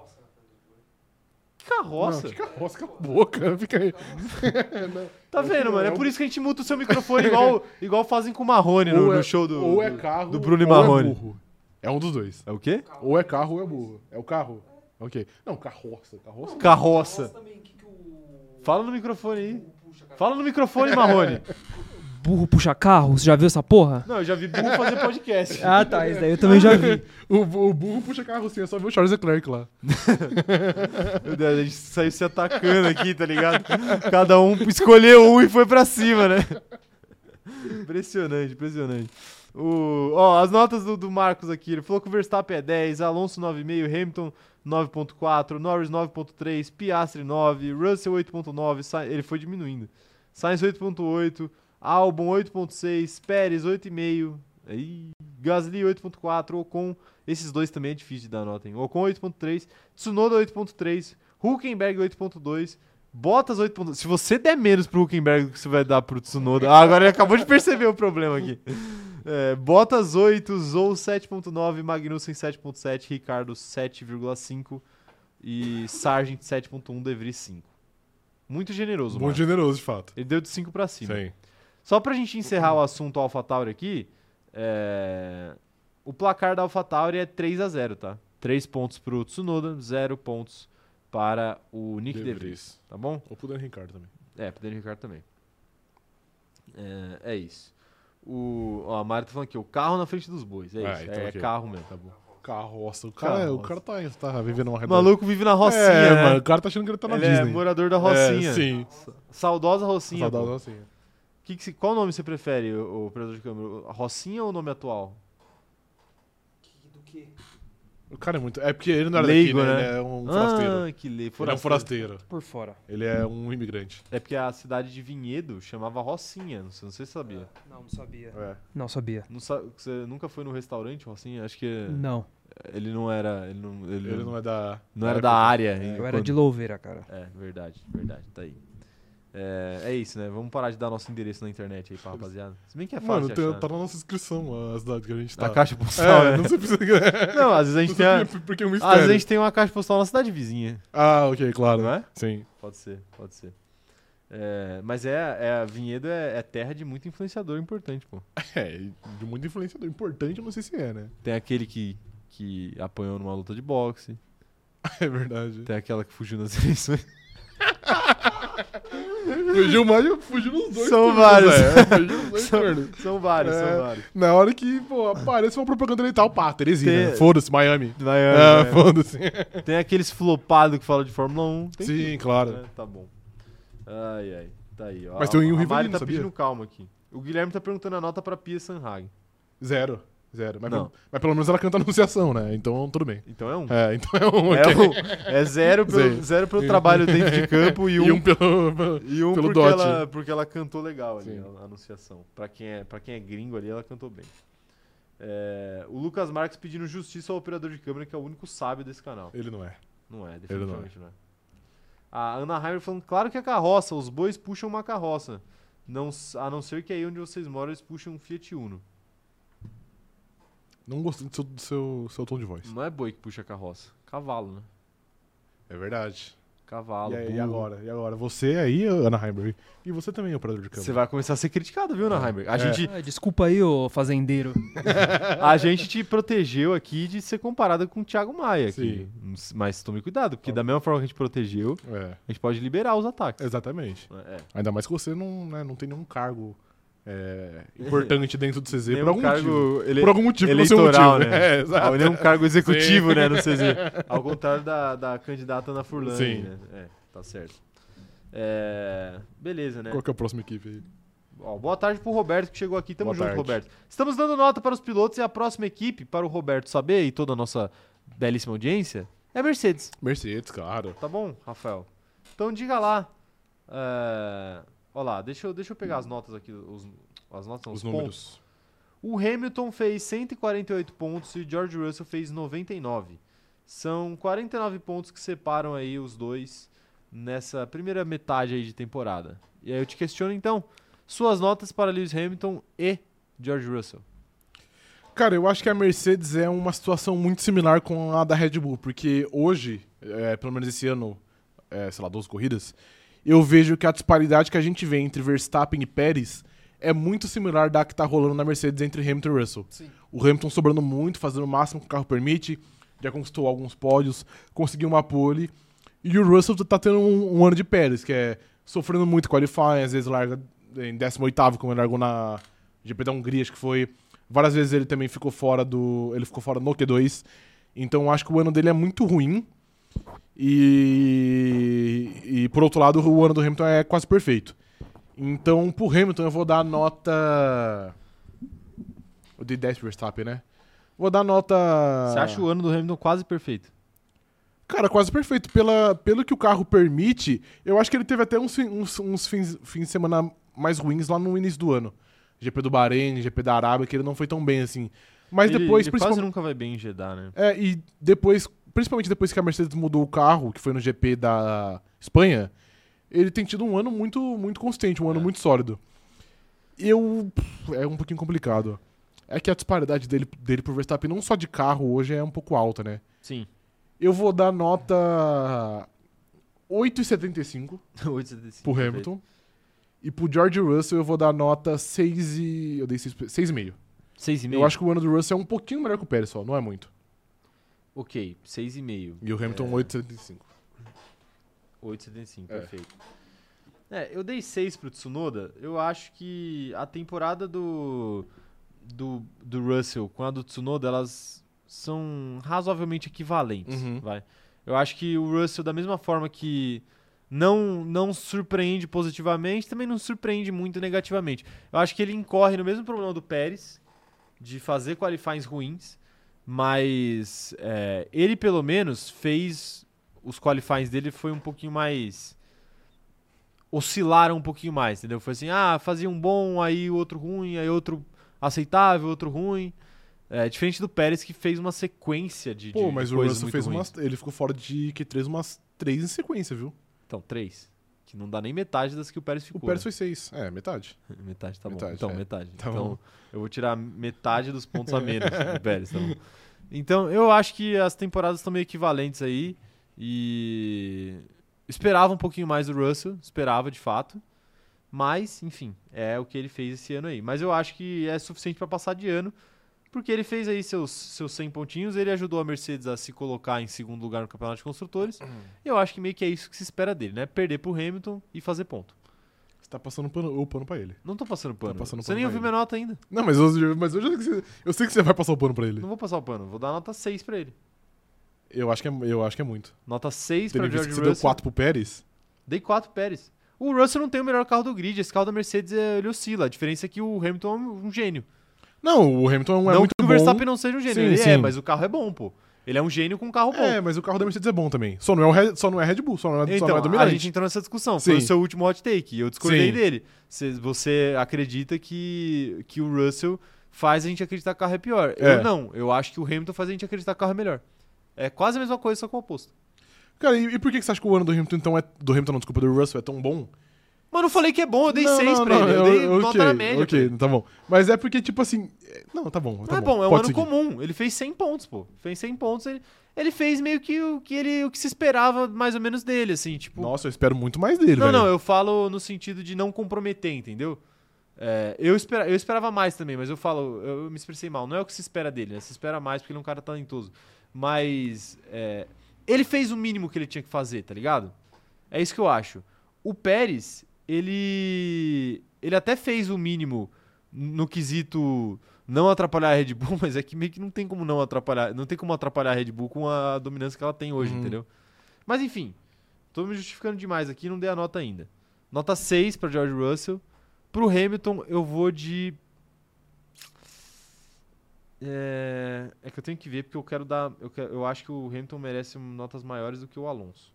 [SPEAKER 1] Carroça.
[SPEAKER 2] Não, que carroça, cala a boca. Fica aí.
[SPEAKER 1] Tá vendo, mano? É por isso que a gente muta o seu microfone igual, igual fazem com o Marrone no,
[SPEAKER 2] um Ou é-
[SPEAKER 1] no show do,
[SPEAKER 2] ou é
[SPEAKER 1] do-
[SPEAKER 2] carro,
[SPEAKER 1] do Bruno e
[SPEAKER 2] ou
[SPEAKER 1] Marrone.
[SPEAKER 2] É, burro. é um dos dois.
[SPEAKER 1] É o quê?
[SPEAKER 2] Ou é carro ou é burro. É o carro? Ok. Não, carroça. Carroça.
[SPEAKER 1] Carroça.
[SPEAKER 4] também, que que o...
[SPEAKER 1] Fala no microfone aí.
[SPEAKER 4] Puxa, cara.
[SPEAKER 1] Fala no microne, Marrone.
[SPEAKER 3] Burro puxa carro, você já viu essa porra?
[SPEAKER 1] Não, eu já vi burro fazer podcast.
[SPEAKER 3] Ah, tá, isso daí eu também já vi.
[SPEAKER 2] O, bu- o burro puxa carrocinha, só vê o Charles Leclerc lá.
[SPEAKER 1] Meu Deus, a gente saiu se atacando aqui, tá ligado? Cada um escolheu um e foi pra cima, né? Impressionante, impressionante. O, ó, as notas do, do Marcos aqui. Ele falou que o Verstappen é 10, Alonso 9,5, Hamilton 9,4, Norris 9,3, Piastri 9, Russell 8,9. Sa- Ele foi diminuindo. Sainz 8,8, Albon 8,6, Pérez 8,5. Aí, Gasly 8.4, Ocon, esses dois também é difícil de dar nota, hein? Ocon 8.3, Tsunoda 8.3, Huckenberg 8.2, Bottas 8.2. Se você der menos pro Huckenberg do que você vai dar pro Tsunoda. Ah, agora ele acabou de perceber o problema aqui. É, Bottas 8, Zou 7.9, Magnussen 7.7, Ricardo 7,5 e Sargent 7.1, De Vries 5. Muito generoso,
[SPEAKER 2] Muito
[SPEAKER 1] mano.
[SPEAKER 2] generoso, de fato.
[SPEAKER 1] Ele deu de 5 pra cima.
[SPEAKER 2] Sim.
[SPEAKER 1] Só pra gente encerrar o assunto AlphaTauri aqui, é, o placar da AlphaTauri é 3 a 0 tá? 3 pontos pro Tsunoda, 0 pontos para o Nick
[SPEAKER 2] De
[SPEAKER 1] DeVries,
[SPEAKER 2] Vries.
[SPEAKER 1] tá bom?
[SPEAKER 2] Ou pro Daniel Ricardo também.
[SPEAKER 1] É, pro Daniel Ricardo também. É, é isso. O, ó, a Mari tá falando aqui, o carro na frente dos bois, é
[SPEAKER 2] Ah,
[SPEAKER 1] isso,
[SPEAKER 2] então
[SPEAKER 1] é
[SPEAKER 2] ok.
[SPEAKER 1] carro mesmo.
[SPEAKER 2] Tá bom. Carroça. O cara,
[SPEAKER 1] Carroça.
[SPEAKER 2] O cara tá, tá vivendo uma
[SPEAKER 1] O
[SPEAKER 2] realidade.
[SPEAKER 1] maluco vive na Rocinha,
[SPEAKER 2] é,
[SPEAKER 1] né?
[SPEAKER 2] mano, o cara tá achando que ele tá na
[SPEAKER 1] Ele é
[SPEAKER 2] Disney.
[SPEAKER 1] morador da Rocinha.
[SPEAKER 2] É, sim.
[SPEAKER 1] Saudosa Rocinha.
[SPEAKER 2] Saudosa
[SPEAKER 1] pô.
[SPEAKER 2] Rocinha.
[SPEAKER 1] Que que se- qual nome você prefere, o, operador de câmera? A Rocinha ou o nome atual?
[SPEAKER 4] Que- Do que?
[SPEAKER 2] O cara é muito... É porque ele não era
[SPEAKER 1] Leigo,
[SPEAKER 2] daqui, né?
[SPEAKER 1] né?
[SPEAKER 2] Ele é um forasteiro.
[SPEAKER 1] Ah, que lei.
[SPEAKER 2] Ele é um forasteiro.
[SPEAKER 3] Por fora.
[SPEAKER 2] Ele é um imigrante.
[SPEAKER 1] É porque a cidade de Vinhedo chamava Rocinha, não sei, não sei se você sabia.
[SPEAKER 3] Não, não sabia.
[SPEAKER 2] É.
[SPEAKER 3] Não sabia.
[SPEAKER 1] Não sa- você nunca foi num restaurante, Rocinha? Acho que
[SPEAKER 3] Não,
[SPEAKER 1] ele não era. Ele não, ele
[SPEAKER 2] Ele
[SPEAKER 1] Hum. não,
[SPEAKER 2] não é da...
[SPEAKER 1] era É. da área.
[SPEAKER 3] eu
[SPEAKER 1] enquanto-
[SPEAKER 3] era de Louveira, cara.
[SPEAKER 1] É, verdade, verdade, tá aí. É, é isso, né? Vamos parar de dar nosso endereço na internet aí pra rapaziada. Se bem que é fácil.
[SPEAKER 2] Mano,
[SPEAKER 1] de
[SPEAKER 2] tem-
[SPEAKER 1] achar,
[SPEAKER 2] tá
[SPEAKER 1] né?
[SPEAKER 2] na nossa inscrição a cidade que a gente tá.
[SPEAKER 1] Na caixa postal.
[SPEAKER 2] É,
[SPEAKER 1] né?
[SPEAKER 2] não sei precisa...
[SPEAKER 1] Não, às vezes a gente tem. a-
[SPEAKER 2] Porque é um
[SPEAKER 1] Às
[SPEAKER 2] mistério.
[SPEAKER 1] vezes a gente tem uma caixa postal na cidade vizinha,
[SPEAKER 2] Ah, ok, claro.
[SPEAKER 1] não é?
[SPEAKER 2] Sim.
[SPEAKER 1] Pode ser, pode ser. É, mas é, é Vinhedo é, é terra de muito influenciador importante, pô.
[SPEAKER 2] É, de muito influenciador. Importante, eu não sei se é, né?
[SPEAKER 1] Tem aquele que, que apanhou numa luta de boxe.
[SPEAKER 2] É verdade.
[SPEAKER 1] Tem aquela que fugiu nas eleições.
[SPEAKER 2] Fugiu mais, eu fugi nos dois.
[SPEAKER 1] São
[SPEAKER 2] turnos,
[SPEAKER 1] vários.
[SPEAKER 2] É, fugiu nos dois turnos.
[SPEAKER 1] São vários,
[SPEAKER 2] É.
[SPEAKER 1] são vários.
[SPEAKER 2] Na hora que, pô, aparece uma propaganda eleitoral, pá, Teresina.
[SPEAKER 1] Te-
[SPEAKER 2] Foda-se, Miami.
[SPEAKER 1] Miami,
[SPEAKER 2] ah,
[SPEAKER 1] né?
[SPEAKER 2] foda-se.
[SPEAKER 1] Tem aqueles flopados que falam de Fórmula 1. Tem
[SPEAKER 2] Sim, claro.
[SPEAKER 1] tudo, né? Tá bom. Ai, ai. Tá aí, ó.
[SPEAKER 2] Mas tem o
[SPEAKER 1] A
[SPEAKER 2] Rio
[SPEAKER 1] Mari
[SPEAKER 2] Rivelino,
[SPEAKER 1] tá
[SPEAKER 2] sabia?
[SPEAKER 1] pedindo calma aqui. O Guilherme tá perguntando a nota pra Pia Sanhag.
[SPEAKER 2] Zero. Zero. Mas,
[SPEAKER 1] Não.
[SPEAKER 2] pelo- mas pelo menos ela canta anunciação, né? Então tudo bem.
[SPEAKER 1] Então é um.
[SPEAKER 2] É, então é um.
[SPEAKER 1] É,
[SPEAKER 2] ok.
[SPEAKER 1] um- é zero pelo,
[SPEAKER 2] Zero.
[SPEAKER 1] zero pelo
[SPEAKER 2] E um.
[SPEAKER 1] trabalho dentro de campo e um,
[SPEAKER 2] E um pelo.
[SPEAKER 1] e um
[SPEAKER 2] pelo
[SPEAKER 1] porque,
[SPEAKER 2] dote.
[SPEAKER 1] ela, porque ela cantou legal ali,
[SPEAKER 2] Sim.
[SPEAKER 1] a a anunciação. Pra quem, é, pra quem é gringo ali, ela cantou bem. É, o Lucas Marques pedindo justiça ao operador de câmera, que é o único sábio desse canal.
[SPEAKER 2] Ele não é.
[SPEAKER 1] Não é,
[SPEAKER 2] não é.
[SPEAKER 1] definitivamente não é. A Ana Heimer falando, claro que é carroça, os bois puxam uma carroça. Não, s- a não ser que aí onde vocês moram eles puxam um Fiat Uno.
[SPEAKER 2] Não gostei do seu, do seu, seu tom de voz.
[SPEAKER 1] Não é boi que puxa carroça, cavalo, né?
[SPEAKER 2] É verdade.
[SPEAKER 1] Cavalo,
[SPEAKER 2] E, aí,
[SPEAKER 1] burro.
[SPEAKER 2] e agora? E agora? Você aí, Ana Heimberg. E você também, operador de câmera.
[SPEAKER 1] Você vai começar a ser criticado, viu, Ana Heimer? A,
[SPEAKER 2] É.
[SPEAKER 1] gente,
[SPEAKER 3] Ah, desculpa aí, ô fazendeiro.
[SPEAKER 1] a gente te protegeu aqui de ser comparada com o Thiago Maia. Aqui. Mas tome cuidado, porque da mesma forma que a gente protegeu,
[SPEAKER 2] É,
[SPEAKER 1] a gente pode liberar os ataques.
[SPEAKER 2] exatamente.
[SPEAKER 1] É.
[SPEAKER 2] Ainda mais que você não, né, não tem nenhum cargo é, importante dentro do CZ por
[SPEAKER 1] Nenhum
[SPEAKER 2] algum
[SPEAKER 1] um cargo
[SPEAKER 2] motivo.
[SPEAKER 1] ele-
[SPEAKER 2] Por algum motivo, não sei o
[SPEAKER 1] eleitoral,
[SPEAKER 2] motivo.
[SPEAKER 1] né?
[SPEAKER 2] É, exato.
[SPEAKER 1] Ah, ele é um cargo executivo, né? Não sei se... Ao contrário da, da candidata Ana Furlan,
[SPEAKER 2] Sim.
[SPEAKER 1] né? É, tá certo. É, beleza, né?
[SPEAKER 2] Qual que é a próxima equipe aí?
[SPEAKER 1] Ó, boa tarde pro Roberto que chegou aqui. Tamo
[SPEAKER 2] Boa
[SPEAKER 1] junto,
[SPEAKER 2] tarde.
[SPEAKER 1] Roberto. Estamos dando nota para os pilotos e a próxima equipe, para o Roberto saber e toda a nossa belíssima audiência, é a Mercedes.
[SPEAKER 2] Mercedes, claro.
[SPEAKER 1] Tá bom, Rafael? Então diga lá. É... Ó lá, deixa eu, deixa eu pegar as notas aqui. Os, as notas não,
[SPEAKER 2] Os
[SPEAKER 1] os, pontos.
[SPEAKER 2] números.
[SPEAKER 1] O Hamilton fez 148 pontos e o George Russell fez 99. São 49 pontos que separam aí os dois nessa primeira metade aí de temporada. E aí eu te questiono então, suas notas para Lewis Hamilton e George Russell.
[SPEAKER 2] Cara, eu acho que a Mercedes é uma situação muito similar com a da Red Bull, porque hoje, é, pelo menos esse ano, é, sei lá, 12 corridas, eu vejo que a disparidade que a gente vê entre Verstappen e Pérez é muito similar da que tá rolando na Mercedes entre Hamilton e Russell.
[SPEAKER 4] Sim.
[SPEAKER 2] O Hamilton sobrando muito, fazendo o máximo que o carro permite, já conquistou alguns pódios, conseguiu uma pole, e o Russell tá tendo um, um ano de Pérez, que é sofrendo muito qualifying, às vezes larga em 18º, como ele largou na GP da Hungria, acho que foi. Várias vezes ele também ficou fora do. Ele ficou fora no Q2. Então acho que o ano dele é muito ruim. E. E por outro lado, o ano do Hamilton é quase perfeito. Então, pro Hamilton, eu vou dar nota. Eu dei 10 pro Verstappen, né? Vou dar nota.
[SPEAKER 1] Você acha o ano do Hamilton quase perfeito?
[SPEAKER 2] Cara, quase perfeito. Pela, pelo que o carro permite, eu acho que ele teve até uns, fi- uns, uns fins, fins de semana mais ruins lá no início do ano. GP do Bahrein, GP da Arábia, que ele não foi tão bem assim. Mas
[SPEAKER 1] ele,
[SPEAKER 2] depois,
[SPEAKER 1] ele
[SPEAKER 2] principalmente.
[SPEAKER 1] quase nunca vai bem em Jeddah, né?
[SPEAKER 2] É, e depois, principalmente depois que a Mercedes mudou o carro, que foi no GP da Espanha, ele tem tido um ano muito, muito consistente, um ano
[SPEAKER 1] É.
[SPEAKER 2] muito sólido. Eu. É um pouquinho complicado. É que a disparidade dele, dele pro Verstappen, não só de carro hoje, é um pouco alta, né?
[SPEAKER 1] Sim,
[SPEAKER 2] Eu vou dar nota 8,75
[SPEAKER 1] 8,75.
[SPEAKER 2] pro Hamilton. E pro George Russell eu vou dar nota 6 e... Eu dei 6, 6,5.
[SPEAKER 1] 6,5?
[SPEAKER 2] Eu acho que o ano do Russell é um pouquinho melhor que o Pérez só, não é muito.
[SPEAKER 1] Ok, 6,5.
[SPEAKER 2] E o Hamilton
[SPEAKER 1] É.
[SPEAKER 2] 8,75.
[SPEAKER 1] 8,75,
[SPEAKER 2] É.
[SPEAKER 1] perfeito. É, eu dei 6 pro Tsunoda. Eu acho que a temporada do, do, do Russell com a do Tsunoda, elas são razoavelmente equivalentes,
[SPEAKER 2] Uhum.
[SPEAKER 1] vai. Eu acho que o Russell, da mesma forma que não, não surpreende positivamente, também não surpreende muito negativamente. Eu acho que ele incorre no mesmo problema do Pérez, de fazer qualificações ruins, mas é, ele, pelo menos, fez os qualifies dele foi um pouquinho mais. oscilaram um pouquinho mais, entendeu? Foi assim, ah, fazia um bom, aí outro ruim, aí outro aceitável, outro ruim. É, diferente do Pérez que fez uma sequência de.
[SPEAKER 2] Pô,
[SPEAKER 1] de
[SPEAKER 2] mas o
[SPEAKER 1] coisas
[SPEAKER 2] Russell
[SPEAKER 1] muito
[SPEAKER 2] fez
[SPEAKER 1] ruins.
[SPEAKER 2] umas. Ele ficou fora de Q3 umas 3 em sequência, viu?
[SPEAKER 1] Então, três. Que não dá nem metade das que o Pérez
[SPEAKER 2] O
[SPEAKER 1] ficou.
[SPEAKER 2] Pérez
[SPEAKER 1] né?
[SPEAKER 2] foi 6. É, metade.
[SPEAKER 1] Metade tá bom.
[SPEAKER 2] Metade,
[SPEAKER 1] Então,
[SPEAKER 2] é.
[SPEAKER 1] metade.
[SPEAKER 2] Tá
[SPEAKER 1] então,
[SPEAKER 2] bom.
[SPEAKER 1] eu vou tirar metade dos pontos a menos do Pérez, tá bom? Então, eu acho que as temporadas estão meio equivalentes aí. E. Esperava um pouquinho mais do Russell, esperava de fato. Mas, enfim, é o que ele fez esse ano aí. Mas eu acho que é suficiente para passar de ano, porque ele fez aí seus, seus 100 pontinhos, ele ajudou a Mercedes a se colocar em segundo lugar no Campeonato de Construtores. E eu acho que meio que é isso que se espera dele, né? Perder pro Hamilton e fazer ponto.
[SPEAKER 2] Você tá passando pano- o pano pra ele.
[SPEAKER 1] Não tô passando pano.
[SPEAKER 2] passando
[SPEAKER 1] Você
[SPEAKER 2] pano
[SPEAKER 1] nem
[SPEAKER 2] pra
[SPEAKER 1] ouviu
[SPEAKER 2] ele.
[SPEAKER 1] minha nota ainda.
[SPEAKER 2] Não, mas eu, mas eu, já sei que você, eu sei que você vai passar o pano pra ele.
[SPEAKER 1] Não vou passar o pano, vou dar nota 6 pra ele.
[SPEAKER 2] Eu acho que é, eu acho que é muito.
[SPEAKER 1] Nota 6
[SPEAKER 2] Tendo
[SPEAKER 1] pra
[SPEAKER 2] em vista
[SPEAKER 1] George
[SPEAKER 2] que você
[SPEAKER 1] Russell.
[SPEAKER 2] deu 4 pro Pérez.
[SPEAKER 1] Dei 4 Pérez. O Russell não tem o melhor carro do grid, esse carro da Mercedes é- ele oscila. A diferença é que o Hamilton é um um gênio.
[SPEAKER 2] Não, o Hamilton é
[SPEAKER 1] não
[SPEAKER 2] muito
[SPEAKER 1] que o
[SPEAKER 2] bom.
[SPEAKER 1] Verstappen não seja um gênio,
[SPEAKER 2] Sim,
[SPEAKER 1] ele é,
[SPEAKER 2] sim.
[SPEAKER 1] mas o carro é bom, pô. Ele é um gênio com um carro bom.
[SPEAKER 2] É, mas o carro da Mercedes é bom também. Só não é, o Red, só não é Red Bull, só não é, só não
[SPEAKER 1] Então,
[SPEAKER 2] é
[SPEAKER 1] a
[SPEAKER 2] dominante.
[SPEAKER 1] gente entrou nessa discussão.
[SPEAKER 2] Sim.
[SPEAKER 1] Foi o seu último hot take. e Eu discordei
[SPEAKER 2] Sim.
[SPEAKER 1] dele. Cê- Você acredita que, que o Russell faz a gente acreditar que o carro é pior. Eu
[SPEAKER 2] É.
[SPEAKER 1] não. Eu acho que o Hamilton faz a gente acreditar que o carro é melhor. É quase a mesma coisa, só com o oposto.
[SPEAKER 2] Cara, e, e por que que você acha que o ano do Hamilton então é. Do Hamilton, não, desculpa, do Russell é tão bom?
[SPEAKER 1] Mas eu falei que é bom, eu dei
[SPEAKER 2] Não,
[SPEAKER 1] 6
[SPEAKER 2] não,
[SPEAKER 1] pra
[SPEAKER 2] não,
[SPEAKER 1] ele. Eu, dei nota
[SPEAKER 2] ok,
[SPEAKER 1] na média. pra
[SPEAKER 2] Ok,
[SPEAKER 1] ele.
[SPEAKER 2] tá bom. Mas é porque, tipo assim. é- Não, tá bom. Tá
[SPEAKER 1] não é bom, é um ano
[SPEAKER 2] pode seguir.
[SPEAKER 1] comum. Ele fez 100 pontos, pô. Fez 100 pontos, ele, ele fez meio que o que, ele, o que se esperava mais ou menos dele, assim. Tipo,
[SPEAKER 2] Nossa, eu espero muito mais dele,
[SPEAKER 1] Não,
[SPEAKER 2] velho.
[SPEAKER 1] não, eu falo no sentido de não comprometer, entendeu? É, eu, espera, eu esperava mais também, mas eu falo, eu, eu me expressei mal. Não é o que se espera dele, né? Se espera mais porque ele é um cara talentoso. Mas é, ele fez o mínimo que ele tinha que fazer, tá ligado? É isso que eu acho. O Pérez, ele. Ele até fez o mínimo no quesito não atrapalhar a Red Bull, mas é que meio que não tem como não atrapalhar. Não tem como atrapalhar a Red Bull com a dominância que ela tem hoje,
[SPEAKER 2] Uhum.
[SPEAKER 1] entendeu? Mas enfim, tô me justificando demais aqui, não dei a nota ainda. Nota 6 pra George Russell. Pro Hamilton, eu vou de. É... é que eu tenho que ver, porque eu quero dar. Eu, quero- eu acho que o Hamilton merece um- notas maiores do que o Alonso.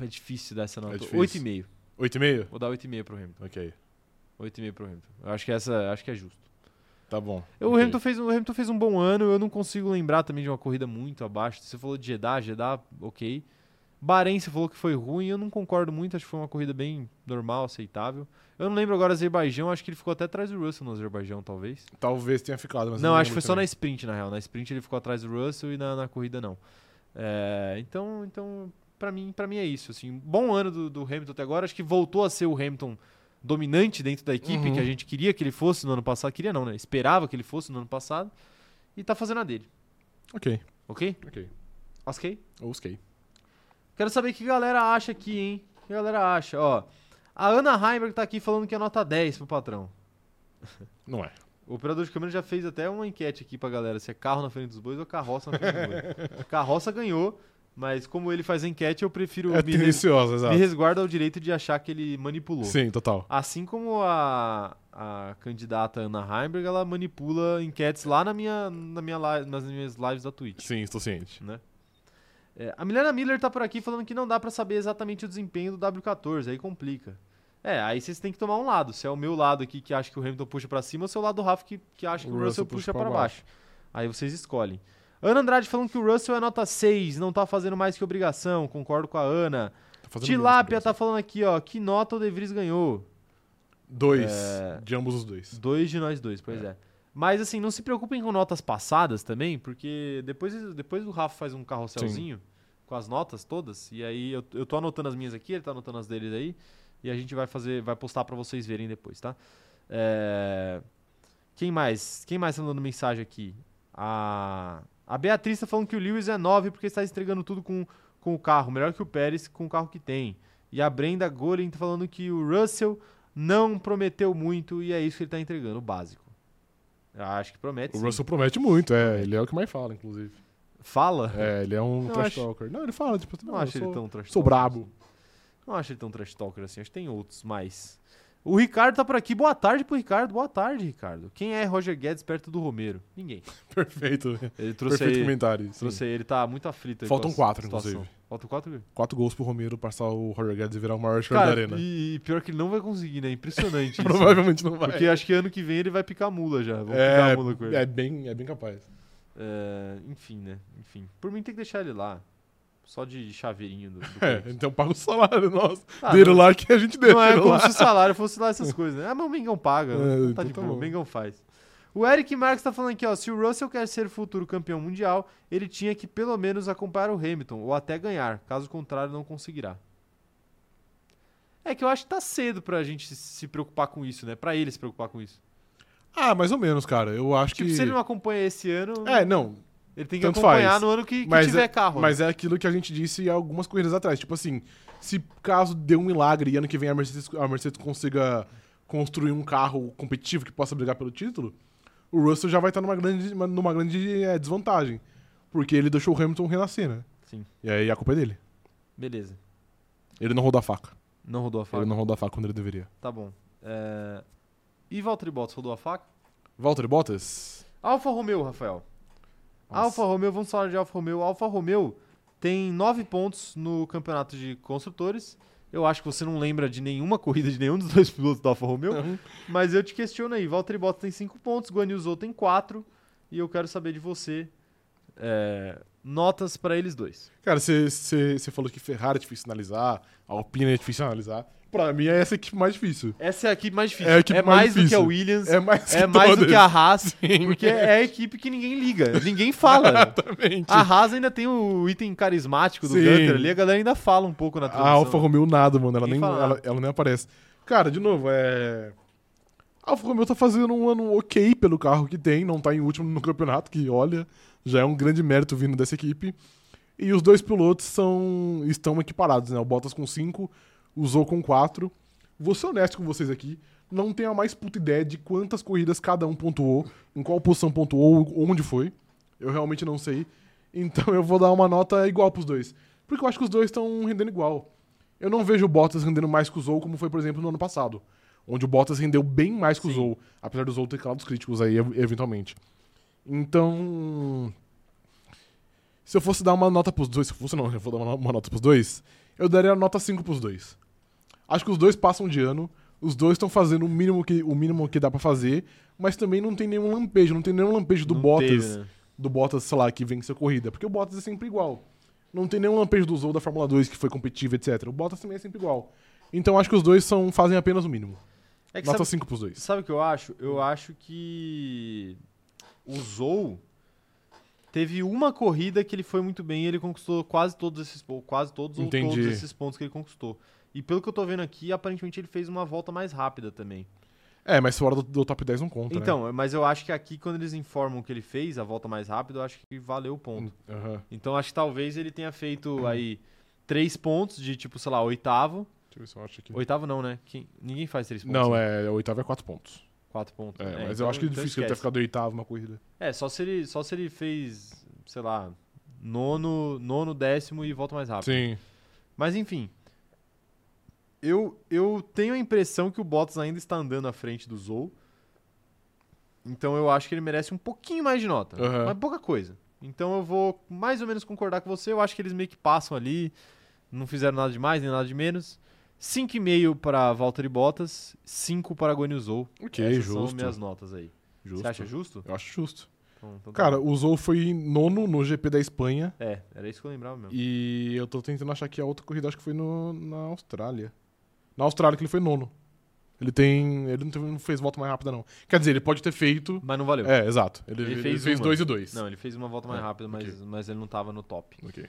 [SPEAKER 1] É difícil dar essa nota.
[SPEAKER 2] difícil.
[SPEAKER 1] 8,5.
[SPEAKER 2] 8,5?
[SPEAKER 1] Vou dar 8,5 pro Hamilton.
[SPEAKER 2] Ok.
[SPEAKER 1] 8,5 pro Hamilton. Eu acho que essa acho que é justo.
[SPEAKER 2] Tá bom.
[SPEAKER 1] O
[SPEAKER 2] Ok.
[SPEAKER 1] Hamilton, fez, um- o Hamilton fez um bom ano, eu não consigo lembrar também de uma corrida muito abaixo. Você falou de Jeddah, Jeddah, ok. Bahrein, você falou que foi ruim, eu não concordo muito, acho que foi uma corrida bem normal, aceitável. Eu não lembro agora Azerbaijão, acho que ele ficou até atrás do Russell no Azerbaijão, talvez.
[SPEAKER 2] Talvez tenha ficado, mas
[SPEAKER 1] não, acho que
[SPEAKER 2] lembro
[SPEAKER 1] foi só na
[SPEAKER 2] também.
[SPEAKER 1] sprint, na real. Na sprint ele ficou atrás do Russell e na, na corrida não. É, então, então para mim, pra mim é isso. Assim, bom ano do, do Hamilton até agora. Acho que voltou a ser o Hamilton dominante dentro da equipe,
[SPEAKER 2] Uhum.
[SPEAKER 1] que a gente queria que ele fosse no ano passado. Queria não, né? Esperava que ele fosse no ano passado. E tá fazendo a dele,
[SPEAKER 2] Ok,
[SPEAKER 1] ok?
[SPEAKER 2] ok.
[SPEAKER 1] Ok?
[SPEAKER 2] Ok.
[SPEAKER 1] Quero saber o que a galera acha aqui, hein? O que a galera acha? Ó, a Ana Heimberg tá aqui falando que é nota 10 pro patrão.
[SPEAKER 2] Não é.
[SPEAKER 1] O operador de câmera já fez até uma enquete aqui pra galera se é carro na frente dos bois ou carroça na frente dos bois. carroça ganhou, mas como ele faz a enquete, eu prefiro
[SPEAKER 2] É
[SPEAKER 1] me, res-
[SPEAKER 2] tendencioso,
[SPEAKER 1] me
[SPEAKER 2] exato.
[SPEAKER 1] resguardo ao direito de achar que ele manipulou.
[SPEAKER 2] Sim, total.
[SPEAKER 1] Assim como a, a candidata Ana Heimberg, ela manipula enquetes lá na minha, na minha li- nas minhas lives da Twitch.
[SPEAKER 2] Sim, estou ciente.
[SPEAKER 1] É, a Milena Miller tá por aqui falando que não dá pra saber exatamente o desempenho do W14, aí complica. É, aí vocês têm que tomar um lado. Se é o meu lado aqui que acha que o Hamilton puxa pra cima, ou se é o lado do Rafa que, que acha que o, Russell, puxa pra baixo. Aí vocês escolhem. Ana Andrade falando que o Russell é nota 6, não tá fazendo mais que obrigação, concordo com a Ana.
[SPEAKER 2] Tá fazendo
[SPEAKER 1] Tilápia
[SPEAKER 2] menos que
[SPEAKER 1] tá falando aqui, ó, que nota o De Vries ganhou?
[SPEAKER 2] dois. Dois.
[SPEAKER 1] É.
[SPEAKER 2] De ambos os dois.
[SPEAKER 1] Dois de nós dois, pois é. Mas assim, não se preocupem com notas passadas também, porque depois, depois o Rafa faz um carrosselzinho com as notas todas, e aí eu, eu tô anotando as minhas aqui, ele tá anotando as deles aí, e a gente vai fazer, vai postar pra vocês verem depois, tá? É, Quem mais? Quem mais tá mandando mensagem aqui? A, a Beatriz tá falando que o Lewis é 9 porque está entregando tudo com, com o carro, melhor que o Pérez com o carro que tem. E a Brenda Golin tá falando que o Russell não prometeu muito e é isso que ele tá entregando, o básico. Eu acho que promete.
[SPEAKER 2] O
[SPEAKER 1] sim.
[SPEAKER 2] Russell promete muito, é. Ele é o que mais fala, inclusive.
[SPEAKER 1] Fala?
[SPEAKER 2] É, ele é um
[SPEAKER 1] Não,
[SPEAKER 2] trash
[SPEAKER 1] acho-
[SPEAKER 2] talker. Não, ele fala, tipo,
[SPEAKER 1] Não,
[SPEAKER 2] eu
[SPEAKER 1] acho
[SPEAKER 2] sou-
[SPEAKER 1] ele tão trash
[SPEAKER 2] Sou
[SPEAKER 1] talker
[SPEAKER 2] brabo.
[SPEAKER 1] assim. Não acho ele tão trash talker assim, acho que tem outros mais. O Ricardo tá por aqui. Boa tarde pro Ricardo. Boa tarde, Ricardo. Quem é Roger Guedes perto do Romero? Ninguém.
[SPEAKER 2] Perfeito.
[SPEAKER 1] Ele trouxe
[SPEAKER 2] Perfeito
[SPEAKER 1] aí,
[SPEAKER 2] comentário. sim.
[SPEAKER 1] trouxe aí, ele tá muito aflito. aí
[SPEAKER 2] Faltam
[SPEAKER 1] com a
[SPEAKER 2] quatro,
[SPEAKER 1] situação.
[SPEAKER 2] inclusive.
[SPEAKER 1] Faltam quatro?
[SPEAKER 2] Quatro gols pro Romero passar o Roger Guedes e virar o maior jogador da
[SPEAKER 1] Cara,
[SPEAKER 2] arena.
[SPEAKER 1] e, e pior que ele não vai conseguir, né? Impressionante isso.
[SPEAKER 2] Provavelmente né? não vai.
[SPEAKER 1] Porque acho que ano que vem ele vai picar mula já. Vão picar mula com ele.
[SPEAKER 2] É, é, bem, é bem capaz.
[SPEAKER 1] É, enfim, né? Enfim. Por mim tem que deixar ele lá. Só de chaveirinho do, do
[SPEAKER 2] É,
[SPEAKER 1] Corinthians.
[SPEAKER 2] então paga o salário nosso.
[SPEAKER 1] Ah,
[SPEAKER 2] dele
[SPEAKER 1] não-
[SPEAKER 2] lá que a gente deixa.
[SPEAKER 1] Não é
[SPEAKER 2] ele
[SPEAKER 1] como
[SPEAKER 2] lá.
[SPEAKER 1] se o salário fosse lá essas coisas, né? Ah, mas o Mengão paga, né?
[SPEAKER 2] É,
[SPEAKER 1] Então tá
[SPEAKER 2] então
[SPEAKER 1] de
[SPEAKER 2] tá
[SPEAKER 1] boa, o
[SPEAKER 2] bom.
[SPEAKER 1] Mengão faz. O Eric Marques tá falando aqui, ó, se o Russell quer ser futuro campeão mundial, ele tinha que pelo menos acompanhar o Hamilton, ou até ganhar, caso contrário não conseguirá. É que eu acho que tá cedo pra gente se preocupar com isso, né? Pra ele se preocupar com isso.
[SPEAKER 2] Ah, mais ou menos, cara. Eu acho
[SPEAKER 1] Tipo,
[SPEAKER 2] que.
[SPEAKER 1] se ele não um acompanha esse ano,
[SPEAKER 2] É, não.
[SPEAKER 1] ele tem que
[SPEAKER 2] tanto
[SPEAKER 1] acompanhar
[SPEAKER 2] faz.
[SPEAKER 1] no ano que, que
[SPEAKER 2] Mas
[SPEAKER 1] tiver
[SPEAKER 2] é-
[SPEAKER 1] carro. né?
[SPEAKER 2] Mas é aquilo que a gente disse algumas corridas atrás. Tipo assim, se caso dê um milagre e ano que vem a Mercedes, a Mercedes consiga construir um carro competitivo que possa brigar pelo título, o Russell já vai estar numa grande, numa grande eh, desvantagem. Porque ele deixou o Hamilton renascer, né?
[SPEAKER 1] Sim.
[SPEAKER 2] E aí a culpa é dele.
[SPEAKER 1] Beleza.
[SPEAKER 2] Ele não rodou a faca.
[SPEAKER 1] Não rodou a faca.
[SPEAKER 2] Ele não rodou a faca quando ele deveria.
[SPEAKER 1] Tá bom. É... E Valtteri Bottas rodou a faca?
[SPEAKER 2] Walter Bottas?
[SPEAKER 1] Alfa Romeo, Rafael.
[SPEAKER 2] Nossa.
[SPEAKER 1] Alfa Romeo, vamos falar de Alfa Romeo. Alfa Romeo tem nove pontos no campeonato de construtores. Eu acho que você não lembra de nenhuma corrida de nenhum dos dois pilotos da Alfa Romeo,
[SPEAKER 2] Não.
[SPEAKER 1] mas eu te questiono aí. Valtteri Bottas tem cinco pontos, Guan Yu Zhou tem quatro, e eu quero saber de você é, notas pra eles dois.
[SPEAKER 2] Cara, você falou que Ferrari é difícil analisar, Alpine é difícil analisar. Pra mim é essa equipe mais difícil.
[SPEAKER 1] Essa é a equipe mais difícil.
[SPEAKER 2] É a equipe
[SPEAKER 1] mais do
[SPEAKER 2] mais
[SPEAKER 1] que a
[SPEAKER 2] difícil.
[SPEAKER 1] Williams,
[SPEAKER 2] É mais
[SPEAKER 1] é mais do
[SPEAKER 2] todas.
[SPEAKER 1] que a Haas,
[SPEAKER 2] Sim.
[SPEAKER 1] porque é a equipe que ninguém liga, ninguém fala.
[SPEAKER 2] Exatamente.
[SPEAKER 1] A Haas ainda tem o item carismático do
[SPEAKER 2] Sim.
[SPEAKER 1] Gunter ali, a galera ainda fala um pouco na
[SPEAKER 2] A
[SPEAKER 1] transmissão.
[SPEAKER 2] Ah, Alfa Romeo nada, mano. Ela
[SPEAKER 1] Nem
[SPEAKER 2] nem,
[SPEAKER 1] falar.
[SPEAKER 2] ela, ela nem aparece. Cara, de novo, é. A Alfa Romeo tá fazendo um ano ok pelo carro que tem, não tá em último no campeonato, que olha, já é um grande mérito vindo dessa equipe. E os dois pilotos são estão equiparados, né? O Bottas com 5, o Zou com 4. Vou ser honesto com vocês aqui, não tenho a mais puta ideia de quantas corridas cada um pontuou, em qual posição pontuou, onde foi. Eu realmente não sei. Então eu vou dar uma nota igual pros dois. Porque eu acho que os dois estão rendendo igual. Eu não vejo o Bottas rendendo mais que o Zou, como foi, por exemplo, no ano passado. Onde o Bottas rendeu bem mais que o
[SPEAKER 1] Sim.
[SPEAKER 2] Zou, apesar do Zou ter calado os críticos aí, ev- eventualmente. Então. Se eu fosse dar uma nota pros dois, se eu fosse não, eu vou dar uma, no- uma nota pros dois, eu daria nota 5 pros dois. Acho que os dois passam de ano. Os dois estão fazendo o mínimo, que, o mínimo que dá pra fazer, mas também não tem nenhum lampejo, não tem nenhum lampejo do
[SPEAKER 1] Não
[SPEAKER 2] Bottas,
[SPEAKER 1] teve, né?
[SPEAKER 2] do Bottas, sei lá, que venceu a corrida, porque o Bottas é sempre igual. Não tem nenhum lampejo do Zou da Fórmula 2 que foi competitivo, etc. O Bottas também é sempre igual. Então acho que os dois são, fazem apenas o mínimo.
[SPEAKER 1] É que
[SPEAKER 2] Nota
[SPEAKER 1] sabe,
[SPEAKER 2] 5 pros dois.
[SPEAKER 1] sabe o que eu acho? Eu acho que o Zou teve uma corrida que ele foi muito bem e ele conquistou quase todos esses pontos, quase todos ou
[SPEAKER 2] Entendi.
[SPEAKER 1] todos esses pontos que ele conquistou. E pelo que eu tô vendo aqui, aparentemente ele fez uma volta mais rápida também.
[SPEAKER 2] É, mas fora do, do top 10 não conta. né?
[SPEAKER 1] Então, mas eu acho que aqui quando eles informam que ele fez a volta mais rápida, eu acho que valeu o ponto.
[SPEAKER 2] Aham.
[SPEAKER 1] Então acho que talvez ele tenha feito
[SPEAKER 2] Hum.
[SPEAKER 1] aí três pontos de tipo, sei lá, oitavo.
[SPEAKER 2] Deixa eu ver se eu acho aqui.
[SPEAKER 1] Oitavo não, né? Quem- Ninguém faz três pontos.
[SPEAKER 2] Não,
[SPEAKER 1] né?
[SPEAKER 2] é, o oitavo é 4 pontos.
[SPEAKER 1] Quatro pontos.
[SPEAKER 2] É,
[SPEAKER 1] né?
[SPEAKER 2] mas
[SPEAKER 1] Então-
[SPEAKER 2] eu acho que é
[SPEAKER 1] então
[SPEAKER 2] difícil ele ter
[SPEAKER 1] esquece.
[SPEAKER 2] ficado oitavo na corrida.
[SPEAKER 1] É, só se ele, só se ele fez, sei lá, nono, nono, décimo e volta mais rápido.
[SPEAKER 2] Sim.
[SPEAKER 1] Mas enfim. Eu, eu tenho a impressão que o Bottas ainda está andando à frente do Zou. Então eu acho que ele merece um pouquinho mais de nota.
[SPEAKER 2] Aham.
[SPEAKER 1] Mas pouca coisa. Então eu vou mais ou menos concordar com você. Eu acho que eles meio que passam ali. Não fizeram nada de mais nem nada de menos. 5,5 para Valtteri Bottas, 5 para Guanyu Zou.
[SPEAKER 2] Ok,
[SPEAKER 1] Essas
[SPEAKER 2] justo.
[SPEAKER 1] são minhas notas aí.
[SPEAKER 2] Justo.
[SPEAKER 1] Você acha justo?
[SPEAKER 2] Eu acho justo.
[SPEAKER 1] Então, então tá
[SPEAKER 2] Cara,
[SPEAKER 1] bom.
[SPEAKER 2] o Zou foi nono no GP da Espanha.
[SPEAKER 1] É, era isso que eu lembrava mesmo.
[SPEAKER 2] E eu tô tentando achar que a outra corrida acho que foi no, na Austrália. Na Austrália que ele foi nono. Ele tem. Ele não, teve- não fez volta mais rápida, não. Quer dizer, ele pode ter feito.
[SPEAKER 1] Mas não valeu.
[SPEAKER 2] É, exato. Ele,
[SPEAKER 1] Ele
[SPEAKER 2] ele
[SPEAKER 1] fez
[SPEAKER 2] fez,
[SPEAKER 1] uma.
[SPEAKER 2] dois e dois.
[SPEAKER 1] Não, ele fez uma volta mais
[SPEAKER 2] É,
[SPEAKER 1] rápida, mas,
[SPEAKER 2] ok.
[SPEAKER 1] mas ele não tava no top.
[SPEAKER 2] Ok.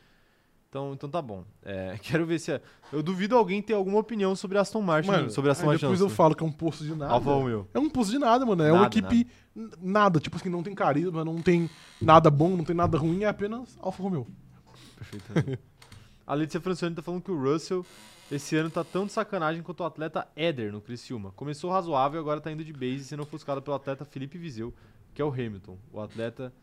[SPEAKER 1] Então, então tá bom. É, quero ver se. é- Eu duvido alguém ter alguma opinião sobre Aston Martin. sobre Aston
[SPEAKER 2] aí
[SPEAKER 1] Martin.
[SPEAKER 2] depois
[SPEAKER 1] não,
[SPEAKER 2] eu falo que é um posto de nada.
[SPEAKER 1] Alfa Romeo.
[SPEAKER 2] É um posto de nada, mano. É uma
[SPEAKER 1] Nada,
[SPEAKER 2] equipe n- nada. Tipo assim, não tem carisma, não tem nada bom, não tem nada ruim, é apenas Alfa Romeo.
[SPEAKER 1] A Letícia Francione tá falando que o Russell esse ano tá tão de sacanagem quanto o atleta Éder no Criciúma. Começou razoável e agora tá indo de base sendo ofuscado pelo atleta Felipe Viseu, que é o Hamilton. O atleta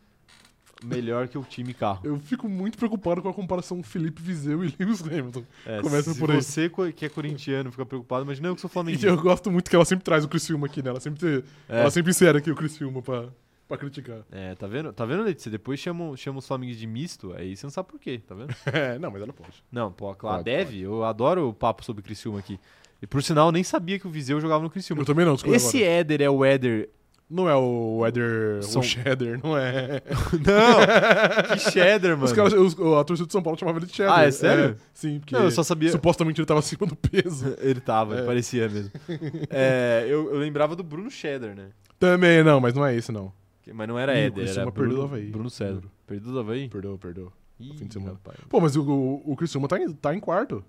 [SPEAKER 1] melhor que o time carro.
[SPEAKER 2] Eu fico muito preocupado com a comparação Felipe Viseu e Lewis Hamilton.
[SPEAKER 1] É,
[SPEAKER 2] Começa
[SPEAKER 1] se
[SPEAKER 2] por aí.
[SPEAKER 1] você co- que é corintiano fica preocupado, imagina eu que sou
[SPEAKER 2] E
[SPEAKER 1] flamenguista.
[SPEAKER 2] eu gosto muito que ela sempre traz o Criciúma aqui, né? Ela sempre,
[SPEAKER 1] É.
[SPEAKER 2] ela sempre insere aqui o Criciúma pra, pra criticar.
[SPEAKER 1] É, tá vendo? Tá vendo, Letícia? Depois chamam, chamam os flamenguistas de misto, aí você não sabe por quê, tá vendo?
[SPEAKER 2] É, não, mas ela pode.
[SPEAKER 1] Não, pô, claro,
[SPEAKER 2] Pode,
[SPEAKER 1] deve. Eu adoro o papo sobre Criciúma aqui. E por sinal, eu nem sabia que o Viseu jogava no Criciúma.
[SPEAKER 2] Eu também não, desculpa
[SPEAKER 1] Esse
[SPEAKER 2] agora.
[SPEAKER 1] Éder é o Éder.
[SPEAKER 2] Não é o Weather,
[SPEAKER 1] São-
[SPEAKER 2] o Cheddar, não é.
[SPEAKER 1] Não! que Cheddar, mano.
[SPEAKER 2] Os caras, os- a torcida de São Paulo chamava ele de Cheddar.
[SPEAKER 1] Ah, é sério?
[SPEAKER 2] sim, porque
[SPEAKER 1] Não, eu só sabia.
[SPEAKER 2] supostamente ele tava acima do peso.
[SPEAKER 1] Ele tava, ele
[SPEAKER 2] É.
[SPEAKER 1] parecia mesmo. É, eu, eu lembrava do Bruno Cheddar, né?
[SPEAKER 2] também, não, mas não é esse, não.
[SPEAKER 1] Que- Mas não era
[SPEAKER 2] Ih, o
[SPEAKER 1] Éder, era
[SPEAKER 2] Criciúma perdeu
[SPEAKER 1] Bruno,
[SPEAKER 2] do Avaí.
[SPEAKER 1] Bruno Cheddar.
[SPEAKER 2] Duro.
[SPEAKER 1] Perdeu do Havaí?
[SPEAKER 2] Perdoa, perdoa.
[SPEAKER 1] Ih,
[SPEAKER 2] fim de semana.
[SPEAKER 1] rapaz.
[SPEAKER 2] Pô, mas o, o, o Criciúma tá em, tá em quarto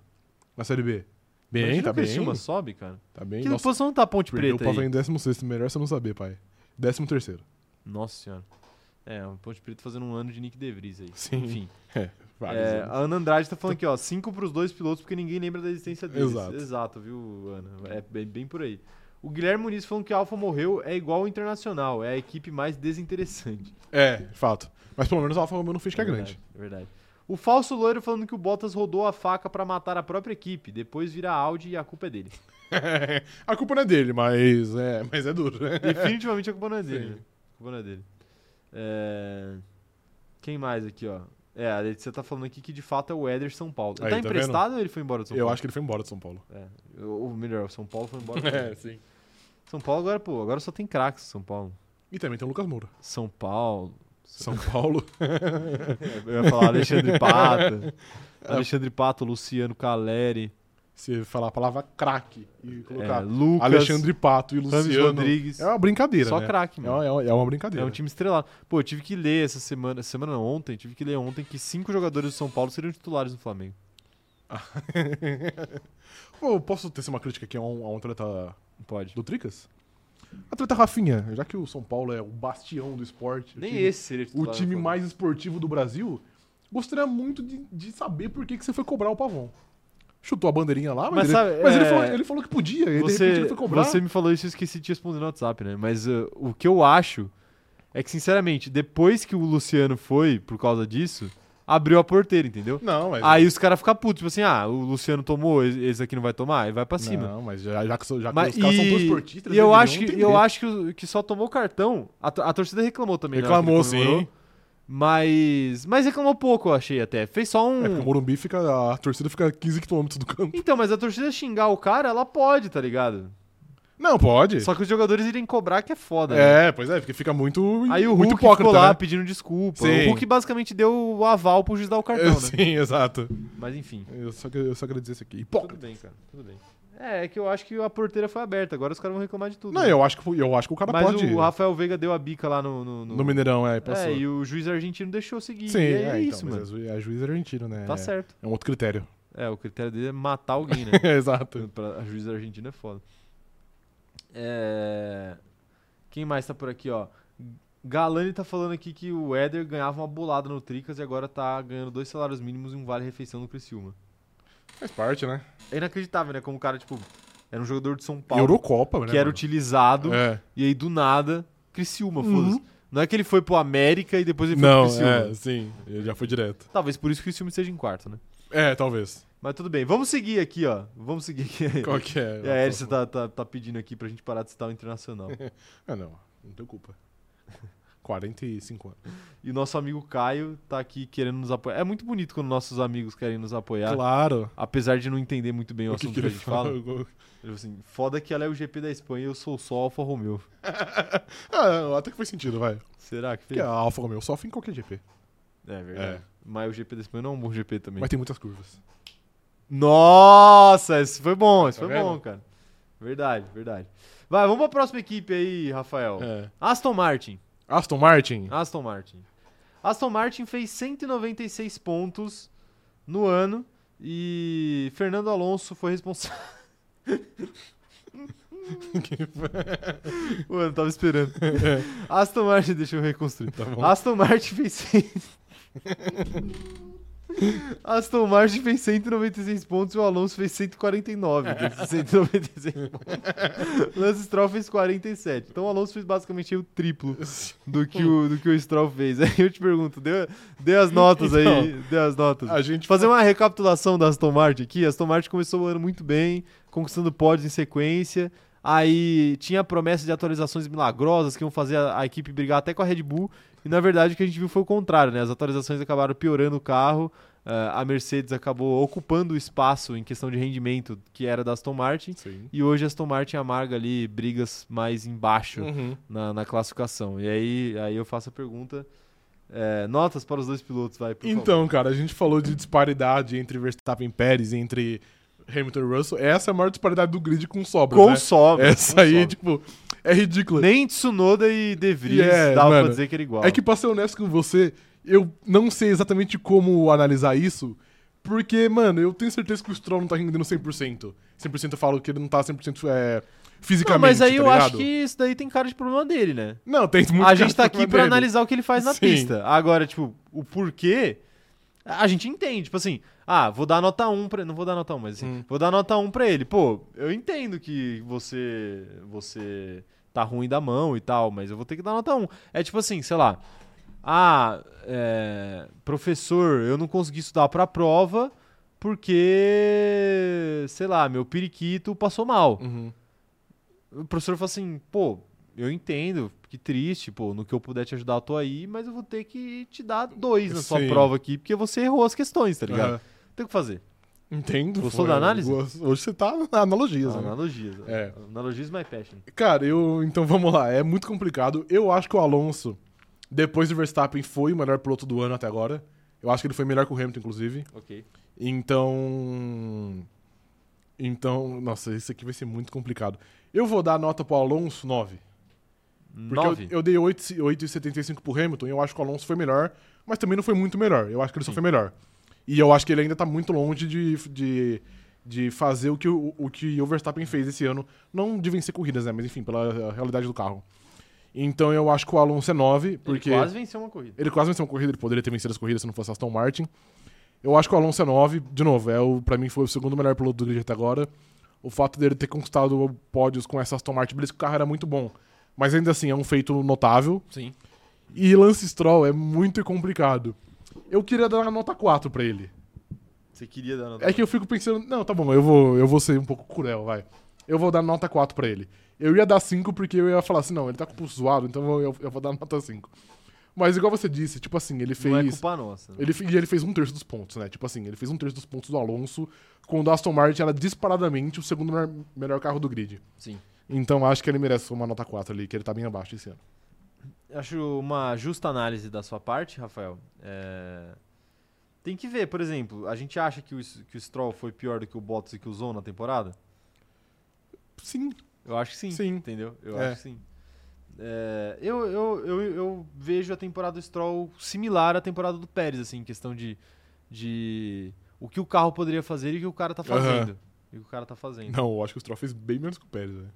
[SPEAKER 2] na Série B. Bem,
[SPEAKER 1] Imagina
[SPEAKER 2] tá
[SPEAKER 1] o
[SPEAKER 2] bem.
[SPEAKER 1] Criciúma sobe, cara.
[SPEAKER 2] Tá bem.
[SPEAKER 1] Que
[SPEAKER 2] Nossa,
[SPEAKER 1] posição tá a Ponte
[SPEAKER 2] perdeu
[SPEAKER 1] Preta
[SPEAKER 2] pra
[SPEAKER 1] aí?
[SPEAKER 2] ver em 16 melhor você não saber, pai. 13 terceiro.
[SPEAKER 1] Nossa senhora. É, o Ponte Preta fazendo um ano de Nick De Vries aí.
[SPEAKER 2] Sim.
[SPEAKER 1] Enfim.
[SPEAKER 2] Vários,
[SPEAKER 1] É,
[SPEAKER 2] né?
[SPEAKER 1] a Ana Andrade tá falando aqui, ó, cinco pros dois pilotos porque ninguém lembra da existência deles.
[SPEAKER 2] Exato.
[SPEAKER 1] viu, Ana? É bem, bem por aí. O Guilherme Muniz falando que a Alfa morreu é igual ao Internacional, é a equipe mais desinteressante.
[SPEAKER 2] É, fato. Mas pelo menos a Alfa Romeo não fez que é
[SPEAKER 1] verdade,
[SPEAKER 2] grande.
[SPEAKER 1] É verdade. O falso loiro falando que o Bottas rodou a faca pra matar a própria equipe, depois vira Audi e a culpa é dele.
[SPEAKER 2] a culpa não é dele, mas é, mas é duro, né?
[SPEAKER 1] Definitivamente a culpa não é dele.
[SPEAKER 2] Sim.
[SPEAKER 1] né? A culpa não é dele. É, Quem mais aqui, ó? É, a Letícia tá falando aqui que de fato é o Éder São Paulo.
[SPEAKER 2] Aí,
[SPEAKER 1] tá
[SPEAKER 2] tá vendo?
[SPEAKER 1] emprestado ou ele foi embora do São
[SPEAKER 2] Eu
[SPEAKER 1] Paulo?
[SPEAKER 2] acho que ele foi embora de São Paulo.
[SPEAKER 1] É, ou melhor, o São Paulo foi embora.
[SPEAKER 2] É, sim.
[SPEAKER 1] São Paulo agora, pô, agora só tem craques São Paulo.
[SPEAKER 2] E também tem o Lucas Moura.
[SPEAKER 1] São Paulo.
[SPEAKER 2] São Paulo.
[SPEAKER 1] Eu ia falar Alexandre Pato.
[SPEAKER 2] É.
[SPEAKER 1] Alexandre Pato, Luciano Caleri,
[SPEAKER 2] Se falar a palavra craque e
[SPEAKER 1] é,
[SPEAKER 2] colocar
[SPEAKER 1] Lucas,
[SPEAKER 2] Alexandre Pato e
[SPEAKER 1] Rames
[SPEAKER 2] Luciano.
[SPEAKER 1] Rodrigues.
[SPEAKER 2] É uma brincadeira,
[SPEAKER 1] Só
[SPEAKER 2] né?
[SPEAKER 1] craque,
[SPEAKER 2] É
[SPEAKER 1] mano.
[SPEAKER 2] uma, é uma- é uma
[SPEAKER 1] É,
[SPEAKER 2] brincadeira.
[SPEAKER 1] um time estrelado. Pô, eu tive que ler essa semana, essa semana não, ontem, tive que ler ontem que cinco jogadores do São Paulo seriam titulares do Flamengo.
[SPEAKER 2] Pô, posso ter uma crítica aqui a um, a um atleta
[SPEAKER 1] Não pode.
[SPEAKER 2] do Tricas? Atleta Rafinha, já que o São Paulo é o bastião do esporte. o
[SPEAKER 1] Nem
[SPEAKER 2] time-
[SPEAKER 1] esse seria
[SPEAKER 2] o
[SPEAKER 1] titular. do
[SPEAKER 2] time
[SPEAKER 1] Flamengo.
[SPEAKER 2] mais esportivo do Brasil, gostaria muito de, de saber por que, que você foi cobrar o Pavão. Chutou a bandeirinha lá,
[SPEAKER 1] Mas
[SPEAKER 2] mas, ele,
[SPEAKER 1] sabe,
[SPEAKER 2] mas ele
[SPEAKER 1] é,
[SPEAKER 2] falou, ele falou que podia, e de repente
[SPEAKER 1] Você,
[SPEAKER 2] ele foi cobrar.
[SPEAKER 1] você me falou isso e eu esqueci de te responder no WhatsApp, né? Mas uh, o que eu acho é que, sinceramente, depois que o Luciano foi por causa disso, abriu a porteira, entendeu?
[SPEAKER 2] Não, mas...
[SPEAKER 1] Aí os caras ficam putos, tipo assim, ah, o Luciano tomou, esse esse aqui não vai tomar, e vai pra cima.
[SPEAKER 2] Não, mas já, já que, so- já que
[SPEAKER 1] Mas,
[SPEAKER 2] os caras
[SPEAKER 1] e,
[SPEAKER 2] são né? tão esportistas,
[SPEAKER 1] e eu
[SPEAKER 2] eles
[SPEAKER 1] acho,
[SPEAKER 2] deviam
[SPEAKER 1] que,
[SPEAKER 2] entender.
[SPEAKER 1] eu acho que, o- que só tomou cartão. A, to- a torcida reclamou também. na hora que ele
[SPEAKER 2] Reclamou, sim.
[SPEAKER 1] comemorou, Mas, mas reclamou pouco, eu achei até. Fez só um.
[SPEAKER 2] É porque o Morumbi fica... A torcida fica a 15 quilômetros do campo.
[SPEAKER 1] Então, mas a torcida xingar o cara, ela pode, tá ligado?
[SPEAKER 2] Não, pode.
[SPEAKER 1] Só que os jogadores irem cobrar que é foda. né?
[SPEAKER 2] É, pois é, porque fica muito,
[SPEAKER 1] Aí o
[SPEAKER 2] muito
[SPEAKER 1] Hulk
[SPEAKER 2] hipócrita,
[SPEAKER 1] ficou lá
[SPEAKER 2] né?
[SPEAKER 1] pedindo desculpa.
[SPEAKER 2] Sim.
[SPEAKER 1] O Hulk basicamente deu o aval pro juiz dar o cartão,
[SPEAKER 2] É,
[SPEAKER 1] né?
[SPEAKER 2] Sim, exato.
[SPEAKER 1] Mas enfim.
[SPEAKER 2] Eu só, que- eu só queria dizer isso aqui.
[SPEAKER 1] Tudo
[SPEAKER 2] Hipócrita.
[SPEAKER 1] bem, cara. Tudo bem. É, é que eu acho que a porteira foi aberta. Agora os caras vão reclamar de tudo.
[SPEAKER 2] Não,
[SPEAKER 1] né?
[SPEAKER 2] eu acho, que, eu acho que o cara
[SPEAKER 1] Mas
[SPEAKER 2] pode.
[SPEAKER 1] o Rafael Veiga deu a bica lá no... No, no-
[SPEAKER 2] No Mineirão, é, passou.
[SPEAKER 1] É, e o juiz argentino deixou seguir.
[SPEAKER 2] Sim,
[SPEAKER 1] e
[SPEAKER 2] é,
[SPEAKER 1] é,
[SPEAKER 2] então,
[SPEAKER 1] isso,
[SPEAKER 2] mas
[SPEAKER 1] mano.
[SPEAKER 2] é ju- É juiz argentino, né?
[SPEAKER 1] Tá
[SPEAKER 2] É-
[SPEAKER 1] certo.
[SPEAKER 2] É um outro critério.
[SPEAKER 1] É, o critério dele é matar alguém, né?
[SPEAKER 2] É, Exato.
[SPEAKER 1] pra, a juiz argentina é foda. É... Quem mais tá por aqui, ó? Galani tá falando aqui que o Éder ganhava uma bolada no Tricas e agora tá ganhando dois salários mínimos e um vale-refeição no Criciúma.
[SPEAKER 2] Faz parte, né?
[SPEAKER 1] É inacreditável, né? Como o cara, tipo, era um jogador de São Paulo
[SPEAKER 2] Eurocopa, né?
[SPEAKER 1] que era
[SPEAKER 2] mano?
[SPEAKER 1] utilizado
[SPEAKER 2] É. Uhum.
[SPEAKER 1] e aí do nada, Criciúma, foda-se. Não é que ele foi pro América e depois ele foi
[SPEAKER 2] Não,
[SPEAKER 1] pro Criciúma.
[SPEAKER 2] é, sim. Ele já foi direto.
[SPEAKER 1] Talvez por isso que o Criciúma esteja em quarto, né?
[SPEAKER 2] É, talvez.
[SPEAKER 1] Mas tudo bem, vamos seguir aqui, ó. Vamos seguir aqui.
[SPEAKER 2] Qual que é?
[SPEAKER 1] E a Erissa tá, tá, tá pedindo aqui pra gente parar de citar o Internacional.
[SPEAKER 2] Ah, não. Não tem culpa. 45 anos.
[SPEAKER 1] E o nosso amigo Caio tá aqui querendo nos apoiar. É muito bonito quando nossos amigos querem nos apoiar.
[SPEAKER 2] Claro.
[SPEAKER 1] Apesar de não entender muito bem o, assunto que, a gente fala. Ele
[SPEAKER 2] fala?
[SPEAKER 1] falou assim, foda que ela é o GP da Espanha e eu sou só Alfa Romeo.
[SPEAKER 2] Ah, até que faz sentido, vai.
[SPEAKER 1] Será que fez?
[SPEAKER 2] Porque a Alfa Romeo sofre em qualquer GP.
[SPEAKER 1] É verdade.
[SPEAKER 2] É.
[SPEAKER 1] Mas o GP da Espanha não é um bom GP também.
[SPEAKER 2] Mas tem muitas curvas.
[SPEAKER 1] Nossa, esse foi bom, esse
[SPEAKER 2] Tá
[SPEAKER 1] foi
[SPEAKER 2] vendo?
[SPEAKER 1] bom, cara. Verdade, verdade. Vai, vamos pra próxima equipe aí, Rafael.
[SPEAKER 2] É.
[SPEAKER 1] Aston Martin.
[SPEAKER 2] Aston Martin.
[SPEAKER 1] Aston Martin. Aston Martin fez 196 pontos no ano e Fernando Alonso foi responsável. Mano, eu tava esperando. Aston Martin, deixa eu reconstruir.
[SPEAKER 2] Tá bom.
[SPEAKER 1] Aston Martin fez. cem- Aston Martin fez 196 pontos e o Alonso fez 149 desses 196 pontos. Lance Stroll fez 47. Então o Alonso fez basicamente o triplo do que o, do que o Stroll fez. Aí eu te pergunto, dê, dê as notas aí,
[SPEAKER 2] Então,
[SPEAKER 1] dê as notas.
[SPEAKER 2] A gente
[SPEAKER 1] Ah, Fazer uma recapitulação da Aston Martin aqui. A Aston Martin começou o ano muito bem, conquistando pódios em sequência. Aí tinha a promessa de atualizações milagrosas que iam fazer a, a equipe brigar até com a Red Bull. E na verdade o que a gente viu foi o contrário, né? As atualizações acabaram piorando o carro. ah, a Mercedes acabou ocupando o espaço em questão de rendimento que era da Aston Martin.
[SPEAKER 2] Sim.
[SPEAKER 1] E hoje a Aston Martin amarga ali brigas mais embaixo
[SPEAKER 2] Uhum.
[SPEAKER 1] na, na classificação. E aí, aí eu faço a pergunta. é, notas para os dois pilotos, vai, por favor.
[SPEAKER 2] Então, cara, a gente falou de disparidade entre Verstappen e Pérez, entre Hamilton e Russell. Essa é a maior disparidade do grid com sobra, né?
[SPEAKER 1] Consome.
[SPEAKER 2] Essa aí,
[SPEAKER 1] consome.
[SPEAKER 2] tipo, é ridícula.
[SPEAKER 1] Nem Tsunoda e De Vries
[SPEAKER 2] Yeah,
[SPEAKER 1] dava
[SPEAKER 2] É, mano.
[SPEAKER 1] pra dizer que era igual.
[SPEAKER 2] É que, pra ser honesto com você, eu não sei exatamente como analisar isso, porque, mano, eu tenho certeza que o Stroll não tá rendendo 100%. 100% eu falo que ele não tá 100% é,
[SPEAKER 1] não,
[SPEAKER 2] fisicamente,
[SPEAKER 1] mas aí
[SPEAKER 2] tá
[SPEAKER 1] eu acho
[SPEAKER 2] ligado?
[SPEAKER 1] que isso daí tem cara de problema dele, né?
[SPEAKER 2] Não, tem muito
[SPEAKER 1] a
[SPEAKER 2] cara
[SPEAKER 1] gente tá aqui
[SPEAKER 2] problema
[SPEAKER 1] pra
[SPEAKER 2] dele.
[SPEAKER 1] analisar o que ele faz na
[SPEAKER 2] Sim.
[SPEAKER 1] pista. Agora, tipo, o porquê, a gente entende. Tipo assim, ah, vou dar nota 1 pra Não vou dar nota 1, mas assim,
[SPEAKER 2] Hum.
[SPEAKER 1] vou dar nota 1 pra ele. Pô, eu entendo que você. Você tá ruim da mão e tal, mas eu vou ter que dar nota 1. É tipo assim, sei lá. Ah, é, professor, eu não consegui estudar pra prova porque, sei lá, meu periquito passou mal.
[SPEAKER 2] Uhum.
[SPEAKER 1] O professor falou assim, pô, eu entendo, que triste, pô, no que eu puder te ajudar eu tô aí, mas eu vou ter que te dar dois na sua
[SPEAKER 2] Sim.
[SPEAKER 1] prova aqui, porque você errou as questões, tá ligado?
[SPEAKER 2] É.
[SPEAKER 1] Tem o que fazer.
[SPEAKER 2] Entendo.
[SPEAKER 1] Gostou
[SPEAKER 2] foi-
[SPEAKER 1] da análise?
[SPEAKER 2] gosto- Hoje você tá na analogia, né?
[SPEAKER 1] analogias.
[SPEAKER 2] É.
[SPEAKER 1] Analogias my passion.
[SPEAKER 2] Cara, eu. Então vamos lá. É muito complicado. Eu acho que o Alonso, depois do Verstappen, foi o melhor piloto do ano até agora. Eu acho que ele foi melhor que o Hamilton, inclusive.
[SPEAKER 1] Ok.
[SPEAKER 2] Então. Então. Nossa, isso aqui vai ser muito complicado. Eu vou dar a nota pro Alonso 9. Porque
[SPEAKER 1] Nove?
[SPEAKER 2] Eu, eu dei 8 8,75 pro Hamilton e eu acho que o Alonso foi melhor, mas também não foi muito melhor. Eu acho que ele só
[SPEAKER 1] Sim.
[SPEAKER 2] foi melhor. E eu acho que ele ainda tá muito longe de, de, de fazer o que o, o que o Verstappen fez esse ano. Não de vencer corridas, né? Mas enfim, pela realidade do carro. Então eu acho que o Alonso é 9, porque.
[SPEAKER 1] Ele quase venceu uma corrida.
[SPEAKER 2] Ele quase venceu uma corrida, ele poderia ter vencido as corridas se não fosse Aston Martin. Eu acho que o Alonso é 9, de novo, é o, pra mim foi o segundo melhor piloto do grid até agora. O fato dele ter conquistado pódios com essa Aston Martin, beleza que o carro era muito bom. Mas ainda assim, é um feito notável.
[SPEAKER 1] Sim.
[SPEAKER 2] E Lance Stroll é muito complicado. Eu queria dar uma nota 4 pra ele.
[SPEAKER 1] Você queria dar nota.
[SPEAKER 2] É que eu fico pensando, não, tá bom, eu vou, eu vou ser um pouco cruel, vai. Eu vou dar nota 4 pra ele. Eu ia dar 5 porque eu ia falar assim, não, ele tá com o pulso zoado, então eu, eu- eu vou dar nota 5. Mas igual você disse, tipo assim, ele fez...
[SPEAKER 1] Não é culpa nossa. né?
[SPEAKER 2] Ele, fe- e ele fez um terço dos pontos, né? Tipo assim, ele fez um terço dos pontos do Alonso, quando a Aston Martin era disparadamente o segundo melhor, melhor carro do grid.
[SPEAKER 1] Sim.
[SPEAKER 2] Então acho que ele merece uma nota 4 ali, que ele tá bem abaixo esse ano.
[SPEAKER 1] Acho uma justa análise da sua parte, Rafael. É, Tem que ver, por exemplo, a gente acha que o, S- que o Stroll foi pior do que o Bottas e que o Zon na temporada?
[SPEAKER 2] Sim.
[SPEAKER 1] Eu acho que sim,
[SPEAKER 2] Sim.
[SPEAKER 1] entendeu? Eu
[SPEAKER 2] É.
[SPEAKER 1] acho que sim. É, eu, eu, eu, eu vejo a temporada do Stroll similar à temporada do Pérez, assim, em questão de, de o que o carro poderia fazer e o que o cara tá
[SPEAKER 2] Aham.
[SPEAKER 1] fazendo. E o que o cara tá fazendo.
[SPEAKER 2] Não, eu acho que o Stroll fez bem menos que o Pérez, né? velho.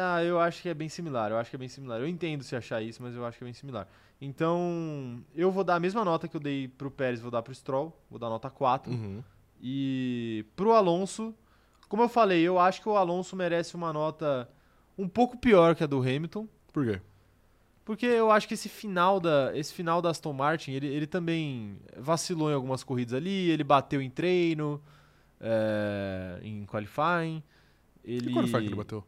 [SPEAKER 1] Ah, eu acho que é bem similar, eu acho que é bem similar. Eu entendo se achar isso, mas eu acho que é bem similar. Então, eu vou dar a mesma nota que eu dei pro Pérez, vou dar pro Stroll, vou dar nota 4.
[SPEAKER 2] Uhum.
[SPEAKER 1] E pro Alonso, como eu falei, eu acho que o Alonso merece uma nota um pouco pior que a do Hamilton,
[SPEAKER 2] Por quê?
[SPEAKER 1] porque eu acho que esse final da, esse final da Aston Martin, ele, ele também vacilou em algumas corridas ali, ele bateu em treino, é, em qualifying. Ele...
[SPEAKER 2] E quando foi que ele bateu?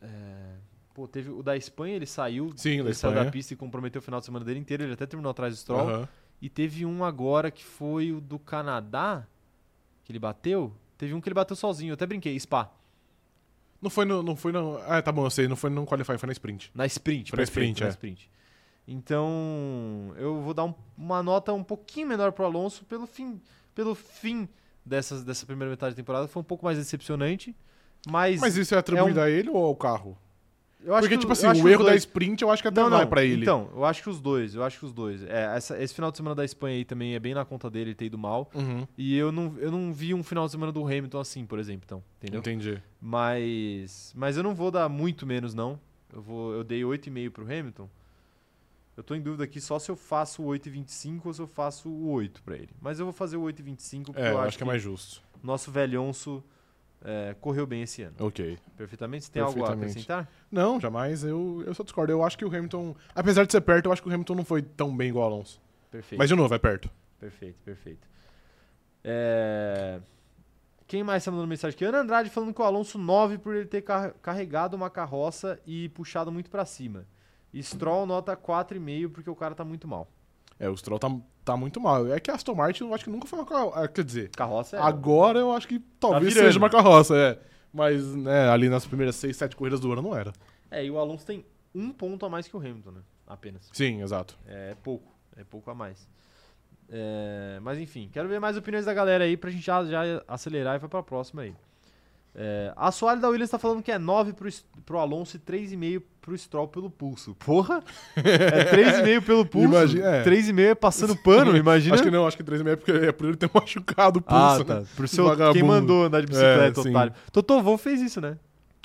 [SPEAKER 1] É, Pô, teve o da Espanha, ele saiu,
[SPEAKER 2] Sim, da
[SPEAKER 1] ele saiu da
[SPEAKER 2] Espanha.
[SPEAKER 1] pista e comprometeu o final de semana dele inteiro, ele até terminou atrás do Stroll.
[SPEAKER 2] Aham.
[SPEAKER 1] E teve um agora que foi o do Canadá, que ele bateu. Teve um que ele bateu sozinho, eu até brinquei, Spa,
[SPEAKER 2] Não foi no. Não foi no ah, tá bom, eu sei. Não foi no qualifying, foi na sprint.
[SPEAKER 1] na sprint,
[SPEAKER 2] Foi na
[SPEAKER 1] perfeito,
[SPEAKER 2] sprint,
[SPEAKER 1] na
[SPEAKER 2] é.
[SPEAKER 1] sprint. Então, eu vou dar um- uma nota um pouquinho menor pro Alonso pelo fim, pelo fim dessas, dessa primeira metade da temporada, foi um pouco mais decepcionante. Mas,
[SPEAKER 2] Mas isso é atribuído
[SPEAKER 1] é
[SPEAKER 2] a ele ou ao carro?
[SPEAKER 1] eu acho
[SPEAKER 2] Porque,
[SPEAKER 1] que
[SPEAKER 2] tipo
[SPEAKER 1] eu
[SPEAKER 2] assim,
[SPEAKER 1] acho
[SPEAKER 2] o
[SPEAKER 1] que os
[SPEAKER 2] erro da
[SPEAKER 1] dois-
[SPEAKER 2] sprint eu acho que até vai pra ele.
[SPEAKER 1] Então, eu acho que os dois, eu acho que os dois. É, essa- esse final de semana da Espanha aí também é bem na conta dele ter ido mal.
[SPEAKER 2] Uhum.
[SPEAKER 1] E eu não, eu não vi um final de semana do Hamilton assim, por exemplo, então, entendeu?
[SPEAKER 2] Entendi.
[SPEAKER 1] Mas mas eu não vou dar muito menos não. Eu vou eu dei 8,5 pro Hamilton. Eu tô em dúvida aqui só se eu faço o 8,25 ou se eu faço o 8 pra ele. Mas eu vou fazer o 8,25 porque
[SPEAKER 2] É,
[SPEAKER 1] eu
[SPEAKER 2] eu acho que é mais justo.
[SPEAKER 1] nosso velhonço é, correu bem esse ano.
[SPEAKER 2] Ok.
[SPEAKER 1] Perfeitamente. Você tem algo a
[SPEAKER 2] Perfeitamente.
[SPEAKER 1] acrescentar?
[SPEAKER 2] Não, jamais. Eu, eu só discordo. Eu acho que o Hamilton. Apesar de ser perto, eu acho que o Hamilton não foi tão bem igual o Alonso.
[SPEAKER 1] Perfeito.
[SPEAKER 2] Mas de novo, é perto.
[SPEAKER 1] Perfeito, perfeito. É, Quem mais está mandando mensagem aqui? Ana Andrade falando que o Alonso 9 por ele ter car- carregado uma carroça e puxado muito pra cima. E Stroll nota 4,5 porque o cara tá muito mal.
[SPEAKER 2] É, o Stroll tá, tá muito mal. É que a Aston Martin eu acho que nunca foi uma carroça. Quer dizer,
[SPEAKER 1] Carroça é.
[SPEAKER 2] agora eu acho que talvez
[SPEAKER 1] virando.
[SPEAKER 2] seja uma carroça, é. Mas, né, ali nas primeiras seis, sete corridas do ano não era.
[SPEAKER 1] É, e o Alonso tem um ponto a mais que o Hamilton, né? Apenas.
[SPEAKER 2] Sim, exato.
[SPEAKER 1] É pouco. É pouco a mais. É, Mas enfim, quero ver mais opiniões da galera aí pra gente já, já acelerar e vai pra próxima aí. É, a Soalho da Williams tá falando que é 9 pro, S- pro Alonso e 3,5 pro Stroll pelo pulso. Porra! É 3,5 pelo pulso.
[SPEAKER 2] Imagina, é.
[SPEAKER 1] 3,5 é passando pano, imagina.
[SPEAKER 2] Acho que não, acho que 3,5 é porque é por ele ter machucado o pulso,
[SPEAKER 1] ah,
[SPEAKER 2] né?
[SPEAKER 1] tá. Pro seu, quem
[SPEAKER 2] Vagabundo.
[SPEAKER 1] mandou andar de bicicleta,
[SPEAKER 2] É, sim.
[SPEAKER 1] otário. Totô Wolff fez isso, né?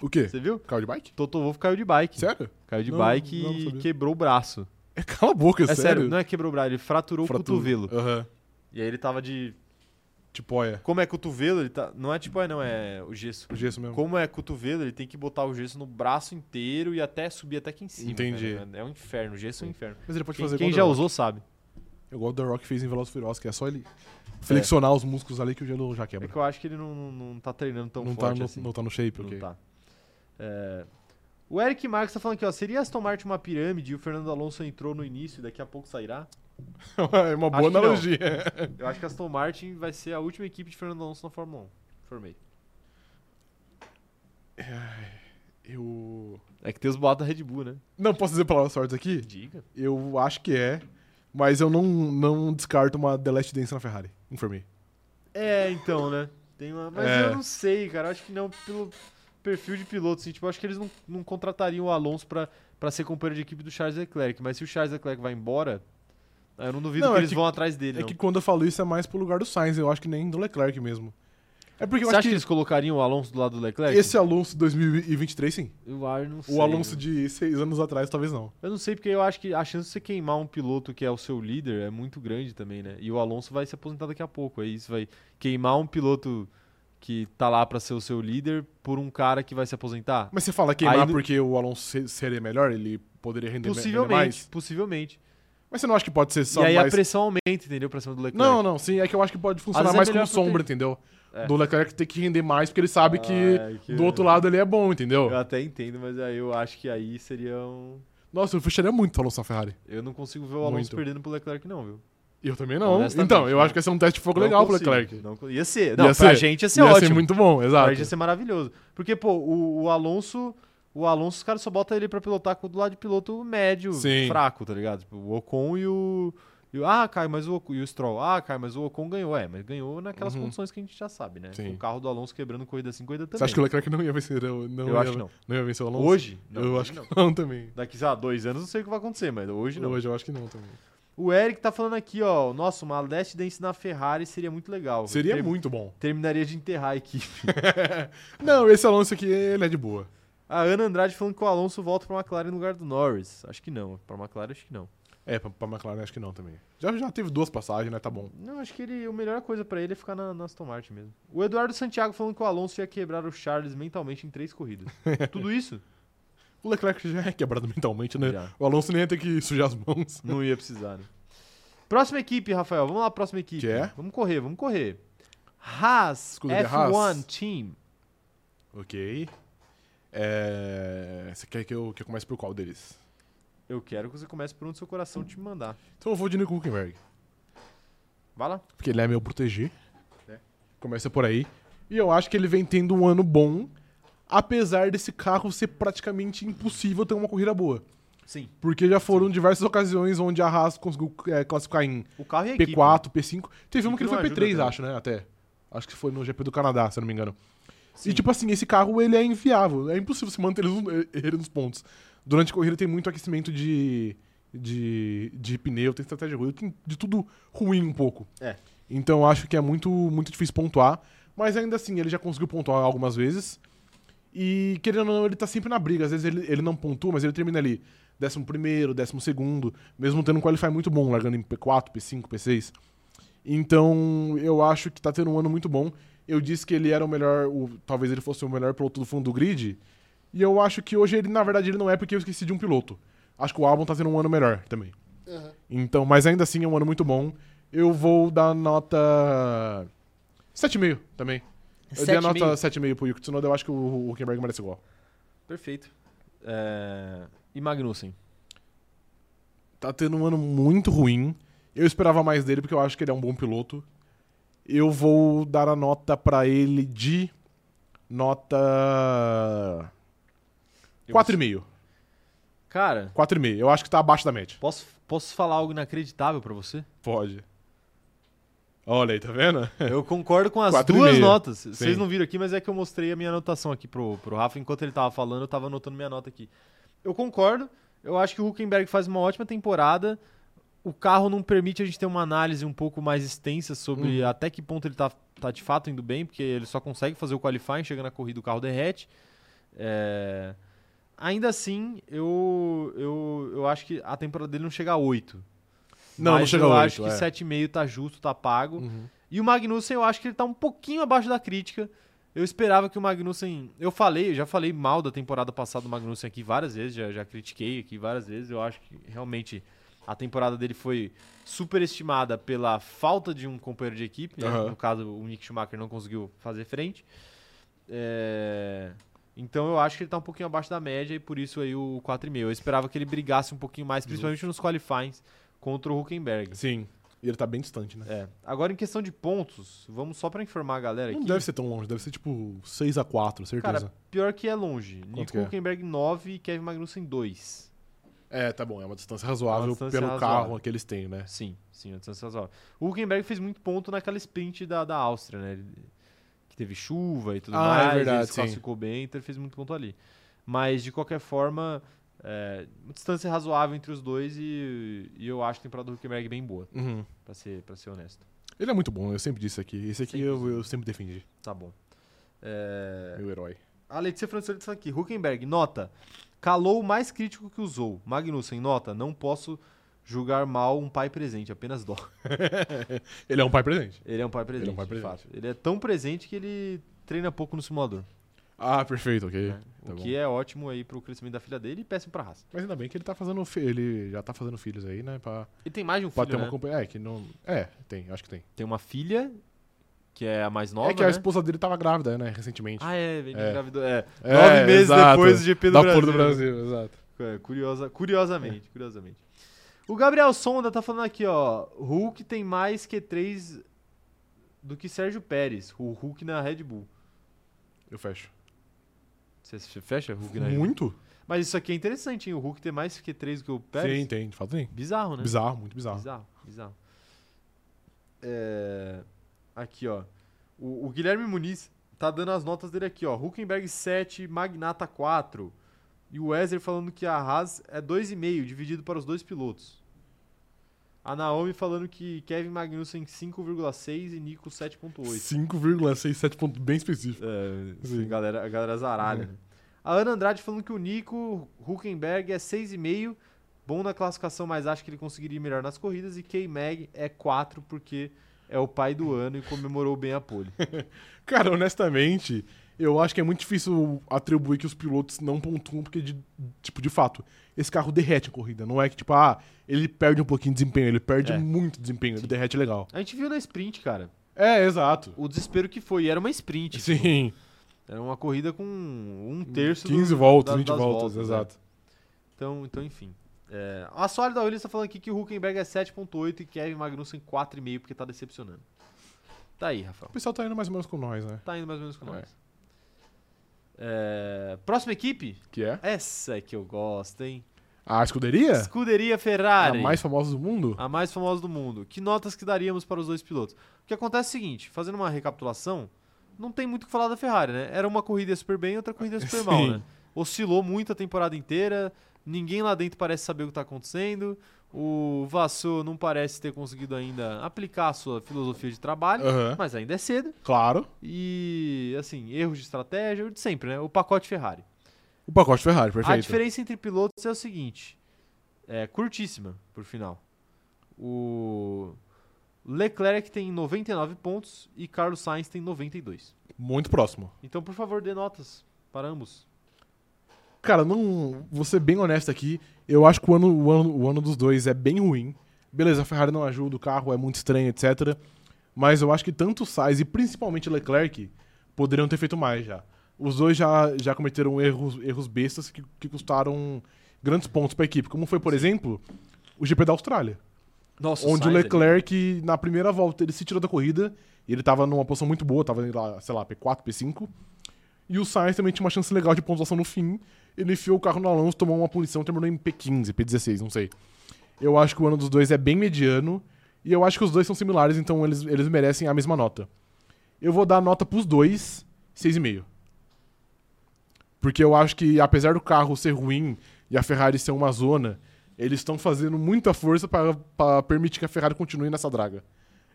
[SPEAKER 2] O quê?
[SPEAKER 1] Você viu?
[SPEAKER 2] Carro de bike?
[SPEAKER 1] Totô Wolff caiu de bike.
[SPEAKER 2] Sério?
[SPEAKER 1] Caiu de
[SPEAKER 2] Não,
[SPEAKER 1] bike
[SPEAKER 2] não, não
[SPEAKER 1] e
[SPEAKER 2] sabia.
[SPEAKER 1] quebrou o braço.
[SPEAKER 2] É, cala a boca,
[SPEAKER 1] É sério? não é quebrou o braço, ele fraturou
[SPEAKER 2] Fratura.
[SPEAKER 1] o cotovelo.
[SPEAKER 2] Aham.
[SPEAKER 1] E aí ele tava de
[SPEAKER 2] Tipo, olha,
[SPEAKER 1] Como é cotovelo, ele tá. Não é tipo, é não, é o gesso.
[SPEAKER 2] o gesso mesmo.
[SPEAKER 1] Como é cotovelo, ele tem que botar o gesso no braço inteiro e até subir até aqui em cima.
[SPEAKER 2] Entendi.
[SPEAKER 1] cara. É um inferno, o gesso é um inferno.
[SPEAKER 2] Mas ele pode
[SPEAKER 1] Quem,
[SPEAKER 2] fazer
[SPEAKER 1] quem
[SPEAKER 2] igual
[SPEAKER 1] já
[SPEAKER 2] o The
[SPEAKER 1] usou sabe.
[SPEAKER 2] Rock. Igual o The Rock fez em Veloz Furioso, que é só ele flexionar os músculos ali que o gelo já
[SPEAKER 1] É
[SPEAKER 2] quebra.
[SPEAKER 1] que eu acho que ele não, não, não tá treinando tão
[SPEAKER 2] não, tá
[SPEAKER 1] forte
[SPEAKER 2] no,
[SPEAKER 1] assim.
[SPEAKER 2] não tá no shape,
[SPEAKER 1] Não
[SPEAKER 2] ok.
[SPEAKER 1] tá. É, O Eric Marques tá falando aqui, ó. Seria Aston Martin uma pirâmide e o Fernando Alonso entrou no início e daqui a pouco sairá?
[SPEAKER 2] é uma boa
[SPEAKER 1] Acho que não.
[SPEAKER 2] analogia.
[SPEAKER 1] Eu acho que a Aston Martin vai ser a última equipe de Fernando Alonso na Fórmula 1. Formei.
[SPEAKER 2] Eu.
[SPEAKER 1] É que tem os boatos da Red Bull, né?
[SPEAKER 2] Não posso dizer palavras sortes aqui?
[SPEAKER 1] Diga.
[SPEAKER 2] Eu acho que é. Mas eu não, não descarto uma The Last Dance na Ferrari. um Informei.
[SPEAKER 1] É, então, né? Tem uma... Mas
[SPEAKER 2] É.
[SPEAKER 1] eu não sei, cara. Eu acho que não pelo perfil de piloto. Assim, tipo, eu acho que eles não, não contratariam o Alonso pra, pra ser companheiro de equipe do Charles Leclerc. Mas se o Charles Leclerc vai embora, ah, eu não duvido
[SPEAKER 2] Não,
[SPEAKER 1] que
[SPEAKER 2] é
[SPEAKER 1] eles
[SPEAKER 2] que-
[SPEAKER 1] vão atrás dele.
[SPEAKER 2] É
[SPEAKER 1] não.
[SPEAKER 2] que quando eu falo isso é mais pro lugar do Sainz, eu acho que nem do Leclerc mesmo. É porque eu
[SPEAKER 1] Você acha
[SPEAKER 2] acho
[SPEAKER 1] que eles colocariam o Alonso do lado do Leclerc?
[SPEAKER 2] Esse Alonso 2023, sim.
[SPEAKER 1] Eu ar- não sei.
[SPEAKER 2] O Alonso
[SPEAKER 1] mano.
[SPEAKER 2] de seis anos atrás, talvez não.
[SPEAKER 1] Eu não sei, porque eu acho que a chance de você queimar um piloto que é o seu líder é muito grande também, né? E o Alonso vai se aposentar daqui a pouco. Aí isso vai queimar um piloto que tá lá pra ser o seu líder por um cara que vai se aposentar.
[SPEAKER 2] Mas você fala queimar
[SPEAKER 1] Aí no-
[SPEAKER 2] porque o Alonso se- seria melhor, ele poderia render me- render
[SPEAKER 1] Possivelmente,
[SPEAKER 2] mais?
[SPEAKER 1] possivelmente.
[SPEAKER 2] Mas você não acha que pode ser só
[SPEAKER 1] e aí a
[SPEAKER 2] mais...
[SPEAKER 1] pressão aumenta, entendeu? Pra cima do Leclerc.
[SPEAKER 2] Não, não, sim, é que eu acho que pode funcionar
[SPEAKER 1] vezes é
[SPEAKER 2] mais como
[SPEAKER 1] melhor pra
[SPEAKER 2] sombra, entendeu?
[SPEAKER 1] É.
[SPEAKER 2] Do Leclerc ter que render mais porque ele sabe que
[SPEAKER 1] Ah, é que-
[SPEAKER 2] do outro lado ele é bom, entendeu?
[SPEAKER 1] Eu até entendo, mas aí eu acho que aí seria um.
[SPEAKER 2] Nossa, eu fecharia muito o Alonso na Ferrari.
[SPEAKER 1] Eu não consigo ver o Alonso
[SPEAKER 2] Muito.
[SPEAKER 1] perdendo pro Leclerc, não, viu?
[SPEAKER 2] Eu também não.
[SPEAKER 1] Honestamente,
[SPEAKER 2] Então, eu
[SPEAKER 1] não.
[SPEAKER 2] acho que ia ser um teste de fogo
[SPEAKER 1] Não
[SPEAKER 2] legal pro
[SPEAKER 1] consigo,
[SPEAKER 2] Leclerc.
[SPEAKER 1] não con- ia ser. Não,
[SPEAKER 2] Ia
[SPEAKER 1] pra
[SPEAKER 2] ser.
[SPEAKER 1] gente ia ser
[SPEAKER 2] Ia
[SPEAKER 1] ótimo.
[SPEAKER 2] ser muito bom,
[SPEAKER 1] pra
[SPEAKER 2] exato.
[SPEAKER 1] gente ia ser maravilhoso. Porque, pô, o, o Alonso. O Alonso, os caras só botam ele pra pilotar com- do lado de piloto médio,
[SPEAKER 2] Sim.
[SPEAKER 1] fraco, tá ligado? Tipo, o Ocon e o. e o- ah, cai, mas o Ocon, e o Stroll. Ah, cai, mas o Ocon ganhou. É, mas ganhou naquelas
[SPEAKER 2] Uhum.
[SPEAKER 1] condições que a gente já sabe, né?
[SPEAKER 2] Sim.
[SPEAKER 1] O carro do Alonso quebrando corrida assim, corrida também.
[SPEAKER 2] Você acha que o Leclerc não ia vencer? Não, não
[SPEAKER 1] Eu
[SPEAKER 2] ia,
[SPEAKER 1] acho que não.
[SPEAKER 2] ia vencer o Alonso?
[SPEAKER 1] Hoje?
[SPEAKER 2] eu
[SPEAKER 1] hoje
[SPEAKER 2] acho que não também.
[SPEAKER 1] Daqui, sei lá, dois anos, não sei o que vai acontecer, mas hoje não.
[SPEAKER 2] Hoje eu acho que não também.
[SPEAKER 1] O Eric tá falando aqui, ó. Nossa, uma Last Dance na Ferrari seria muito legal.
[SPEAKER 2] Seria
[SPEAKER 1] Ter-
[SPEAKER 2] muito bom.
[SPEAKER 1] Terminaria de enterrar a equipe.
[SPEAKER 2] Não, esse Alonso aqui, ele é de boa.
[SPEAKER 1] A Ana Andrade falando que o Alonso volta pra McLaren no lugar do Norris. Acho que não. Pra McLaren, acho que não.
[SPEAKER 2] É, pra, pra McLaren acho que não também. Já, já teve duas passagens, né? Tá bom.
[SPEAKER 1] Não, acho que ele, a melhor coisa pra ele é ficar na, na Aston Martin mesmo. O Eduardo Santiago falando que o Alonso ia quebrar o Charles mentalmente em três corridas. Tudo isso?
[SPEAKER 2] O Leclerc já é quebrado mentalmente, né?
[SPEAKER 1] Já.
[SPEAKER 2] O Alonso nem ia ter que sujar as mãos.
[SPEAKER 1] Não ia precisar, né? Próxima equipe, Rafael. Vamos lá, próxima equipe.
[SPEAKER 2] Que é?
[SPEAKER 1] Vamos correr, vamos correr. Haas,
[SPEAKER 2] Escuderia
[SPEAKER 1] F1
[SPEAKER 2] Haas.
[SPEAKER 1] Team.
[SPEAKER 2] Ok. É... Você quer que eu, que eu comece por qual deles?
[SPEAKER 1] Eu quero que você comece por onde seu coração te mandar.
[SPEAKER 2] Então eu vou de Nico Huckenberg.
[SPEAKER 1] Vai lá.
[SPEAKER 2] Porque ele é meu proteger.
[SPEAKER 1] É.
[SPEAKER 2] Começa por aí. E eu acho que ele vem tendo um ano bom, apesar desse carro ser praticamente impossível ter uma corrida boa.
[SPEAKER 1] Sim.
[SPEAKER 2] Porque já foram diversas ocasiões onde a Haas conseguiu é, classificar em
[SPEAKER 1] O carro e a equipe.
[SPEAKER 2] P4, P5. Teve uma que ele
[SPEAKER 1] Equipe
[SPEAKER 2] foi
[SPEAKER 1] não
[SPEAKER 2] P3,
[SPEAKER 1] ajuda, né?
[SPEAKER 2] acho, né? Até. Acho que foi no GP do Canadá, se eu não me engano.
[SPEAKER 1] Sim.
[SPEAKER 2] E tipo assim, esse carro ele é inviável. É impossível se manter ele nos, ele nos pontos. Durante a corrida tem muito aquecimento de, de, de pneu, tem estratégia ruim, tem de tudo ruim um pouco.
[SPEAKER 1] É.
[SPEAKER 2] Então eu acho que é muito, muito difícil pontuar. Mas ainda assim, ele já conseguiu pontuar algumas vezes. E querendo ou não, ele tá sempre na briga. Às vezes ele, ele não pontua, mas ele termina ali. Décimo primeiro, décimo segundo, mesmo tendo um qualify muito bom, largando em P4, P5, P6. Então, eu acho que tá tendo um ano muito bom. Eu disse que ele era o melhor, o- talvez ele fosse o melhor piloto do fundo do grid. E eu acho que hoje ele, na verdade, ele não é porque eu esqueci de um piloto. Acho que o álbum tá tendo um ano melhor também. Então, mas ainda assim é um ano muito bom. Eu vou dar nota 7,5 também. Eu dei a nota 7,5 pro Yuki Tsunoda, eu acho que o Huckenberg merece igual.
[SPEAKER 1] Perfeito. É, E Magnussen.
[SPEAKER 2] tá tendo um ano muito ruim. Eu esperava mais dele porque eu acho que ele é um bom piloto. Eu vou dar a nota pra ele de nota
[SPEAKER 1] Eu
[SPEAKER 2] 4,5.
[SPEAKER 1] Cara,
[SPEAKER 2] 4,5. Eu acho que tá abaixo da média.
[SPEAKER 1] posso, posso falar algo inacreditável pra você?
[SPEAKER 2] Pode. Olha aí, tá vendo?
[SPEAKER 1] Eu concordo com as
[SPEAKER 2] Quatro e
[SPEAKER 1] duas
[SPEAKER 2] meio.
[SPEAKER 1] notas. Vocês
[SPEAKER 2] Sim.
[SPEAKER 1] não viram aqui, mas é que eu mostrei a minha anotação aqui pro, pro Rafa. Enquanto ele tava falando, eu tava anotando minha nota aqui. Eu concordo. Eu acho que o Huckenberg faz uma ótima temporada. O carro não permite a gente ter uma análise um pouco mais extensa sobre
[SPEAKER 2] Uhum.
[SPEAKER 1] até que ponto ele tá, tá de fato indo bem, porque ele só consegue fazer o qualifying, chega na corrida, o carro derrete. É, Ainda assim, eu, eu, eu acho que a temporada dele não chega a 8.
[SPEAKER 2] Não, não
[SPEAKER 1] Mas
[SPEAKER 2] chega
[SPEAKER 1] eu
[SPEAKER 2] a
[SPEAKER 1] acho
[SPEAKER 2] 8,
[SPEAKER 1] que
[SPEAKER 2] é.
[SPEAKER 1] 7,5 tá justo, tá pago.
[SPEAKER 2] Uhum.
[SPEAKER 1] E o Magnussen, eu acho que ele tá um pouquinho abaixo da crítica. Eu esperava que o Magnussen. Eu falei, eu já falei mal da temporada passada do Magnussen aqui várias vezes, já, já critiquei aqui várias vezes. Eu acho que realmente a temporada dele foi superestimada pela falta de um companheiro de equipe. né?
[SPEAKER 2] Aham.
[SPEAKER 1] No caso, o Nick Schumacher não conseguiu fazer frente. É, Então eu acho que ele tá um pouquinho abaixo da média e por isso aí o 4,5. Eu esperava que ele brigasse um pouquinho mais, principalmente nos qualifying contra o Huckenberg.
[SPEAKER 2] Sim. E ele tá bem distante, né?
[SPEAKER 1] É. Agora, em questão de pontos, vamos só pra informar a galera
[SPEAKER 2] Não
[SPEAKER 1] aqui.
[SPEAKER 2] deve ser tão longe, deve ser tipo 6x4, certeza.
[SPEAKER 1] Cara, pior que é longe. Nico
[SPEAKER 2] que é?
[SPEAKER 1] Huckenberg 9 e Kevin Magnussen 2.
[SPEAKER 2] É, tá bom, é uma distância razoável
[SPEAKER 1] uma distância
[SPEAKER 2] pelo
[SPEAKER 1] razoável.
[SPEAKER 2] carro que eles têm, né?
[SPEAKER 1] Sim, sim, a distância razoável. O Huckenberg fez muito ponto naquela sprint da, da Áustria, né? Ele- que teve chuva e tudo
[SPEAKER 2] Ah, é
[SPEAKER 1] mais.
[SPEAKER 2] verdade,
[SPEAKER 1] ele se
[SPEAKER 2] sim.
[SPEAKER 1] classificou bem, então ele fez muito ponto ali. Mas, de qualquer forma, é, uma distância razoável entre os dois e, e eu acho a temporada do Huckenberg é bem boa,
[SPEAKER 2] Uhum.
[SPEAKER 1] pra ser, pra ser honesto.
[SPEAKER 2] Ele é muito bom, eu sempre disse aqui. Esse aqui
[SPEAKER 1] Sempre
[SPEAKER 2] eu, eu sempre defendi.
[SPEAKER 1] Tá bom. É...
[SPEAKER 2] Meu herói.
[SPEAKER 1] A Letícia Francesa disse aqui. Huckenberg, nota. Calou o mais crítico que usou. Magnussen, nota. Não posso julgar mal um pai presente, apenas dó.
[SPEAKER 2] Ele é um pai presente.
[SPEAKER 1] Ele é um pai presente,
[SPEAKER 2] Ele é um pai
[SPEAKER 1] de
[SPEAKER 2] presente.
[SPEAKER 1] fato. Ele é tão presente que ele treina pouco no simulador.
[SPEAKER 2] Ah, perfeito, ok.
[SPEAKER 1] né?
[SPEAKER 2] Tá
[SPEAKER 1] o
[SPEAKER 2] bom.
[SPEAKER 1] que é ótimo aí pro crescimento da filha dele e péssimo pra raça.
[SPEAKER 2] Mas ainda bem que ele tá fazendo fi- ele já tá fazendo filhos aí, né, Pra
[SPEAKER 1] Ele tem mais de um
[SPEAKER 2] pra
[SPEAKER 1] filho,
[SPEAKER 2] ter
[SPEAKER 1] né?
[SPEAKER 2] uma companhia, é que não, é, tem, acho que tem.
[SPEAKER 1] Tem uma filha, que é a mais nova,
[SPEAKER 2] é que a
[SPEAKER 1] né?
[SPEAKER 2] esposa dele tava grávida, né, recentemente.
[SPEAKER 1] Ah, é, ele
[SPEAKER 2] É.
[SPEAKER 1] engravidou. É,
[SPEAKER 2] É,
[SPEAKER 1] nove meses
[SPEAKER 2] exato.
[SPEAKER 1] depois do GP do
[SPEAKER 2] da
[SPEAKER 1] Brasil.
[SPEAKER 2] Porto do Brasil, exato.
[SPEAKER 1] É, curiosa, curiosamente, curiosamente. O Gabriel Sonda tá falando aqui, ó. Hulk tem mais Q3 do que Sérgio Pérez, o Hulk na Red Bull.
[SPEAKER 2] Eu fecho.
[SPEAKER 1] Você se fecha Hulk na Red Bull?
[SPEAKER 2] Muito?
[SPEAKER 1] Mas isso aqui é interessante, hein? O Hulk ter mais Q3 do que o Pérez.
[SPEAKER 2] Sim, tem, de fato tem.
[SPEAKER 1] Bizarro, né?
[SPEAKER 2] Bizarro, muito bizarro.
[SPEAKER 1] Bizarro, bizarro. É, Aqui, ó. O, o Guilherme Muniz tá dando as notas dele aqui, ó. Huckenberg 7, Magnata 4. E o Wesley falando que a Haas é 2,5, dividido para os dois pilotos. A Naomi falando que Kevin Magnussen 5,6 e Nico 7,8.
[SPEAKER 2] 5,67 ponto bem específico.
[SPEAKER 1] É,
[SPEAKER 2] Sim.
[SPEAKER 1] a galera, a galera zaralha, né? A Ana Andrade falando que o Nico Huckenberg é 6,5, bom na classificação, mas acho que ele conseguiria ir melhor nas corridas. E K-Mag é 4, porque é o pai do ano e comemorou bem a pole.
[SPEAKER 2] Cara, honestamente, eu acho que é muito difícil atribuir que os pilotos não pontuam, porque, de, tipo, de fato, esse carro derrete a corrida. Não é que, tipo, ah, ele perde um pouquinho de desempenho, ele perde
[SPEAKER 1] É.
[SPEAKER 2] muito desempenho, ele derrete legal.
[SPEAKER 1] A gente viu na sprint, cara,
[SPEAKER 2] É, exato.
[SPEAKER 1] o desespero que foi. E era uma sprint. tipo,
[SPEAKER 2] Sim,
[SPEAKER 1] era uma corrida com um terço do-
[SPEAKER 2] 15 voltas,
[SPEAKER 1] da-
[SPEAKER 2] 20
[SPEAKER 1] das
[SPEAKER 2] voltas,
[SPEAKER 1] né?
[SPEAKER 2] exato.
[SPEAKER 1] Então, então enfim. É, a Soares da Williams está falando aqui que o Huckenberg é 7,8 e Kevin Magnussen 4,5, porque tá decepcionando. Tá aí, Rafael.
[SPEAKER 2] O pessoal tá indo mais ou menos com nós, né?
[SPEAKER 1] Tá indo mais ou menos com
[SPEAKER 2] É.
[SPEAKER 1] nós. É, próxima equipe?
[SPEAKER 2] Que é?
[SPEAKER 1] Essa é que eu gosto, hein?
[SPEAKER 2] A escuderia?
[SPEAKER 1] Escuderia
[SPEAKER 2] É. A
[SPEAKER 1] Ferrari.
[SPEAKER 2] mais famosa do mundo?
[SPEAKER 1] a mais famosa do mundo. Que notas que daríamos para os dois pilotos? O que acontece é o seguinte, fazendo uma recapitulação, não tem muito o que falar da Ferrari, né? Era uma corrida super bem, outra corrida super mal,
[SPEAKER 2] Sim.
[SPEAKER 1] né? Oscilou muito a temporada inteira, ninguém lá dentro parece saber o que está acontecendo, o Vassou não parece ter conseguido ainda aplicar a sua filosofia de trabalho,
[SPEAKER 2] Aham.
[SPEAKER 1] mas ainda é cedo.
[SPEAKER 2] Claro.
[SPEAKER 1] E, assim, erros de estratégia, o de sempre, né? O pacote Ferrari.
[SPEAKER 2] O pacote Ferrari,
[SPEAKER 1] A
[SPEAKER 2] perfeito.
[SPEAKER 1] diferença entre pilotos é o seguinte: é curtíssima, por final. O Leclerc tem 99 pontos e Carlos Sainz tem 92.
[SPEAKER 2] Muito próximo.
[SPEAKER 1] Então, por favor, dê notas para ambos.
[SPEAKER 2] Cara, não. Vou ser bem honesto aqui. Eu acho que o ano, o ano, o ano dos dois é bem ruim. Beleza, a Ferrari não ajuda, o carro é muito estranho, etc. Mas eu acho que tanto o Sainz e principalmente o Leclerc poderiam ter feito mais já. Os dois já, já cometeram erros, erros bestas que, que custaram grandes pontos pra equipe. Como foi, por exemplo, o GP da Austrália.
[SPEAKER 1] Nossa, é
[SPEAKER 2] onde o Leclerc, na primeira volta, ele se tirou da corrida. E ele tava numa posição muito boa, tava lá, sei lá, P4, P5. E o Sainz também tinha uma chance legal de pontuação no fim. Ele enfiou o carro no Alonso, tomou uma punição, terminou em P15, P16, não sei. Eu acho que o ano dos dois é bem mediano. E eu acho que os dois são similares, então eles, eles merecem a mesma nota. Eu vou dar a nota pros dois, 6,5. Porque eu acho que, apesar do carro ser ruim e a Ferrari ser uma zona, eles estão fazendo muita força para permitir que a Ferrari continue nessa draga.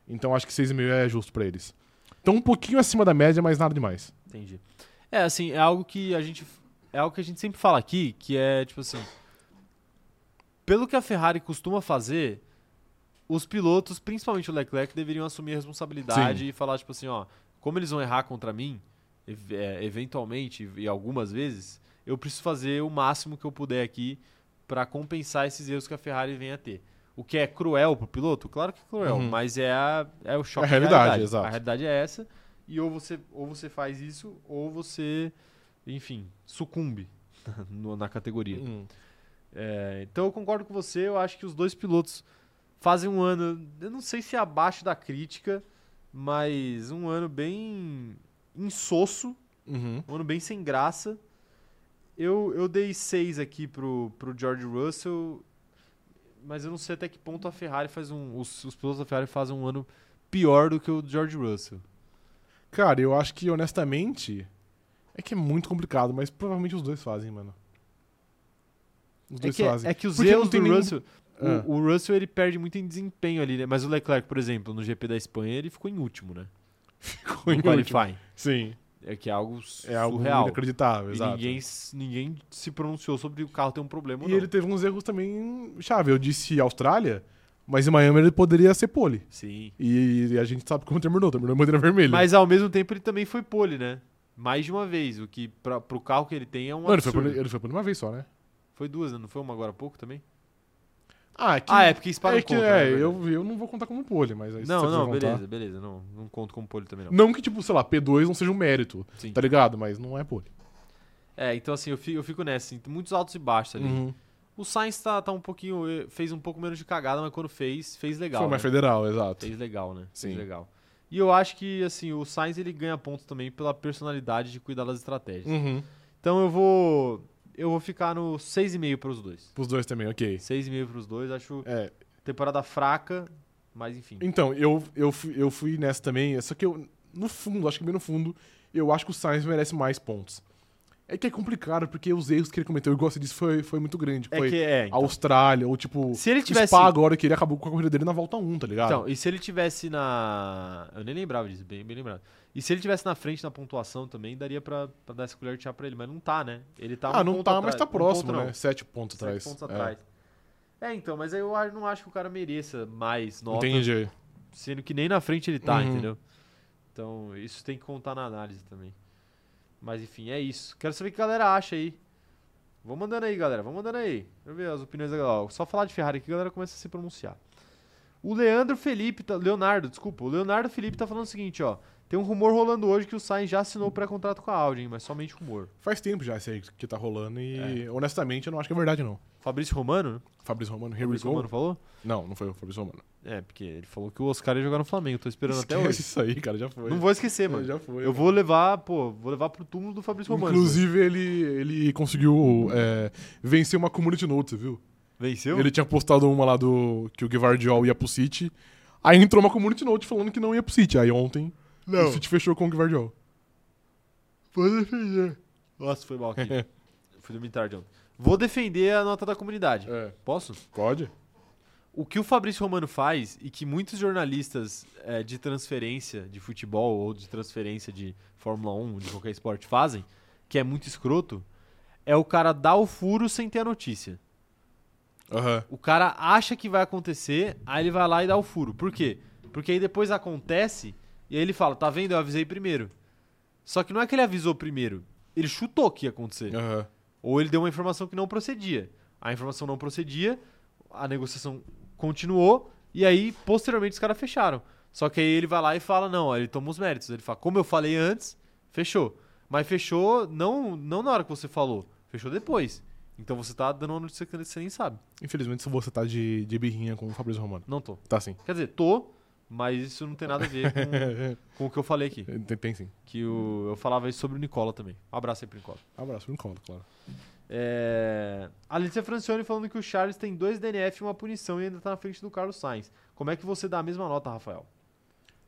[SPEAKER 2] Então acho que 6,5 é justo pra eles. Então um pouquinho acima da média, mas nada demais.
[SPEAKER 1] Entendi. É, assim, é algo que a gente. É algo que a gente sempre fala aqui, que é tipo assim. Pelo que a Ferrari costuma fazer, os pilotos, principalmente o Leclerc, deveriam assumir a responsabilidade e falar, tipo assim, ó, como eles vão errar contra mim, ev- é, eventualmente, e algumas vezes, eu preciso fazer o máximo que eu puder aqui pra compensar esses erros que a Ferrari vem a ter. O que é cruel pro piloto? Claro que é cruel,
[SPEAKER 2] Uhum.
[SPEAKER 1] mas é, a- é o choque
[SPEAKER 2] É a
[SPEAKER 1] de
[SPEAKER 2] realidade,
[SPEAKER 1] A
[SPEAKER 2] exato.
[SPEAKER 1] realidade é essa, e ou você, ou você faz isso, ou você, enfim, sucumbe no- na categoria. É, então eu concordo com você, eu acho que os dois pilotos fazem um ano, eu não sei se é abaixo da crítica, mas um ano bem insosso,
[SPEAKER 2] Uhum.
[SPEAKER 1] um ano bem sem graça. Eu, eu dei seis aqui pro, pro George Russell, mas eu não sei até que ponto a Ferrari faz um. Os, os pilotos da Ferrari fazem um ano pior do que o George Russell.
[SPEAKER 2] Cara, eu acho que honestamente é que é muito complicado, mas provavelmente os dois fazem, mano. Os
[SPEAKER 1] É
[SPEAKER 2] dois
[SPEAKER 1] que,
[SPEAKER 2] fazem.
[SPEAKER 1] é que os
[SPEAKER 2] Porque não
[SPEAKER 1] erros do
[SPEAKER 2] tem nenhum-
[SPEAKER 1] Russell. o-
[SPEAKER 2] Ah.
[SPEAKER 1] O, Russell ele perde muito em desempenho ali, né? Mas o Leclerc, por exemplo, no GP da Espanha, ele ficou em último, né?
[SPEAKER 2] Ficou
[SPEAKER 1] No
[SPEAKER 2] em último.
[SPEAKER 1] qualifying.
[SPEAKER 2] Sim,
[SPEAKER 1] É que é algo
[SPEAKER 2] é algo
[SPEAKER 1] surreal.
[SPEAKER 2] inacreditável,
[SPEAKER 1] E
[SPEAKER 2] exato.
[SPEAKER 1] ninguém, s- ninguém se pronunciou sobre o carro ter um problema ou
[SPEAKER 2] E
[SPEAKER 1] não.
[SPEAKER 2] ele tá teve uns erros também chave. Eu disse Austrália, mas em Miami ele poderia ser pole.
[SPEAKER 1] Sim.
[SPEAKER 2] E a gente sabe como terminou, terminou em bandeira vermelha.
[SPEAKER 1] Mas ao mesmo tempo ele também foi pole, né? Mais de uma vez, o que pra, pro carro que ele tem é um
[SPEAKER 2] não, ele foi,
[SPEAKER 1] absurdo.
[SPEAKER 2] pole, ele foi pole uma vez só, né?
[SPEAKER 1] Foi duas, né? Não foi uma agora há pouco também?
[SPEAKER 2] Ah, que,
[SPEAKER 1] Ah, é porque espalha
[SPEAKER 2] é, que,
[SPEAKER 1] contra,
[SPEAKER 2] é,
[SPEAKER 1] né? Verdade.
[SPEAKER 2] eu, eu não vou contar como pole, mas aí se você
[SPEAKER 1] Não, não,
[SPEAKER 2] quiser contar-
[SPEAKER 1] beleza, beleza. Não, não conto como pole também, não.
[SPEAKER 2] Não que, tipo, sei lá, P2 não seja um mérito,
[SPEAKER 1] Sim.
[SPEAKER 2] tá ligado? Mas não é pole. Uhum.
[SPEAKER 1] É, então assim, eu fico, eu fico nessa. assim, muitos altos e baixos ali. O Sainz tá, tá um pouquinho. eh, Fez um pouco menos de cagada, mas quando fez, fez legal.
[SPEAKER 2] Foi mais
[SPEAKER 1] né?
[SPEAKER 2] federal, exato.
[SPEAKER 1] Fez legal, né?
[SPEAKER 2] Sim.
[SPEAKER 1] Fez legal. E eu acho que, assim, o Sainz ele ganha ponto também pela personalidade de cuidar das estratégias.
[SPEAKER 2] Uhum.
[SPEAKER 1] Então eu vou. Eu vou ficar no 6,5 pros dois.
[SPEAKER 2] Pros dois também, ok.
[SPEAKER 1] 6,5 pros dois, acho
[SPEAKER 2] É,
[SPEAKER 1] temporada fraca, mas enfim.
[SPEAKER 2] Então, eu, eu, fui, eu fui nessa também, só que eu, no fundo, acho que bem no fundo, eu acho que o Sainz merece mais pontos. É que é complicado, porque os erros que ele cometeu, eu gosto disso, foi, foi muito grande.
[SPEAKER 1] É
[SPEAKER 2] foi
[SPEAKER 1] que é. Então,
[SPEAKER 2] Austrália, ou tipo,
[SPEAKER 1] se ele tivesse.
[SPEAKER 2] Spa agora, que ele acabou com a corrida dele na volta 1, tá ligado?
[SPEAKER 1] Então, e se ele tivesse na. Eu nem lembrava disso, bem, bem lembrado. E se ele tivesse na frente na pontuação também, daria pra, pra dar essa colher de chá pra ele, mas não tá, né? Ele tá
[SPEAKER 2] ah,
[SPEAKER 1] um
[SPEAKER 2] não
[SPEAKER 1] ponto
[SPEAKER 2] tá,
[SPEAKER 1] atrás-
[SPEAKER 2] mas tá
[SPEAKER 1] um ponto
[SPEAKER 2] próximo,
[SPEAKER 1] não,
[SPEAKER 2] né? Sete pontos
[SPEAKER 1] sete
[SPEAKER 2] atrás.
[SPEAKER 1] pontos
[SPEAKER 2] É.
[SPEAKER 1] atrás. É. então, mas eu a- não acho que o cara mereça mais nota,
[SPEAKER 2] É. Entendi.
[SPEAKER 1] sendo que nem na frente ele tá,
[SPEAKER 2] Uhum.
[SPEAKER 1] entendeu? Então, isso tem que contar na análise também. Mas enfim, é isso. Quero saber o que a galera acha aí. Vão mandando aí, galera. Vão mandando aí. Deixa eu ver as opiniões da galera. Ó, Só falar de Ferrari aqui, a galera começa a se pronunciar. O Leandro Felipe. tá- Leonardo, desculpa. O Leonardo Felipe tá falando o seguinte, ó. Tem um rumor rolando hoje que o Sainz já assinou o pré-contrato com a Audi, hein, mas somente rumor.
[SPEAKER 2] Faz tempo já esse aí que tá rolando e, honestamente, eu não acho que é verdade, não.
[SPEAKER 1] Fabrício Romano? né?
[SPEAKER 2] Fabrício Romano, here we
[SPEAKER 1] Fabrício
[SPEAKER 2] go.
[SPEAKER 1] Romano falou?
[SPEAKER 2] Não, não foi o Fabrício Romano.
[SPEAKER 1] É, porque ele falou que o Oscar ia jogar no Flamengo. Tô esperando até
[SPEAKER 2] Esquece
[SPEAKER 1] hoje.
[SPEAKER 2] isso aí, cara, já foi.
[SPEAKER 1] Não vou esquecer, mano.
[SPEAKER 2] Já foi.
[SPEAKER 1] Eu vou levar, pô, vou levar pro túmulo do Fabrício Romano.
[SPEAKER 2] Inclusive, ele, ele conseguiu é, vencer uma community note, você viu?
[SPEAKER 1] Venceu?
[SPEAKER 2] Ele tinha postado uma lá do que o Guivardiol ia pro City. Aí entrou uma community note falando que não ia pro City. Aí ontem o City fechou com o Guivardiol.
[SPEAKER 1] Vou defender. Nossa, foi mal aqui. Fui dormir tarde ontem. Vou defender a nota da comunidade.
[SPEAKER 2] É.
[SPEAKER 1] Posso?
[SPEAKER 2] Pode?
[SPEAKER 1] O que o Fabrício Romano faz e que muitos jornalistas eh, de transferência de futebol ou de transferência de Fórmula 1, de qualquer esporte, fazem, que é muito escroto, é o cara dar o furo sem ter a notícia.
[SPEAKER 2] Aham.
[SPEAKER 1] O cara acha que vai acontecer, aí ele vai lá e dá o furo. Por quê? Porque aí depois acontece e aí ele fala: tá vendo? Eu avisei primeiro. Só que não é que ele avisou primeiro, ele chutou que ia acontecer.
[SPEAKER 2] Aham.
[SPEAKER 1] Ou ele deu uma informação que não procedia. A informação não procedia, a negociação continuou, e aí, posteriormente, os caras fecharam. Só que aí ele vai lá e fala, não, ó, ele toma os méritos. Ele fala, como eu falei antes, fechou. Mas fechou não, não na hora que você falou, fechou depois. Então você tá dando uma notícia que você nem sabe.
[SPEAKER 2] Infelizmente, se você tá de, de birrinha com o Fabrício Romano.
[SPEAKER 1] Não tô.
[SPEAKER 2] Tá sim.
[SPEAKER 1] Quer dizer, tô, mas isso não tem nada a ver com, com o que eu falei aqui.
[SPEAKER 2] tem, é, tem sim.
[SPEAKER 1] Que o- eu falava isso sobre o Nicola também. Um abraço aí pro Nicola.
[SPEAKER 2] Abraço, não cola, claro.
[SPEAKER 1] É... A Letícia Francione falando que o Charles tem dois DNF e uma punição e ainda tá na frente do Carlos Sainz. Como é que você dá a mesma nota, Rafael?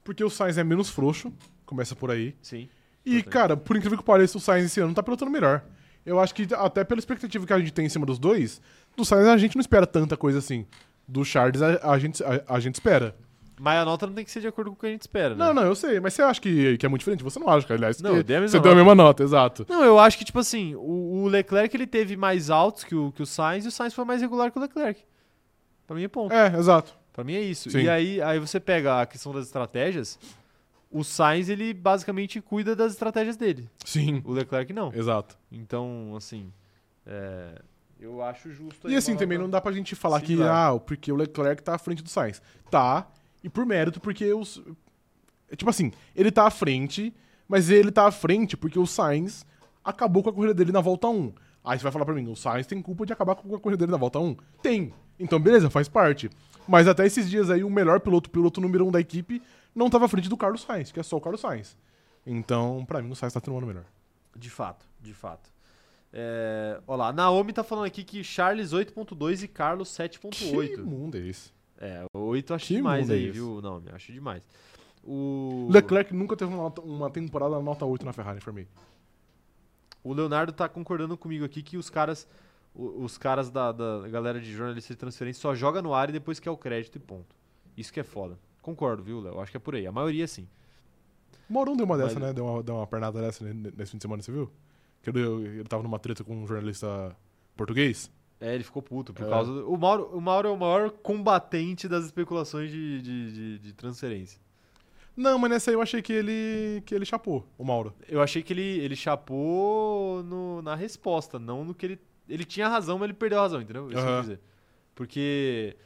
[SPEAKER 2] Porque o Sainz é menos frouxo, começa por aí.
[SPEAKER 1] Sim.
[SPEAKER 2] E,
[SPEAKER 1] Exatamente.
[SPEAKER 2] cara, por incrível que pareça, o Sainz esse ano tá pilotando melhor. Eu acho que até pela expectativa que a gente tem em cima dos dois, do Sainz a gente não espera tanta coisa assim. Do Charles a, a gente, a, a gente espera.
[SPEAKER 1] Mas a nota não tem que ser de acordo com o que a gente espera, né?
[SPEAKER 2] Não, não, eu sei, mas você acha que, que é muito diferente? Você não acha, cara, aliás.
[SPEAKER 1] Não, é
[SPEAKER 2] que
[SPEAKER 1] eu dei a mesma
[SPEAKER 2] você deu a
[SPEAKER 1] nota.
[SPEAKER 2] mesma nota, exato.
[SPEAKER 1] Não, eu acho que, tipo assim, o, o Leclerc ele teve mais altos que o, que o Sainz e o Sainz foi mais regular que o Leclerc. Pra mim é ponto.
[SPEAKER 2] É, exato.
[SPEAKER 1] Pra mim é isso.
[SPEAKER 2] Sim.
[SPEAKER 1] E aí, aí você pega a questão das estratégias. O Sainz, ele basicamente cuida das estratégias dele.
[SPEAKER 2] Sim.
[SPEAKER 1] O Leclerc não.
[SPEAKER 2] Exato.
[SPEAKER 1] Então, assim. é, eu acho justo.
[SPEAKER 2] E assim, também não dá pra gente falar que,
[SPEAKER 1] Similar.
[SPEAKER 2] ah, porque o Leclerc tá à frente do Sainz. Tá, e por mérito, porque os. é Tipo assim, ele tá à frente, mas ele tá à frente porque o Sainz acabou com a corrida dele na volta 1. Aí você vai falar pra mim, o Sainz tem culpa de acabar com a corrida dele na volta 1? Tem. Então, beleza, faz parte. Mas até esses dias aí, o melhor piloto, o piloto número 1 da equipe, não tava à frente do Carlos Sainz, que é só o Carlos Sainz. Então, pra mim, o Sainz tá tendo um ano melhor.
[SPEAKER 1] De fato, de fato. É, olha lá, Naomi tá falando aqui que Charles 8.2 e Carlos
[SPEAKER 2] Que
[SPEAKER 1] 7.8.
[SPEAKER 2] mundo é esse?
[SPEAKER 1] É, 8 eu acho
[SPEAKER 2] Que
[SPEAKER 1] demais
[SPEAKER 2] mundo é
[SPEAKER 1] aí,
[SPEAKER 2] esse?
[SPEAKER 1] viu, Naomi? Acho demais. O,
[SPEAKER 2] Leclerc nunca teve uma, nota- uma temporada nota 8 na Ferrari, informei.
[SPEAKER 1] o Leonardo tá concordando comigo aqui que os caras, o- os caras da, da galera de jornalista de transferência só joga no ar e depois quer o crédito e ponto. Isso que é foda. Concordo, viu, Léo? Acho que é por aí. A maioria sim.
[SPEAKER 2] Morão deu uma
[SPEAKER 1] Mas-
[SPEAKER 2] dessa, né? Deu uma, deu uma pernada dessa ne- nesse fim de semana, você viu? Que ele, ele tava numa treta com um jornalista português.
[SPEAKER 1] É, ele ficou puto por
[SPEAKER 2] É.
[SPEAKER 1] causa do. O Mauro, o Mauro é o maior combatente das especulações de, de, de- de transferência.
[SPEAKER 2] Não, mas nessa aí eu achei que ele, que ele chapou, o Mauro.
[SPEAKER 1] Eu achei que ele, ele chapou no- na resposta, não no que ele. Ele tinha razão, mas ele perdeu a razão, entendeu? Isso que eu
[SPEAKER 2] Aham.
[SPEAKER 1] quis dizer. Porque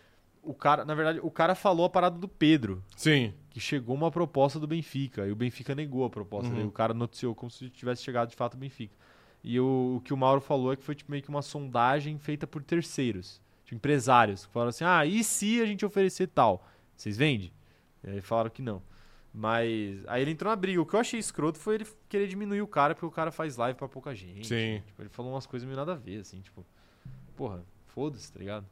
[SPEAKER 1] o cara, na verdade, o cara falou a parada do Pedro,
[SPEAKER 2] Sim.
[SPEAKER 1] que chegou uma proposta do Benfica, e o Benfica negou a proposta.
[SPEAKER 2] Uhum.
[SPEAKER 1] né? o cara noticiou como se tivesse chegado de fato o Benfica. E o, o que o Mauro falou é que foi tipo, meio que uma sondagem feita por terceiros, tipo, empresários, que falaram assim: ah, e se a gente oferecer tal? Vocês vendem? E aí falaram que não. Mas aí ele entrou na briga. O que eu achei escroto foi ele querer diminuir o cara porque o cara faz live pra pouca gente.
[SPEAKER 2] Sim.
[SPEAKER 1] Tipo, ele falou umas coisas meio nada a ver, assim, tipo, porra, foda-se, tá ligado?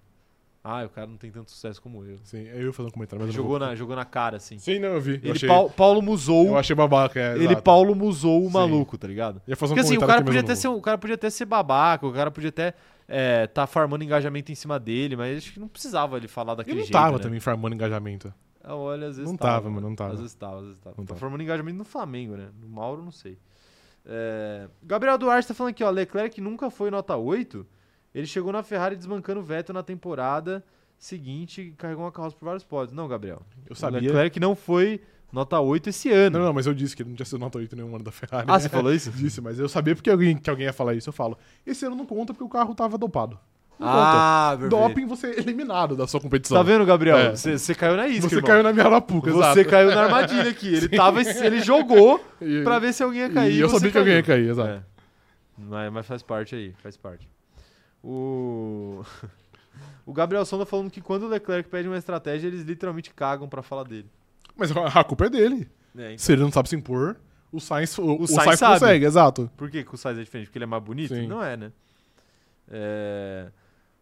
[SPEAKER 1] Ah, o cara não tem tanto sucesso como eu.
[SPEAKER 2] Sim, é eu fazendo um comentário, mas eu não
[SPEAKER 1] Jogou
[SPEAKER 2] vou-
[SPEAKER 1] na, jogou na cara, assim.
[SPEAKER 2] Sim, não, eu vi.
[SPEAKER 1] Ele
[SPEAKER 2] eu, achei,
[SPEAKER 1] Pau- Paulo
[SPEAKER 2] eu
[SPEAKER 1] musou.
[SPEAKER 2] achei babaca, é,
[SPEAKER 1] Ele
[SPEAKER 2] exato.
[SPEAKER 1] Paulo musou o
[SPEAKER 2] Sim.
[SPEAKER 1] maluco, tá ligado?
[SPEAKER 2] Ia fazer um
[SPEAKER 1] Porque assim, o
[SPEAKER 2] comentário
[SPEAKER 1] cara,
[SPEAKER 2] aqui, mas
[SPEAKER 1] podia
[SPEAKER 2] eu não
[SPEAKER 1] até ser,
[SPEAKER 2] vou.
[SPEAKER 1] um- o cara podia até ser babaca, o cara podia até é, tá farmando engajamento em cima dele, mas acho que não precisava ele falar
[SPEAKER 2] Ele
[SPEAKER 1] daquele
[SPEAKER 2] não
[SPEAKER 1] jeito.
[SPEAKER 2] tava
[SPEAKER 1] né?
[SPEAKER 2] também farmando engajamento.
[SPEAKER 1] Ah, olha, às vezes
[SPEAKER 2] Não
[SPEAKER 1] tava, né?
[SPEAKER 2] tava, mano, não tava.
[SPEAKER 1] Às vezes tava, às vezes tava.
[SPEAKER 2] Não
[SPEAKER 1] tá
[SPEAKER 2] tava.
[SPEAKER 1] formando engajamento no Flamengo, né? No Mauro, não sei. É, Gabriel Duarte tá falando aqui, ó. Leclerc nunca foi nota 8. Ele chegou na Ferrari desbancando o Vettel na temporada seguinte e carregou uma carroça por vários pódios. Não, Gabriel.
[SPEAKER 2] Eu
[SPEAKER 1] O é
[SPEAKER 2] sabia.
[SPEAKER 1] Leclerc não foi nota 8 esse ano.
[SPEAKER 2] Não, não, mas eu disse que ele não tinha sido nota 8 nenhum ano da Ferrari.
[SPEAKER 1] Ah, você falou isso?
[SPEAKER 2] Disse, mas eu sabia porque alguém, que alguém ia falar isso. Eu falo, esse ano não conta porque o carro tava dopado. Não
[SPEAKER 1] ah,
[SPEAKER 2] conta.
[SPEAKER 1] perfeito.
[SPEAKER 2] Doping, você é eliminado da sua competição.
[SPEAKER 1] Tá vendo, Gabriel?
[SPEAKER 2] É.
[SPEAKER 1] Você você caiu na isca,
[SPEAKER 2] Você
[SPEAKER 1] irmão.
[SPEAKER 2] caiu na minha arapuca,
[SPEAKER 1] Você caiu na armadilha aqui. Ele, tava, ele jogou
[SPEAKER 2] E-
[SPEAKER 1] pra ver se alguém ia cair.
[SPEAKER 2] E eu
[SPEAKER 1] você
[SPEAKER 2] sabia que alguém ia
[SPEAKER 1] caiu.
[SPEAKER 2] cair, exato.
[SPEAKER 1] É. Mas, mas faz parte aí, faz parte. O. O Gabriel Sonda falando que quando o Leclerc pede uma estratégia, eles literalmente cagam pra falar dele.
[SPEAKER 2] Mas a culpa é dele.
[SPEAKER 1] É, então,
[SPEAKER 2] Se ele não sabe se impor, o Sainz, o, o
[SPEAKER 1] Sainz
[SPEAKER 2] Sainz
[SPEAKER 1] sabe.
[SPEAKER 2] consegue, exato.
[SPEAKER 1] por que, que o Sainz é diferente? Porque ele é mais bonito?
[SPEAKER 2] Sim.
[SPEAKER 1] Não é, né? É,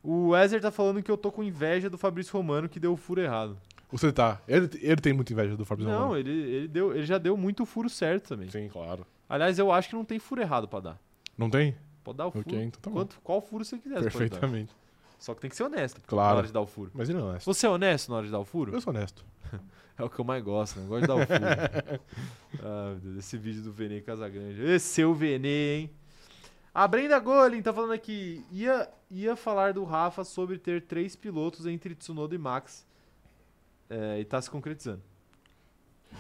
[SPEAKER 1] O Wezer tá falando que eu tô com inveja do Fabrício Romano que deu o furo errado.
[SPEAKER 2] Você tá. Ele, ele tem muita inveja do Fabrício
[SPEAKER 1] Não,
[SPEAKER 2] Romano.
[SPEAKER 1] ele, ele, deu, ele já deu muito o furo certo também.
[SPEAKER 2] Sim, claro.
[SPEAKER 1] Aliás, eu acho que não tem furo errado pra dar.
[SPEAKER 2] Não tem?
[SPEAKER 1] Pode dar o furo.
[SPEAKER 2] Ok, então tá bom.
[SPEAKER 1] quanto, qual furo você quiser. você pode dar.
[SPEAKER 2] Perfeitamente.
[SPEAKER 1] Só que tem que ser honesto na
[SPEAKER 2] Claro.
[SPEAKER 1] hora tá de dar o furo.
[SPEAKER 2] Mas ele é honesto.
[SPEAKER 1] Você é honesto na hora de dar o furo?
[SPEAKER 2] Eu sou honesto.
[SPEAKER 1] É o que eu mais gosto, né? Eu gosto de dar o furo. ah, meu Deus, esse vídeo do Vene Casagrande. Esse seu Vene, hein? A Brenda Golin tá falando aqui. Ia, ia falar do Rafa sobre ter três pilotos entre Tsunoda e Max. É, e tá se concretizando.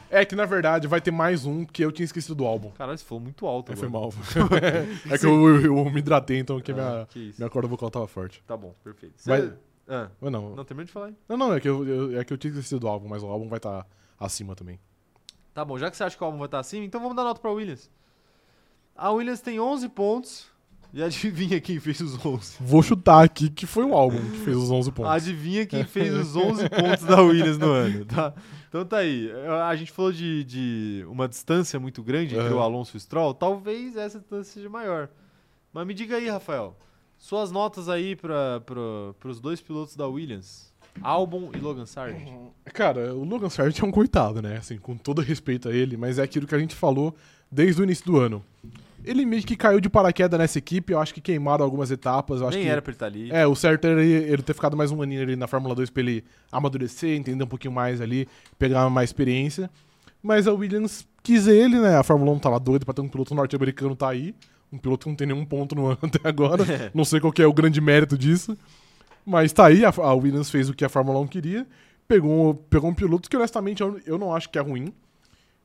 [SPEAKER 2] É que, na verdade, vai ter mais um que eu tinha esquecido do álbum.
[SPEAKER 1] Caralho, você falou muito alto.
[SPEAKER 2] É, foi
[SPEAKER 1] agora.
[SPEAKER 2] mal. é que eu, eu- eu me hidratei, então, que
[SPEAKER 1] Ah,
[SPEAKER 2] minha,
[SPEAKER 1] que isso.
[SPEAKER 2] minha corda vocal tava forte.
[SPEAKER 1] Tá bom, perfeito. Você-
[SPEAKER 2] Mas-
[SPEAKER 1] Ah,
[SPEAKER 2] Mas não.
[SPEAKER 1] não termina de falar, hein?
[SPEAKER 2] Não, não, é que eu, eu- é que eu tinha esquecido do álbum, mas o álbum vai estar acima também.
[SPEAKER 1] Tá bom, já que você acha que o álbum vai estar acima, então vamos dar nota pra Williams. A Williams tem 11 pontos. E adivinha quem fez os 11?
[SPEAKER 2] Vou chutar aqui que foi o álbum que fez os 11 pontos.
[SPEAKER 1] Adivinha quem fez os 11 pontos da Williams no ano, tá? Então tá aí. A gente falou de, de uma distância muito grande entre
[SPEAKER 2] Aham.
[SPEAKER 1] o Alonso e o Stroll. Talvez essa distância seja maior. Mas me diga aí, Rafael. Suas notas aí para os dois pilotos da Williams. Albon e Logan Sargent.
[SPEAKER 2] Cara, o Logan Sargent é um coitado, né? Assim, com todo respeito a ele, mas é aquilo que a gente falou desde o início do ano. Ele meio que caiu de paraquedas nessa equipe, eu acho que queimaram algumas etapas, eu acho
[SPEAKER 1] Nem
[SPEAKER 2] que...
[SPEAKER 1] era pra ele estar ali.
[SPEAKER 2] É, o certo era ele ele ter ficado mais um aninho ali na Fórmula 2 pra ele amadurecer, entender um pouquinho mais ali, pegar mais experiência. Mas a Williams quis ele, né? A Fórmula 1 tava doida pra ter um piloto norte-americano tá aí. Um piloto que não tem nenhum ponto no ano até agora. Não sei qual que é o grande mérito disso. Mas tá aí, a, a Williams fez o que a Fórmula 1 queria. Pegou, pegou um piloto que, honestamente, eu, eu não acho que é ruim.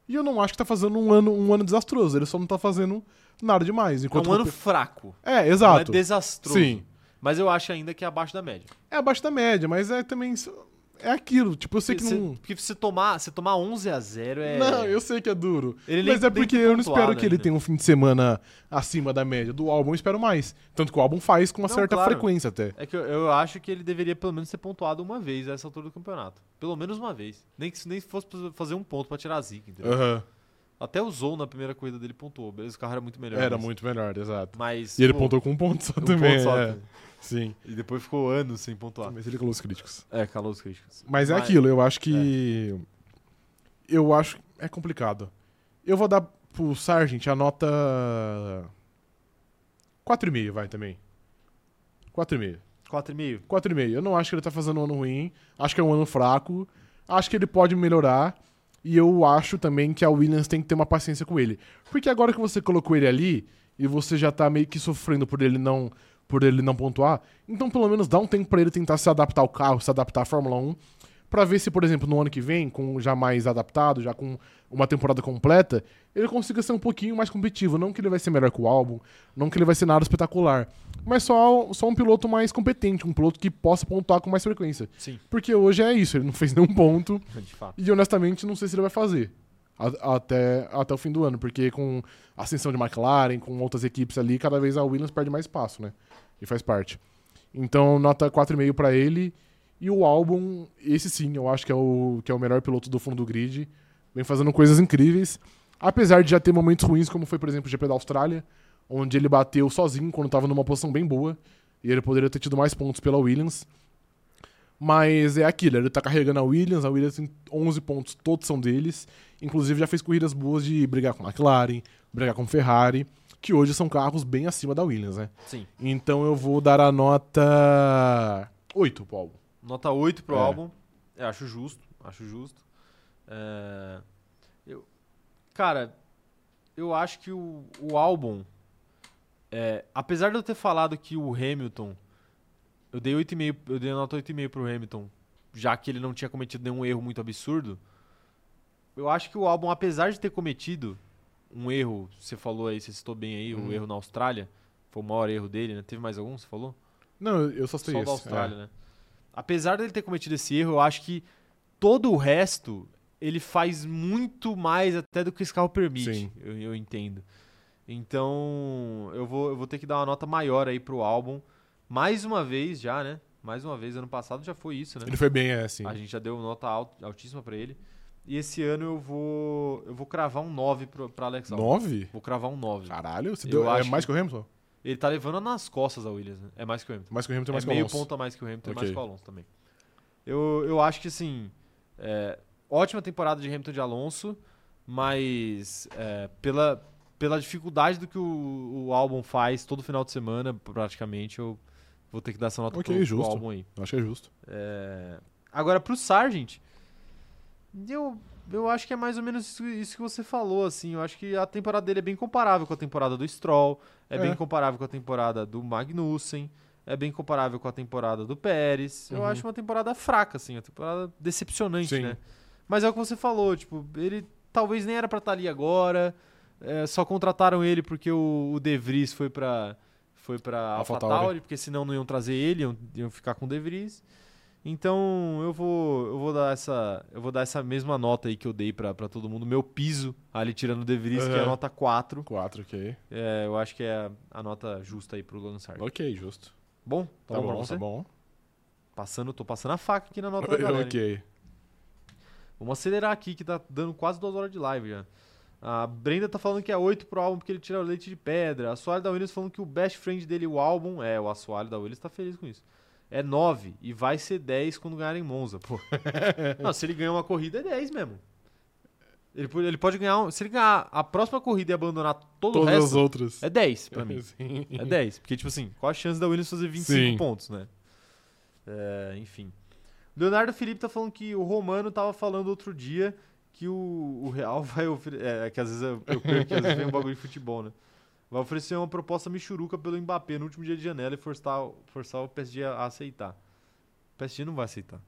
[SPEAKER 2] E eu não acho que tá fazendo um ano, um ano desastroso. Ele só não tá fazendo nada demais.
[SPEAKER 1] É
[SPEAKER 2] Enquanto
[SPEAKER 1] um ano fraco.
[SPEAKER 2] É,
[SPEAKER 1] Não é
[SPEAKER 2] exato.
[SPEAKER 1] desastroso.
[SPEAKER 2] Sim.
[SPEAKER 1] Mas eu acho ainda que é abaixo da média.
[SPEAKER 2] É abaixo da média, mas é também. isso- É aquilo. Tipo, eu sei que
[SPEAKER 1] Cê-
[SPEAKER 2] não.
[SPEAKER 1] Porque se tomar, se tomar 11 a 0 é...
[SPEAKER 2] Não, eu sei que é duro.
[SPEAKER 1] Ele nem
[SPEAKER 2] mas é
[SPEAKER 1] tem
[SPEAKER 2] porque
[SPEAKER 1] que pontuar
[SPEAKER 2] eu não
[SPEAKER 1] né,
[SPEAKER 2] espero que ele
[SPEAKER 1] ainda.
[SPEAKER 2] tenha um fim de semana acima da média. Do álbum eu espero mais. Tanto que o álbum faz com uma
[SPEAKER 1] Não,
[SPEAKER 2] certa
[SPEAKER 1] claro.
[SPEAKER 2] frequência até.
[SPEAKER 1] É que eu, eu acho que ele deveria pelo menos ser pontuado uma vez a essa altura do campeonato. Pelo menos uma vez. Nem que se nem fosse pra fazer um ponto pra tirar a zica, entendeu?
[SPEAKER 2] Aham.
[SPEAKER 1] Até o Zou na primeira corrida dele pontuou. Beleza, o carro era muito melhor.
[SPEAKER 2] Era
[SPEAKER 1] mas-
[SPEAKER 2] muito melhor, exato.
[SPEAKER 1] Mas.
[SPEAKER 2] E ele
[SPEAKER 1] pô,
[SPEAKER 2] pontou com um ponto só
[SPEAKER 1] um
[SPEAKER 2] também.
[SPEAKER 1] ponto só, Tá.
[SPEAKER 2] é.
[SPEAKER 1] né?
[SPEAKER 2] Sim.
[SPEAKER 1] E depois ficou anos sem pontuar.
[SPEAKER 2] Mas ele colou os críticos.
[SPEAKER 1] É, calou os críticos.
[SPEAKER 2] Mas é aquilo, eu acho que. Eu acho. É complicado. Eu vou dar pro Sargent a nota. 4,5, vai também. 4,5.
[SPEAKER 1] 4,5.
[SPEAKER 2] 4,5. Eu não acho que ele tá fazendo um ano ruim. Acho que é um ano fraco. Acho que ele pode melhorar. E eu acho também que a Williams tem que ter uma paciência com ele. Porque agora que você colocou ele ali e você já tá meio que sofrendo por ele não por ele não pontuar, então pelo menos dá um tempo pra ele tentar se adaptar ao carro, se adaptar à Fórmula 1, Pra ver se, por exemplo, no ano que vem, com já mais adaptado, já com uma temporada completa, ele consiga ser um pouquinho mais competitivo, não que ele vai ser melhor que o álbum, não que ele vai ser nada espetacular, mas só, só um piloto mais competente, um piloto que possa pontuar com mais frequência.
[SPEAKER 1] Sim,
[SPEAKER 2] Porque hoje é isso, ele não fez nenhum ponto
[SPEAKER 1] de fato.
[SPEAKER 2] e honestamente não sei se ele vai fazer. a- até, até o fim do ano, porque com a ascensão de McLaren, com outras equipes ali, cada vez a Williams perde mais espaço, né? E faz parte. Então, nota 4,5 pra ele. E o álbum, esse sim, eu acho que é o, que é o melhor piloto do fundo do grid. Vem fazendo coisas incríveis. Apesar de já ter momentos ruins, como foi, por exemplo, o GP da Austrália, onde ele bateu sozinho quando estava numa posição bem boa. E ele poderia ter tido mais pontos pela Williams. Mas é aquilo, ele tá carregando a Williams, a Williams tem 11 pontos, todos são deles. Inclusive já fez corridas boas de brigar com a McLaren, brigar com a Ferrari, que hoje são carros bem acima da Williams, né?
[SPEAKER 1] Sim.
[SPEAKER 2] Então eu vou dar a nota 8 pro álbum.
[SPEAKER 1] Nota 8 pro
[SPEAKER 2] É.
[SPEAKER 1] álbum. Eu acho justo, acho justo. É, eu, cara, eu acho que o, o álbum. é, apesar de eu ter falado que o Hamilton. Eu dei 8,5, eu dei nota 8,5 pro Hamilton, já que ele não tinha cometido nenhum erro muito absurdo. Eu acho que o álbum, apesar de ter cometido um erro, você falou aí, você citou bem aí,
[SPEAKER 2] Uhum.
[SPEAKER 1] o erro na Austrália. Foi o maior erro dele, né? Teve mais algum? Você falou?
[SPEAKER 2] Não, eu só sei
[SPEAKER 1] Só
[SPEAKER 2] esse. é.
[SPEAKER 1] da Austrália, né? Apesar dele ter cometido esse erro, eu acho que todo o resto ele faz muito mais até do que esse carro permite.
[SPEAKER 2] Sim.
[SPEAKER 1] Eu, eu entendo. Então, eu vou, eu vou ter que dar uma nota maior aí pro álbum. Mais uma vez já, né? Mais uma vez, ano passado já foi isso,
[SPEAKER 2] É.
[SPEAKER 1] né?
[SPEAKER 2] Ele foi bem, é, assim.
[SPEAKER 1] A gente já deu nota alt- altíssima pra ele. E esse ano eu vou eu vou cravar um 9 pro, pra Alex Albon.
[SPEAKER 2] 9?
[SPEAKER 1] Vou cravar um 9.
[SPEAKER 2] Caralho, você
[SPEAKER 1] Eu
[SPEAKER 2] deu, é
[SPEAKER 1] acho
[SPEAKER 2] mais que o Hamilton?
[SPEAKER 1] Ele tá levando nas costas a Williams, né? É mais que o Hamilton.
[SPEAKER 2] Mais que o Hamilton, mais
[SPEAKER 1] é
[SPEAKER 2] que o
[SPEAKER 1] meio
[SPEAKER 2] Alonso.
[SPEAKER 1] ponto a mais que o Hamilton e mais
[SPEAKER 2] Ok.
[SPEAKER 1] que o Alonso também. Eu, eu acho que, assim, é, ótima temporada de Hamilton e de Alonso, mas é, pela, pela dificuldade do que o, o álbum faz todo final de semana, praticamente, eu vou ter que dar essa nota pro,
[SPEAKER 2] Ok,
[SPEAKER 1] pro
[SPEAKER 2] justo.
[SPEAKER 1] álbum aí.
[SPEAKER 2] Eu acho que é justo.
[SPEAKER 1] É, agora, pro Sargent, eu, eu acho que é mais ou menos isso, isso que você falou, assim. Eu acho que a temporada dele é bem comparável com a temporada do Stroll, é,
[SPEAKER 2] É.
[SPEAKER 1] bem comparável com a temporada do Magnussen, é bem comparável com a temporada do Pérez. Eu
[SPEAKER 2] Uhum.
[SPEAKER 1] acho uma temporada fraca, assim, uma temporada decepcionante,
[SPEAKER 2] Sim.
[SPEAKER 1] né? Mas é o que você falou, tipo, ele talvez nem era pra estar ali agora, é, só contrataram ele porque o, o De Vries foi pra, foi pra
[SPEAKER 2] AlphaTauri.
[SPEAKER 1] AlphaTauri, porque senão não iam trazer ele, iam, iam ficar com o De Vries. Então eu vou, eu vou dar essa, eu vou dar essa mesma nota aí que eu dei pra pra todo mundo, meu piso ali tirando o De Vries, que é a
[SPEAKER 2] Aham.
[SPEAKER 1] nota 4.
[SPEAKER 2] 4, ok.
[SPEAKER 1] É, eu acho que é a, a nota justa aí pro Logan Sargent.
[SPEAKER 2] Ok, justo.
[SPEAKER 1] Bom,
[SPEAKER 2] Tá,
[SPEAKER 1] tá, bom, pra
[SPEAKER 2] bom,
[SPEAKER 1] você?
[SPEAKER 2] tá bom.
[SPEAKER 1] Passando, tô passando a faca aqui na nota da galera. hein?
[SPEAKER 2] ok.
[SPEAKER 1] Vamos acelerar aqui que tá dando quase duas horas de live já. A Brenda tá falando que é 8 pro álbum porque ele tira o leite de pedra. A Soalho da Williams falando que o best friend dele, o álbum, é, o assoalho da Williams tá feliz com isso. É 9 e vai ser 10 quando ganhar em Monza, pô. Não, se ele ganhar uma corrida é 10 mesmo. Ele, po- ele pode ganhar, um- se ele ganhar a próxima corrida e abandonar todo o
[SPEAKER 2] Todas as
[SPEAKER 1] resto,
[SPEAKER 2] outras.
[SPEAKER 1] é 10 pra mim.
[SPEAKER 2] Sim.
[SPEAKER 1] É 10. Porque, tipo assim, qual a chance da Williams fazer 25
[SPEAKER 2] Uhum. Sim.
[SPEAKER 1] pontos, né? É, enfim. Leonardo Felipe tá falando que o Romano tava falando outro dia que o, o Real vai oferecer. É, que às vezes eu, eu perco, às vezes vem um bagulho de futebol, né? Vai oferecer uma proposta michuruca pelo Mbappé no último dia de janela e forçar, forçar o PSG a aceitar. O PSG não vai aceitar.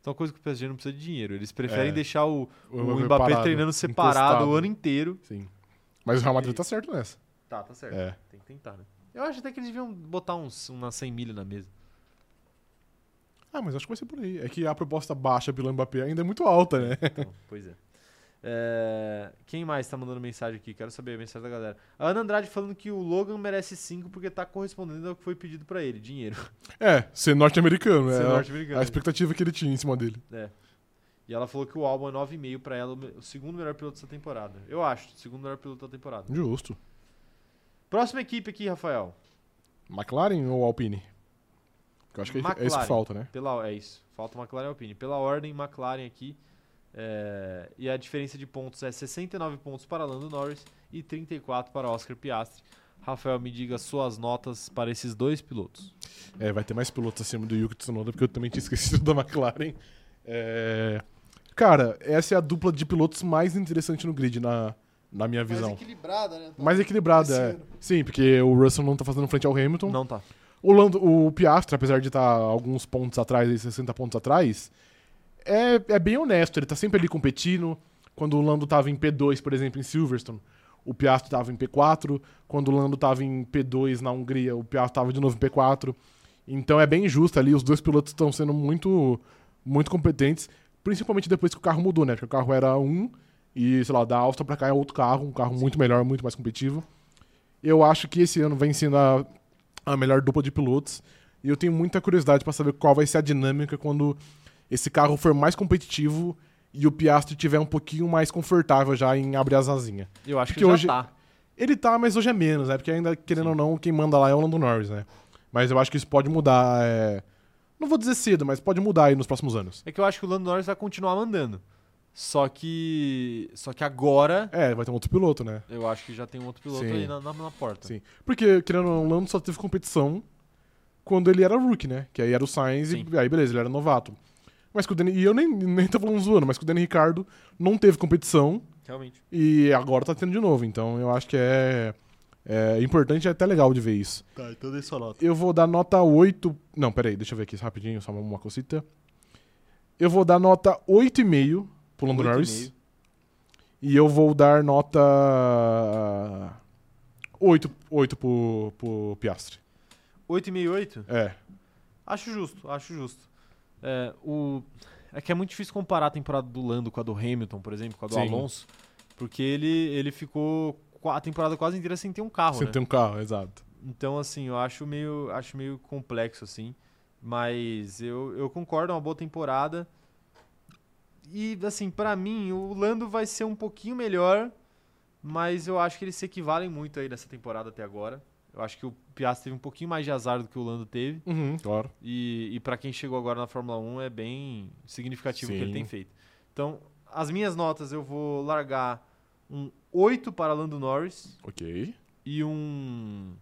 [SPEAKER 1] Então, uma coisa que o PSG não precisa de dinheiro. Eles preferem
[SPEAKER 2] É.
[SPEAKER 1] deixar o, o,
[SPEAKER 2] Mbappé
[SPEAKER 1] Mbappé
[SPEAKER 2] parado,
[SPEAKER 1] treinando separado
[SPEAKER 2] encostado.
[SPEAKER 1] o ano inteiro.
[SPEAKER 2] Sim. Mas o Real Madrid tá certo nessa.
[SPEAKER 1] Tá, tá certo.
[SPEAKER 2] É.
[SPEAKER 1] Tem que tentar, né? Eu acho até que eles deviam botar uns, umas 100 milha na mesa.
[SPEAKER 2] Ah, mas acho que vai ser por aí. É que a proposta baixa pelo Mbappé ainda é muito alta, né?
[SPEAKER 1] Então, pois é. É, Quem mais tá mandando mensagem aqui? Quero saber a mensagem da galera. A Ana Andrade falando que o Logan merece 5 porque tá correspondendo ao que foi pedido pra ele: dinheiro.
[SPEAKER 2] É, ser norte-americano.
[SPEAKER 1] Ser
[SPEAKER 2] é a-
[SPEAKER 1] norte-americano.
[SPEAKER 2] a expectativa que ele tinha em cima dele.
[SPEAKER 1] E ela falou que o álbum é 9,5 pra ela, o me- o segundo melhor piloto dessa temporada. Eu acho, o segundo melhor piloto da temporada.
[SPEAKER 2] Justo.
[SPEAKER 1] Próxima equipe aqui, Rafael.
[SPEAKER 2] McLaren ou Alpine? Porque eu acho que é isso- é isso que
[SPEAKER 1] McLaren.
[SPEAKER 2] falta, né?
[SPEAKER 1] Pela, é isso. Falta McLaren e Alpine. Pela ordem, McLaren aqui. é, e a diferença de pontos é 69 pontos para Lando Norris e 34 para Oscar Piastri. Rafael, me diga suas notas para esses dois pilotos.
[SPEAKER 2] É, vai ter mais pilotos acima do Yuki Tsunoda, porque eu também tinha esquecido da McLaren. É, Cara, essa é a dupla de pilotos mais interessante no grid, na, na minha
[SPEAKER 4] Mais
[SPEAKER 2] visão.
[SPEAKER 4] equilibrada, né?
[SPEAKER 2] Mais equilibrada,
[SPEAKER 4] Esse
[SPEAKER 2] é.
[SPEAKER 4] ano.
[SPEAKER 2] Sim, porque o Russell não tá fazendo frente ao Hamilton.
[SPEAKER 1] Não tá.
[SPEAKER 2] O, Lando, o Piastra, apesar de estar alguns pontos atrás, aí, 60 pontos atrás, é, é bem honesto. Ele tá sempre ali competindo. Quando o Lando tava em P2, por exemplo, em Silverstone, o Piastro tava em P4. Quando o Lando tava em P2 na Hungria, o Piastro tava de novo em P4. Então é bem justo ali. Os dois pilotos estão sendo muito, muito competentes, principalmente depois que o carro mudou, né? Porque o carro era um E, sei lá, da Alfa pra cá é outro carro, um carro muito melhor, muito mais competitivo. Eu acho que esse ano vem sendo a, a melhor dupla de pilotos. E eu tenho muita curiosidade pra saber qual vai ser a dinâmica quando esse carro for mais competitivo e o Piastri tiver um pouquinho mais confortável já em abrir as asinhas.
[SPEAKER 1] Eu acho
[SPEAKER 2] Porque
[SPEAKER 1] que
[SPEAKER 2] hoje-
[SPEAKER 1] já tá.
[SPEAKER 2] Ele tá, mas hoje é menos, né? Porque ainda, querendo ou não, quem manda lá é o Lando Norris, né? Mas eu acho que isso pode mudar. é, Não vou dizer cedo, mas pode mudar aí nos próximos anos.
[SPEAKER 1] É que eu acho que o Lando Norris vai continuar mandando. Só que. Só que agora
[SPEAKER 2] É, vai ter um outro piloto, né?
[SPEAKER 1] eu acho que já tem um outro piloto
[SPEAKER 2] Sim.
[SPEAKER 1] aí na, na- na porta.
[SPEAKER 2] Sim. Porque, querendo ou não, o Lando só teve competição quando ele era rookie, né? Que aí era o Sainz
[SPEAKER 1] Sim.
[SPEAKER 2] e aí beleza, ele era novato. Mas que o Dani, e eu nem, nem tô falando zoando, mas que o Dani Ricardo não teve competição
[SPEAKER 1] Realmente.
[SPEAKER 2] e agora tá tendo de novo. Então eu acho que é, é importante e é até legal de ver isso.
[SPEAKER 1] Tá, então dei sua nota.
[SPEAKER 2] Eu vou dar nota 8. Não, peraí, deixa eu ver aqui rapidinho, só uma cosita. Eu vou dar nota 8,5 pro Lando Norris. E eu vou dar nota 8, 8 pro, pro Piastre.
[SPEAKER 1] 8,68?
[SPEAKER 2] É.
[SPEAKER 1] Acho justo, acho justo. É, o... é que é muito difícil comparar a temporada do Lando com a do Hamilton, por exemplo, com a do
[SPEAKER 2] Sim.
[SPEAKER 1] Alonso. Porque ele, ele ficou qua- a temporada quase inteira sem ter um carro,
[SPEAKER 2] Você
[SPEAKER 1] né?
[SPEAKER 2] tem um carro, exato.
[SPEAKER 1] Então, assim, eu acho meio, acho meio complexo, assim. Mas eu, eu concordo, é uma boa temporada. E, assim, pra mim, o Lando vai ser um pouquinho melhor, mas eu acho que eles se equivalem muito aí nessa temporada até agora. Eu acho que o Piastri teve um pouquinho mais de azar do que o Lando teve.
[SPEAKER 2] Uhum, claro.
[SPEAKER 1] E, e para quem chegou agora na Fórmula 1 é bem significativo o que ele
[SPEAKER 2] Sim.
[SPEAKER 1] tem feito. Então, as minhas notas eu vou largar um 8 para Lando Norris
[SPEAKER 2] Ok.
[SPEAKER 1] e um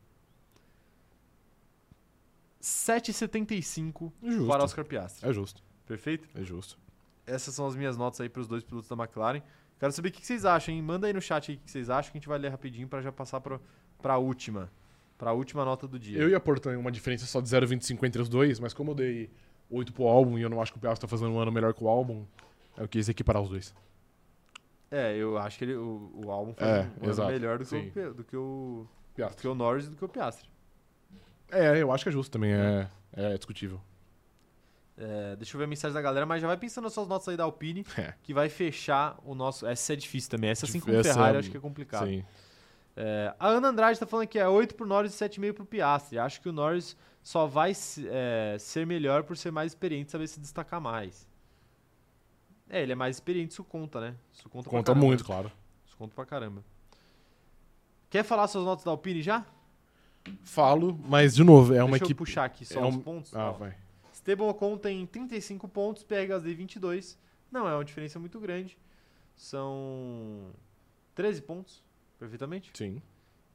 [SPEAKER 1] 7,75
[SPEAKER 2] Justo.
[SPEAKER 1] para Oscar Piastri.
[SPEAKER 2] É justo,
[SPEAKER 1] Perfeito?
[SPEAKER 2] é justo.
[SPEAKER 1] Essas são as minhas notas aí para os dois pilotos da McLaren. Quero saber o que que vocês acham, hein? Manda aí no chat aí o que que vocês acham que a gente vai ler rapidinho para já passar para a última. Para a última nota do dia.
[SPEAKER 2] Eu ia pôr também uma diferença só de 0,25 entre os dois, mas como eu dei 8 pro álbum e eu não acho que o Piastre tá fazendo um ano melhor que o álbum, eu quis equiparar os dois.
[SPEAKER 1] É, eu acho que ele, o, o álbum foi
[SPEAKER 2] É,
[SPEAKER 1] um ano
[SPEAKER 2] exato,
[SPEAKER 1] melhor do que,
[SPEAKER 2] sim.
[SPEAKER 1] o, Pe- do que o do
[SPEAKER 2] Piastre.
[SPEAKER 1] que o Norris e do que o Piastri.
[SPEAKER 2] É, eu acho que é justo também, é, é discutível.
[SPEAKER 1] É, deixa eu ver a mensagem da galera, mas já vai pensando nas suas notas aí da Alpine,
[SPEAKER 2] É.
[SPEAKER 1] que vai fechar o nosso. Essa é difícil também. Essa assim como
[SPEAKER 2] Essa é-
[SPEAKER 1] Ferrari, eu acho que é complicado.
[SPEAKER 2] Sim.
[SPEAKER 1] É, a Ana Andrade tá falando que é 8 pro Norris e 7,5 pro Piastri. Acho que o Norris só vai se- é, ser melhor por ser mais experiente, saber se destacar mais. É, ele é mais experiente, isso conta, né? Isso conta, pra
[SPEAKER 2] Conta
[SPEAKER 1] caramba.
[SPEAKER 2] muito, claro.
[SPEAKER 1] Isso conta pra caramba. Quer falar suas notas da Alpine já?
[SPEAKER 2] Falo, mas de novo, é uma
[SPEAKER 1] Deixa eu
[SPEAKER 2] equipe.
[SPEAKER 1] puxar aqui só
[SPEAKER 2] é
[SPEAKER 1] os
[SPEAKER 2] um-
[SPEAKER 1] pontos.
[SPEAKER 2] Ah,
[SPEAKER 1] Ó,
[SPEAKER 2] vai.
[SPEAKER 1] Esteban Ocon tem 35 pontos, PHD 22. Não é uma diferença muito grande. São 13 pontos, perfeitamente.
[SPEAKER 2] Sim.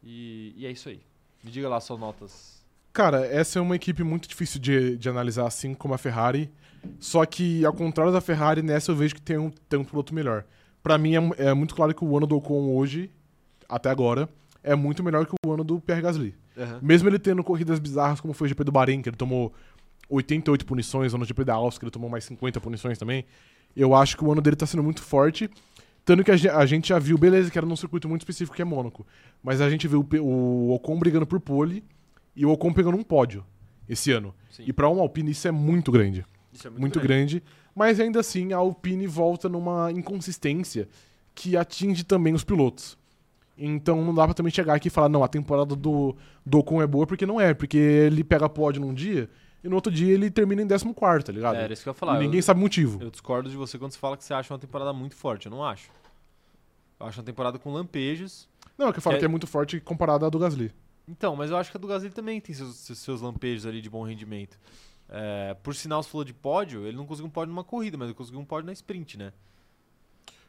[SPEAKER 1] E, e é isso aí. Me diga lá suas notas.
[SPEAKER 2] Cara, essa é uma equipe muito difícil de, de analisar, assim como a Ferrari. Só que, ao contrário da Ferrari, nessa eu vejo que tem um, tem um piloto melhor. Pra mim, é, mu- é muito claro que o ano do Ocon hoje, até agora, é muito melhor que o ano do Pierre Gasly. Mesmo ele tendo corridas bizarras, como foi o GP do Bahrein, que ele tomou 88 punições, ou no GP da Áustria, que ele tomou mais 50 punições também, eu acho que o ano dele tá sendo muito forte. Tanto que a ge- a gente já viu, beleza, que era num circuito muito específico, que é Mônaco. Mas a gente viu o P- o Ocon brigando por pole e o Ocon pegando um pódio esse ano.
[SPEAKER 1] Sim.
[SPEAKER 2] E pra um Alpine isso é muito grande
[SPEAKER 1] Isso é
[SPEAKER 2] muito, grande. Mas ainda assim, a Alpine volta numa inconsistência que atinge também os pilotos. Então não dá pra também chegar aqui e falar, não, a temporada do, do Ocon é boa, porque não é, porque ele pega pódio num dia e no outro dia ele termina em 14, tá ligado?
[SPEAKER 1] É, era isso que eu ia falar.
[SPEAKER 2] e ninguém
[SPEAKER 1] eu,
[SPEAKER 2] sabe o motivo.
[SPEAKER 1] eu discordo de você quando você fala que você acha uma temporada muito forte. Eu não acho. Eu acho uma temporada com lampejos.
[SPEAKER 2] Não, é que eu falo
[SPEAKER 1] É-
[SPEAKER 2] que é muito forte comparado à do Gasly.
[SPEAKER 1] Então, mas eu acho que a do Gasly também tem seus, seus lampejos ali de bom rendimento. É, por sinal, você falou de pódio, ele não conseguiu um pódio numa corrida, mas ele conseguiu um pódio na sprint, né?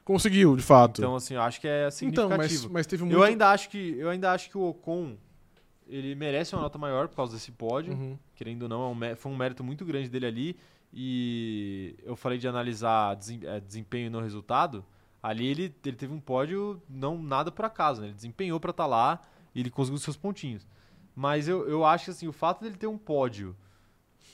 [SPEAKER 2] Conseguiu, de fato.
[SPEAKER 1] Então, assim, eu acho que é
[SPEAKER 2] Então,
[SPEAKER 1] significativo.
[SPEAKER 2] mas, mas teve muito...
[SPEAKER 1] Eu ainda acho que eu ainda acho que o Ocon ele merece uma nota maior por causa desse pódio,
[SPEAKER 2] Uhum.
[SPEAKER 1] querendo ou não, é um mé- foi um mérito muito grande dele ali e eu falei de analisar desem- eh, desempenho e não resultado. Ali ele, ele teve um pódio não nada por acaso, né? ele desempenhou pra estar lá e ele conseguiu seus pontinhos. Mas eu, eu acho que assim, o fato dele ter um pódio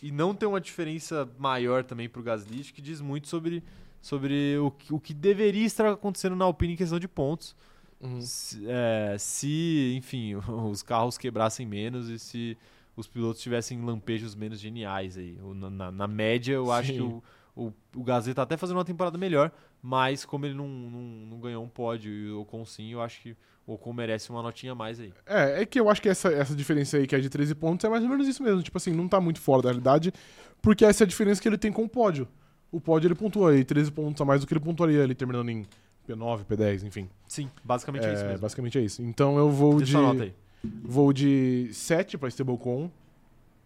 [SPEAKER 1] e não ter uma diferença maior também pro Gasly, acho que diz muito sobre, sobre o, que- o que deveria estar acontecendo na Alpine em questão de pontos.
[SPEAKER 2] Uhum.
[SPEAKER 1] Se, é, se, enfim, os carros quebrassem menos e se os pilotos tivessem lampejos menos geniais aí. O- Na, na- na média, eu acho
[SPEAKER 2] Sim.
[SPEAKER 1] que o, O, o Gazeta tá até fazendo uma temporada melhor, mas como ele não, não, não ganhou um pódio e o Ocon sim, eu acho que o Ocon merece uma notinha a mais aí.
[SPEAKER 2] É, é que eu acho que essa, essa diferença aí, que é de 13 pontos, é mais ou menos isso mesmo. Tipo assim, não tá muito fora da realidade, porque essa é a diferença que ele tem com o pódio. O pódio ele pontua aí 13 pontos a mais do que ele pontuaria ali, terminando em P9, P10, enfim.
[SPEAKER 1] Sim, basicamente é, isso mesmo.
[SPEAKER 2] Basicamente é isso. Então eu vou
[SPEAKER 1] Deixa
[SPEAKER 2] de.
[SPEAKER 1] sua nota aí.
[SPEAKER 2] Vou de 7 pra Stablecoin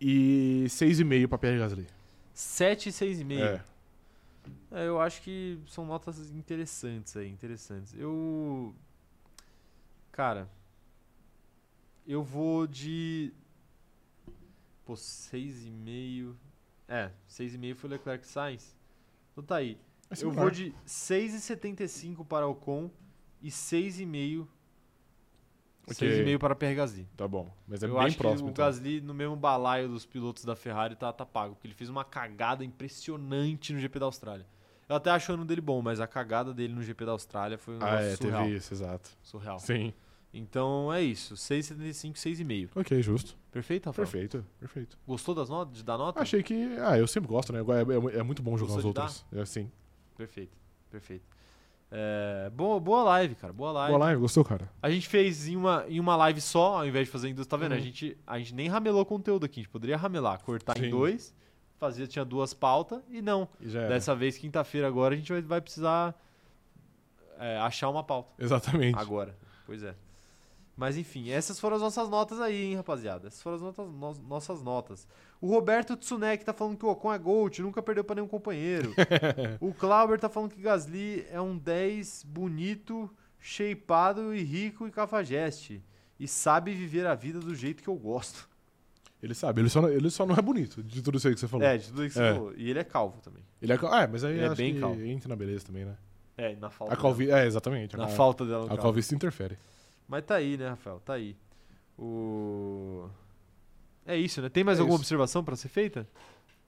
[SPEAKER 2] e 6,5 pra Pierre Gasly.
[SPEAKER 1] 7 e 6,5.
[SPEAKER 2] É.
[SPEAKER 1] É, eu acho que são notas interessantes aí, interessantes. Eu. Cara. Eu vou de. Pô, 6,5. É, 6,5 foi Leclerc e Sainz. Então tá aí.
[SPEAKER 2] Vai ser um
[SPEAKER 1] Eu
[SPEAKER 2] melhor.
[SPEAKER 1] vou de 6,75 para Ocon e 6,5.
[SPEAKER 2] Ok.
[SPEAKER 1] 6,5 para Pierre Gasly.
[SPEAKER 2] Tá bom, mas é
[SPEAKER 1] eu
[SPEAKER 2] bem
[SPEAKER 1] acho
[SPEAKER 2] próximo.
[SPEAKER 1] que o
[SPEAKER 2] então.
[SPEAKER 1] Gasly, no mesmo balaio dos pilotos da Ferrari, tá, tá pago, porque ele fez uma cagada impressionante no GP da Austrália. Eu até acho o ano dele bom, mas a cagada dele no GP da Austrália foi um
[SPEAKER 2] Ah,
[SPEAKER 1] negócio
[SPEAKER 2] é,
[SPEAKER 1] surreal.
[SPEAKER 2] teve isso, exato.
[SPEAKER 1] surreal.
[SPEAKER 2] Sim.
[SPEAKER 1] Então é isso, 6,75, 6,5.
[SPEAKER 2] Ok, justo.
[SPEAKER 1] Perfeito, Rafael?
[SPEAKER 2] Perfeito, perfeito.
[SPEAKER 1] Gostou das notas, de dar nota?
[SPEAKER 2] Achei que. Ah, eu sempre gosto, né? É, é- é muito bom jogar
[SPEAKER 1] Gostou
[SPEAKER 2] os
[SPEAKER 1] de dar?
[SPEAKER 2] outros. É assim.
[SPEAKER 1] Perfeito, perfeito. É, boa, boa live, cara, boa live.
[SPEAKER 2] Boa live, gostou, cara?
[SPEAKER 1] A gente fez em uma, em uma live só, ao invés de fazer em duas, tá vendo? A,
[SPEAKER 2] Uhum.
[SPEAKER 1] gente, a gente nem ramelou conteúdo aqui, a gente poderia ramelar, cortar em
[SPEAKER 2] Sim.
[SPEAKER 1] dois, fazia, tinha duas pautas, e não.
[SPEAKER 2] E já era.
[SPEAKER 1] Dessa vez, quinta-feira agora, a gente vai, vai precisar é, achar uma pauta.
[SPEAKER 2] Exatamente.
[SPEAKER 1] Agora. Pois é. Mas enfim, essas foram as nossas notas aí, hein, rapaziada. Essas foram as notas, no- nossas notas. O Roberto Tsunek tá falando que o Ocon é Gold, nunca perdeu pra nenhum companheiro. o Clauber tá falando que Gasly é um 10 bonito, shapeado e rico e cafajeste. E sabe viver a vida do jeito que eu gosto.
[SPEAKER 2] Ele sabe, ele só, não, ele só não é bonito de tudo isso aí que você falou.
[SPEAKER 1] É, de tudo isso que
[SPEAKER 2] É.
[SPEAKER 1] você falou. E ele é calvo também.
[SPEAKER 2] Ele é, cal- ah, é, mas aí
[SPEAKER 1] Ele é
[SPEAKER 2] acho
[SPEAKER 1] bem
[SPEAKER 2] que
[SPEAKER 1] calvo.
[SPEAKER 2] entra na beleza também, né?
[SPEAKER 1] É, na falta.
[SPEAKER 2] A calvície. É, exatamente.
[SPEAKER 1] dela. Na
[SPEAKER 2] cal-
[SPEAKER 1] falta dela. no
[SPEAKER 2] A
[SPEAKER 1] carro.
[SPEAKER 2] calvície interfere.
[SPEAKER 1] Mas tá aí, né, Rafael? Tá aí. O... É isso, né? Tem mais
[SPEAKER 2] É
[SPEAKER 1] alguma
[SPEAKER 2] isso.
[SPEAKER 1] observação pra ser feita?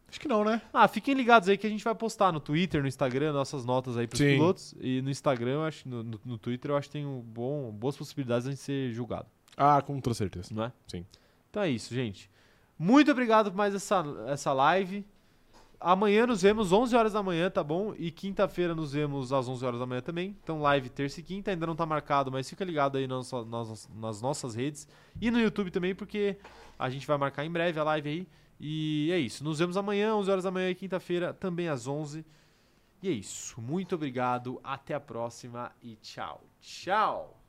[SPEAKER 2] Acho que não, né?
[SPEAKER 1] Ah, fiquem ligados aí que a gente vai postar no Twitter, no Instagram, nossas notas aí pros
[SPEAKER 2] Sim.
[SPEAKER 1] pilotos. E no Instagram, eu acho, no, no- no Twitter, eu acho que tem um bom, boas possibilidades de a gente ser julgado,
[SPEAKER 2] Ah, com toda certeza.
[SPEAKER 1] não é?
[SPEAKER 2] Sim.
[SPEAKER 1] Então é isso, gente. Muito obrigado por mais essa, essa live. Amanhã nos vemos 11 horas da manhã, tá bom? E quinta-feira nos vemos às 11 horas da manhã também. Então, live terça e quinta. Ainda não tá marcado, mas fica ligado aí nas, nas- nas nossas redes. E no YouTube também, porque a gente vai marcar em breve a live aí. E é isso. Nos vemos amanhã, 11 horas da manhã e quinta-feira também às 11. E é isso. Muito obrigado. Até a próxima e tchau. Tchau.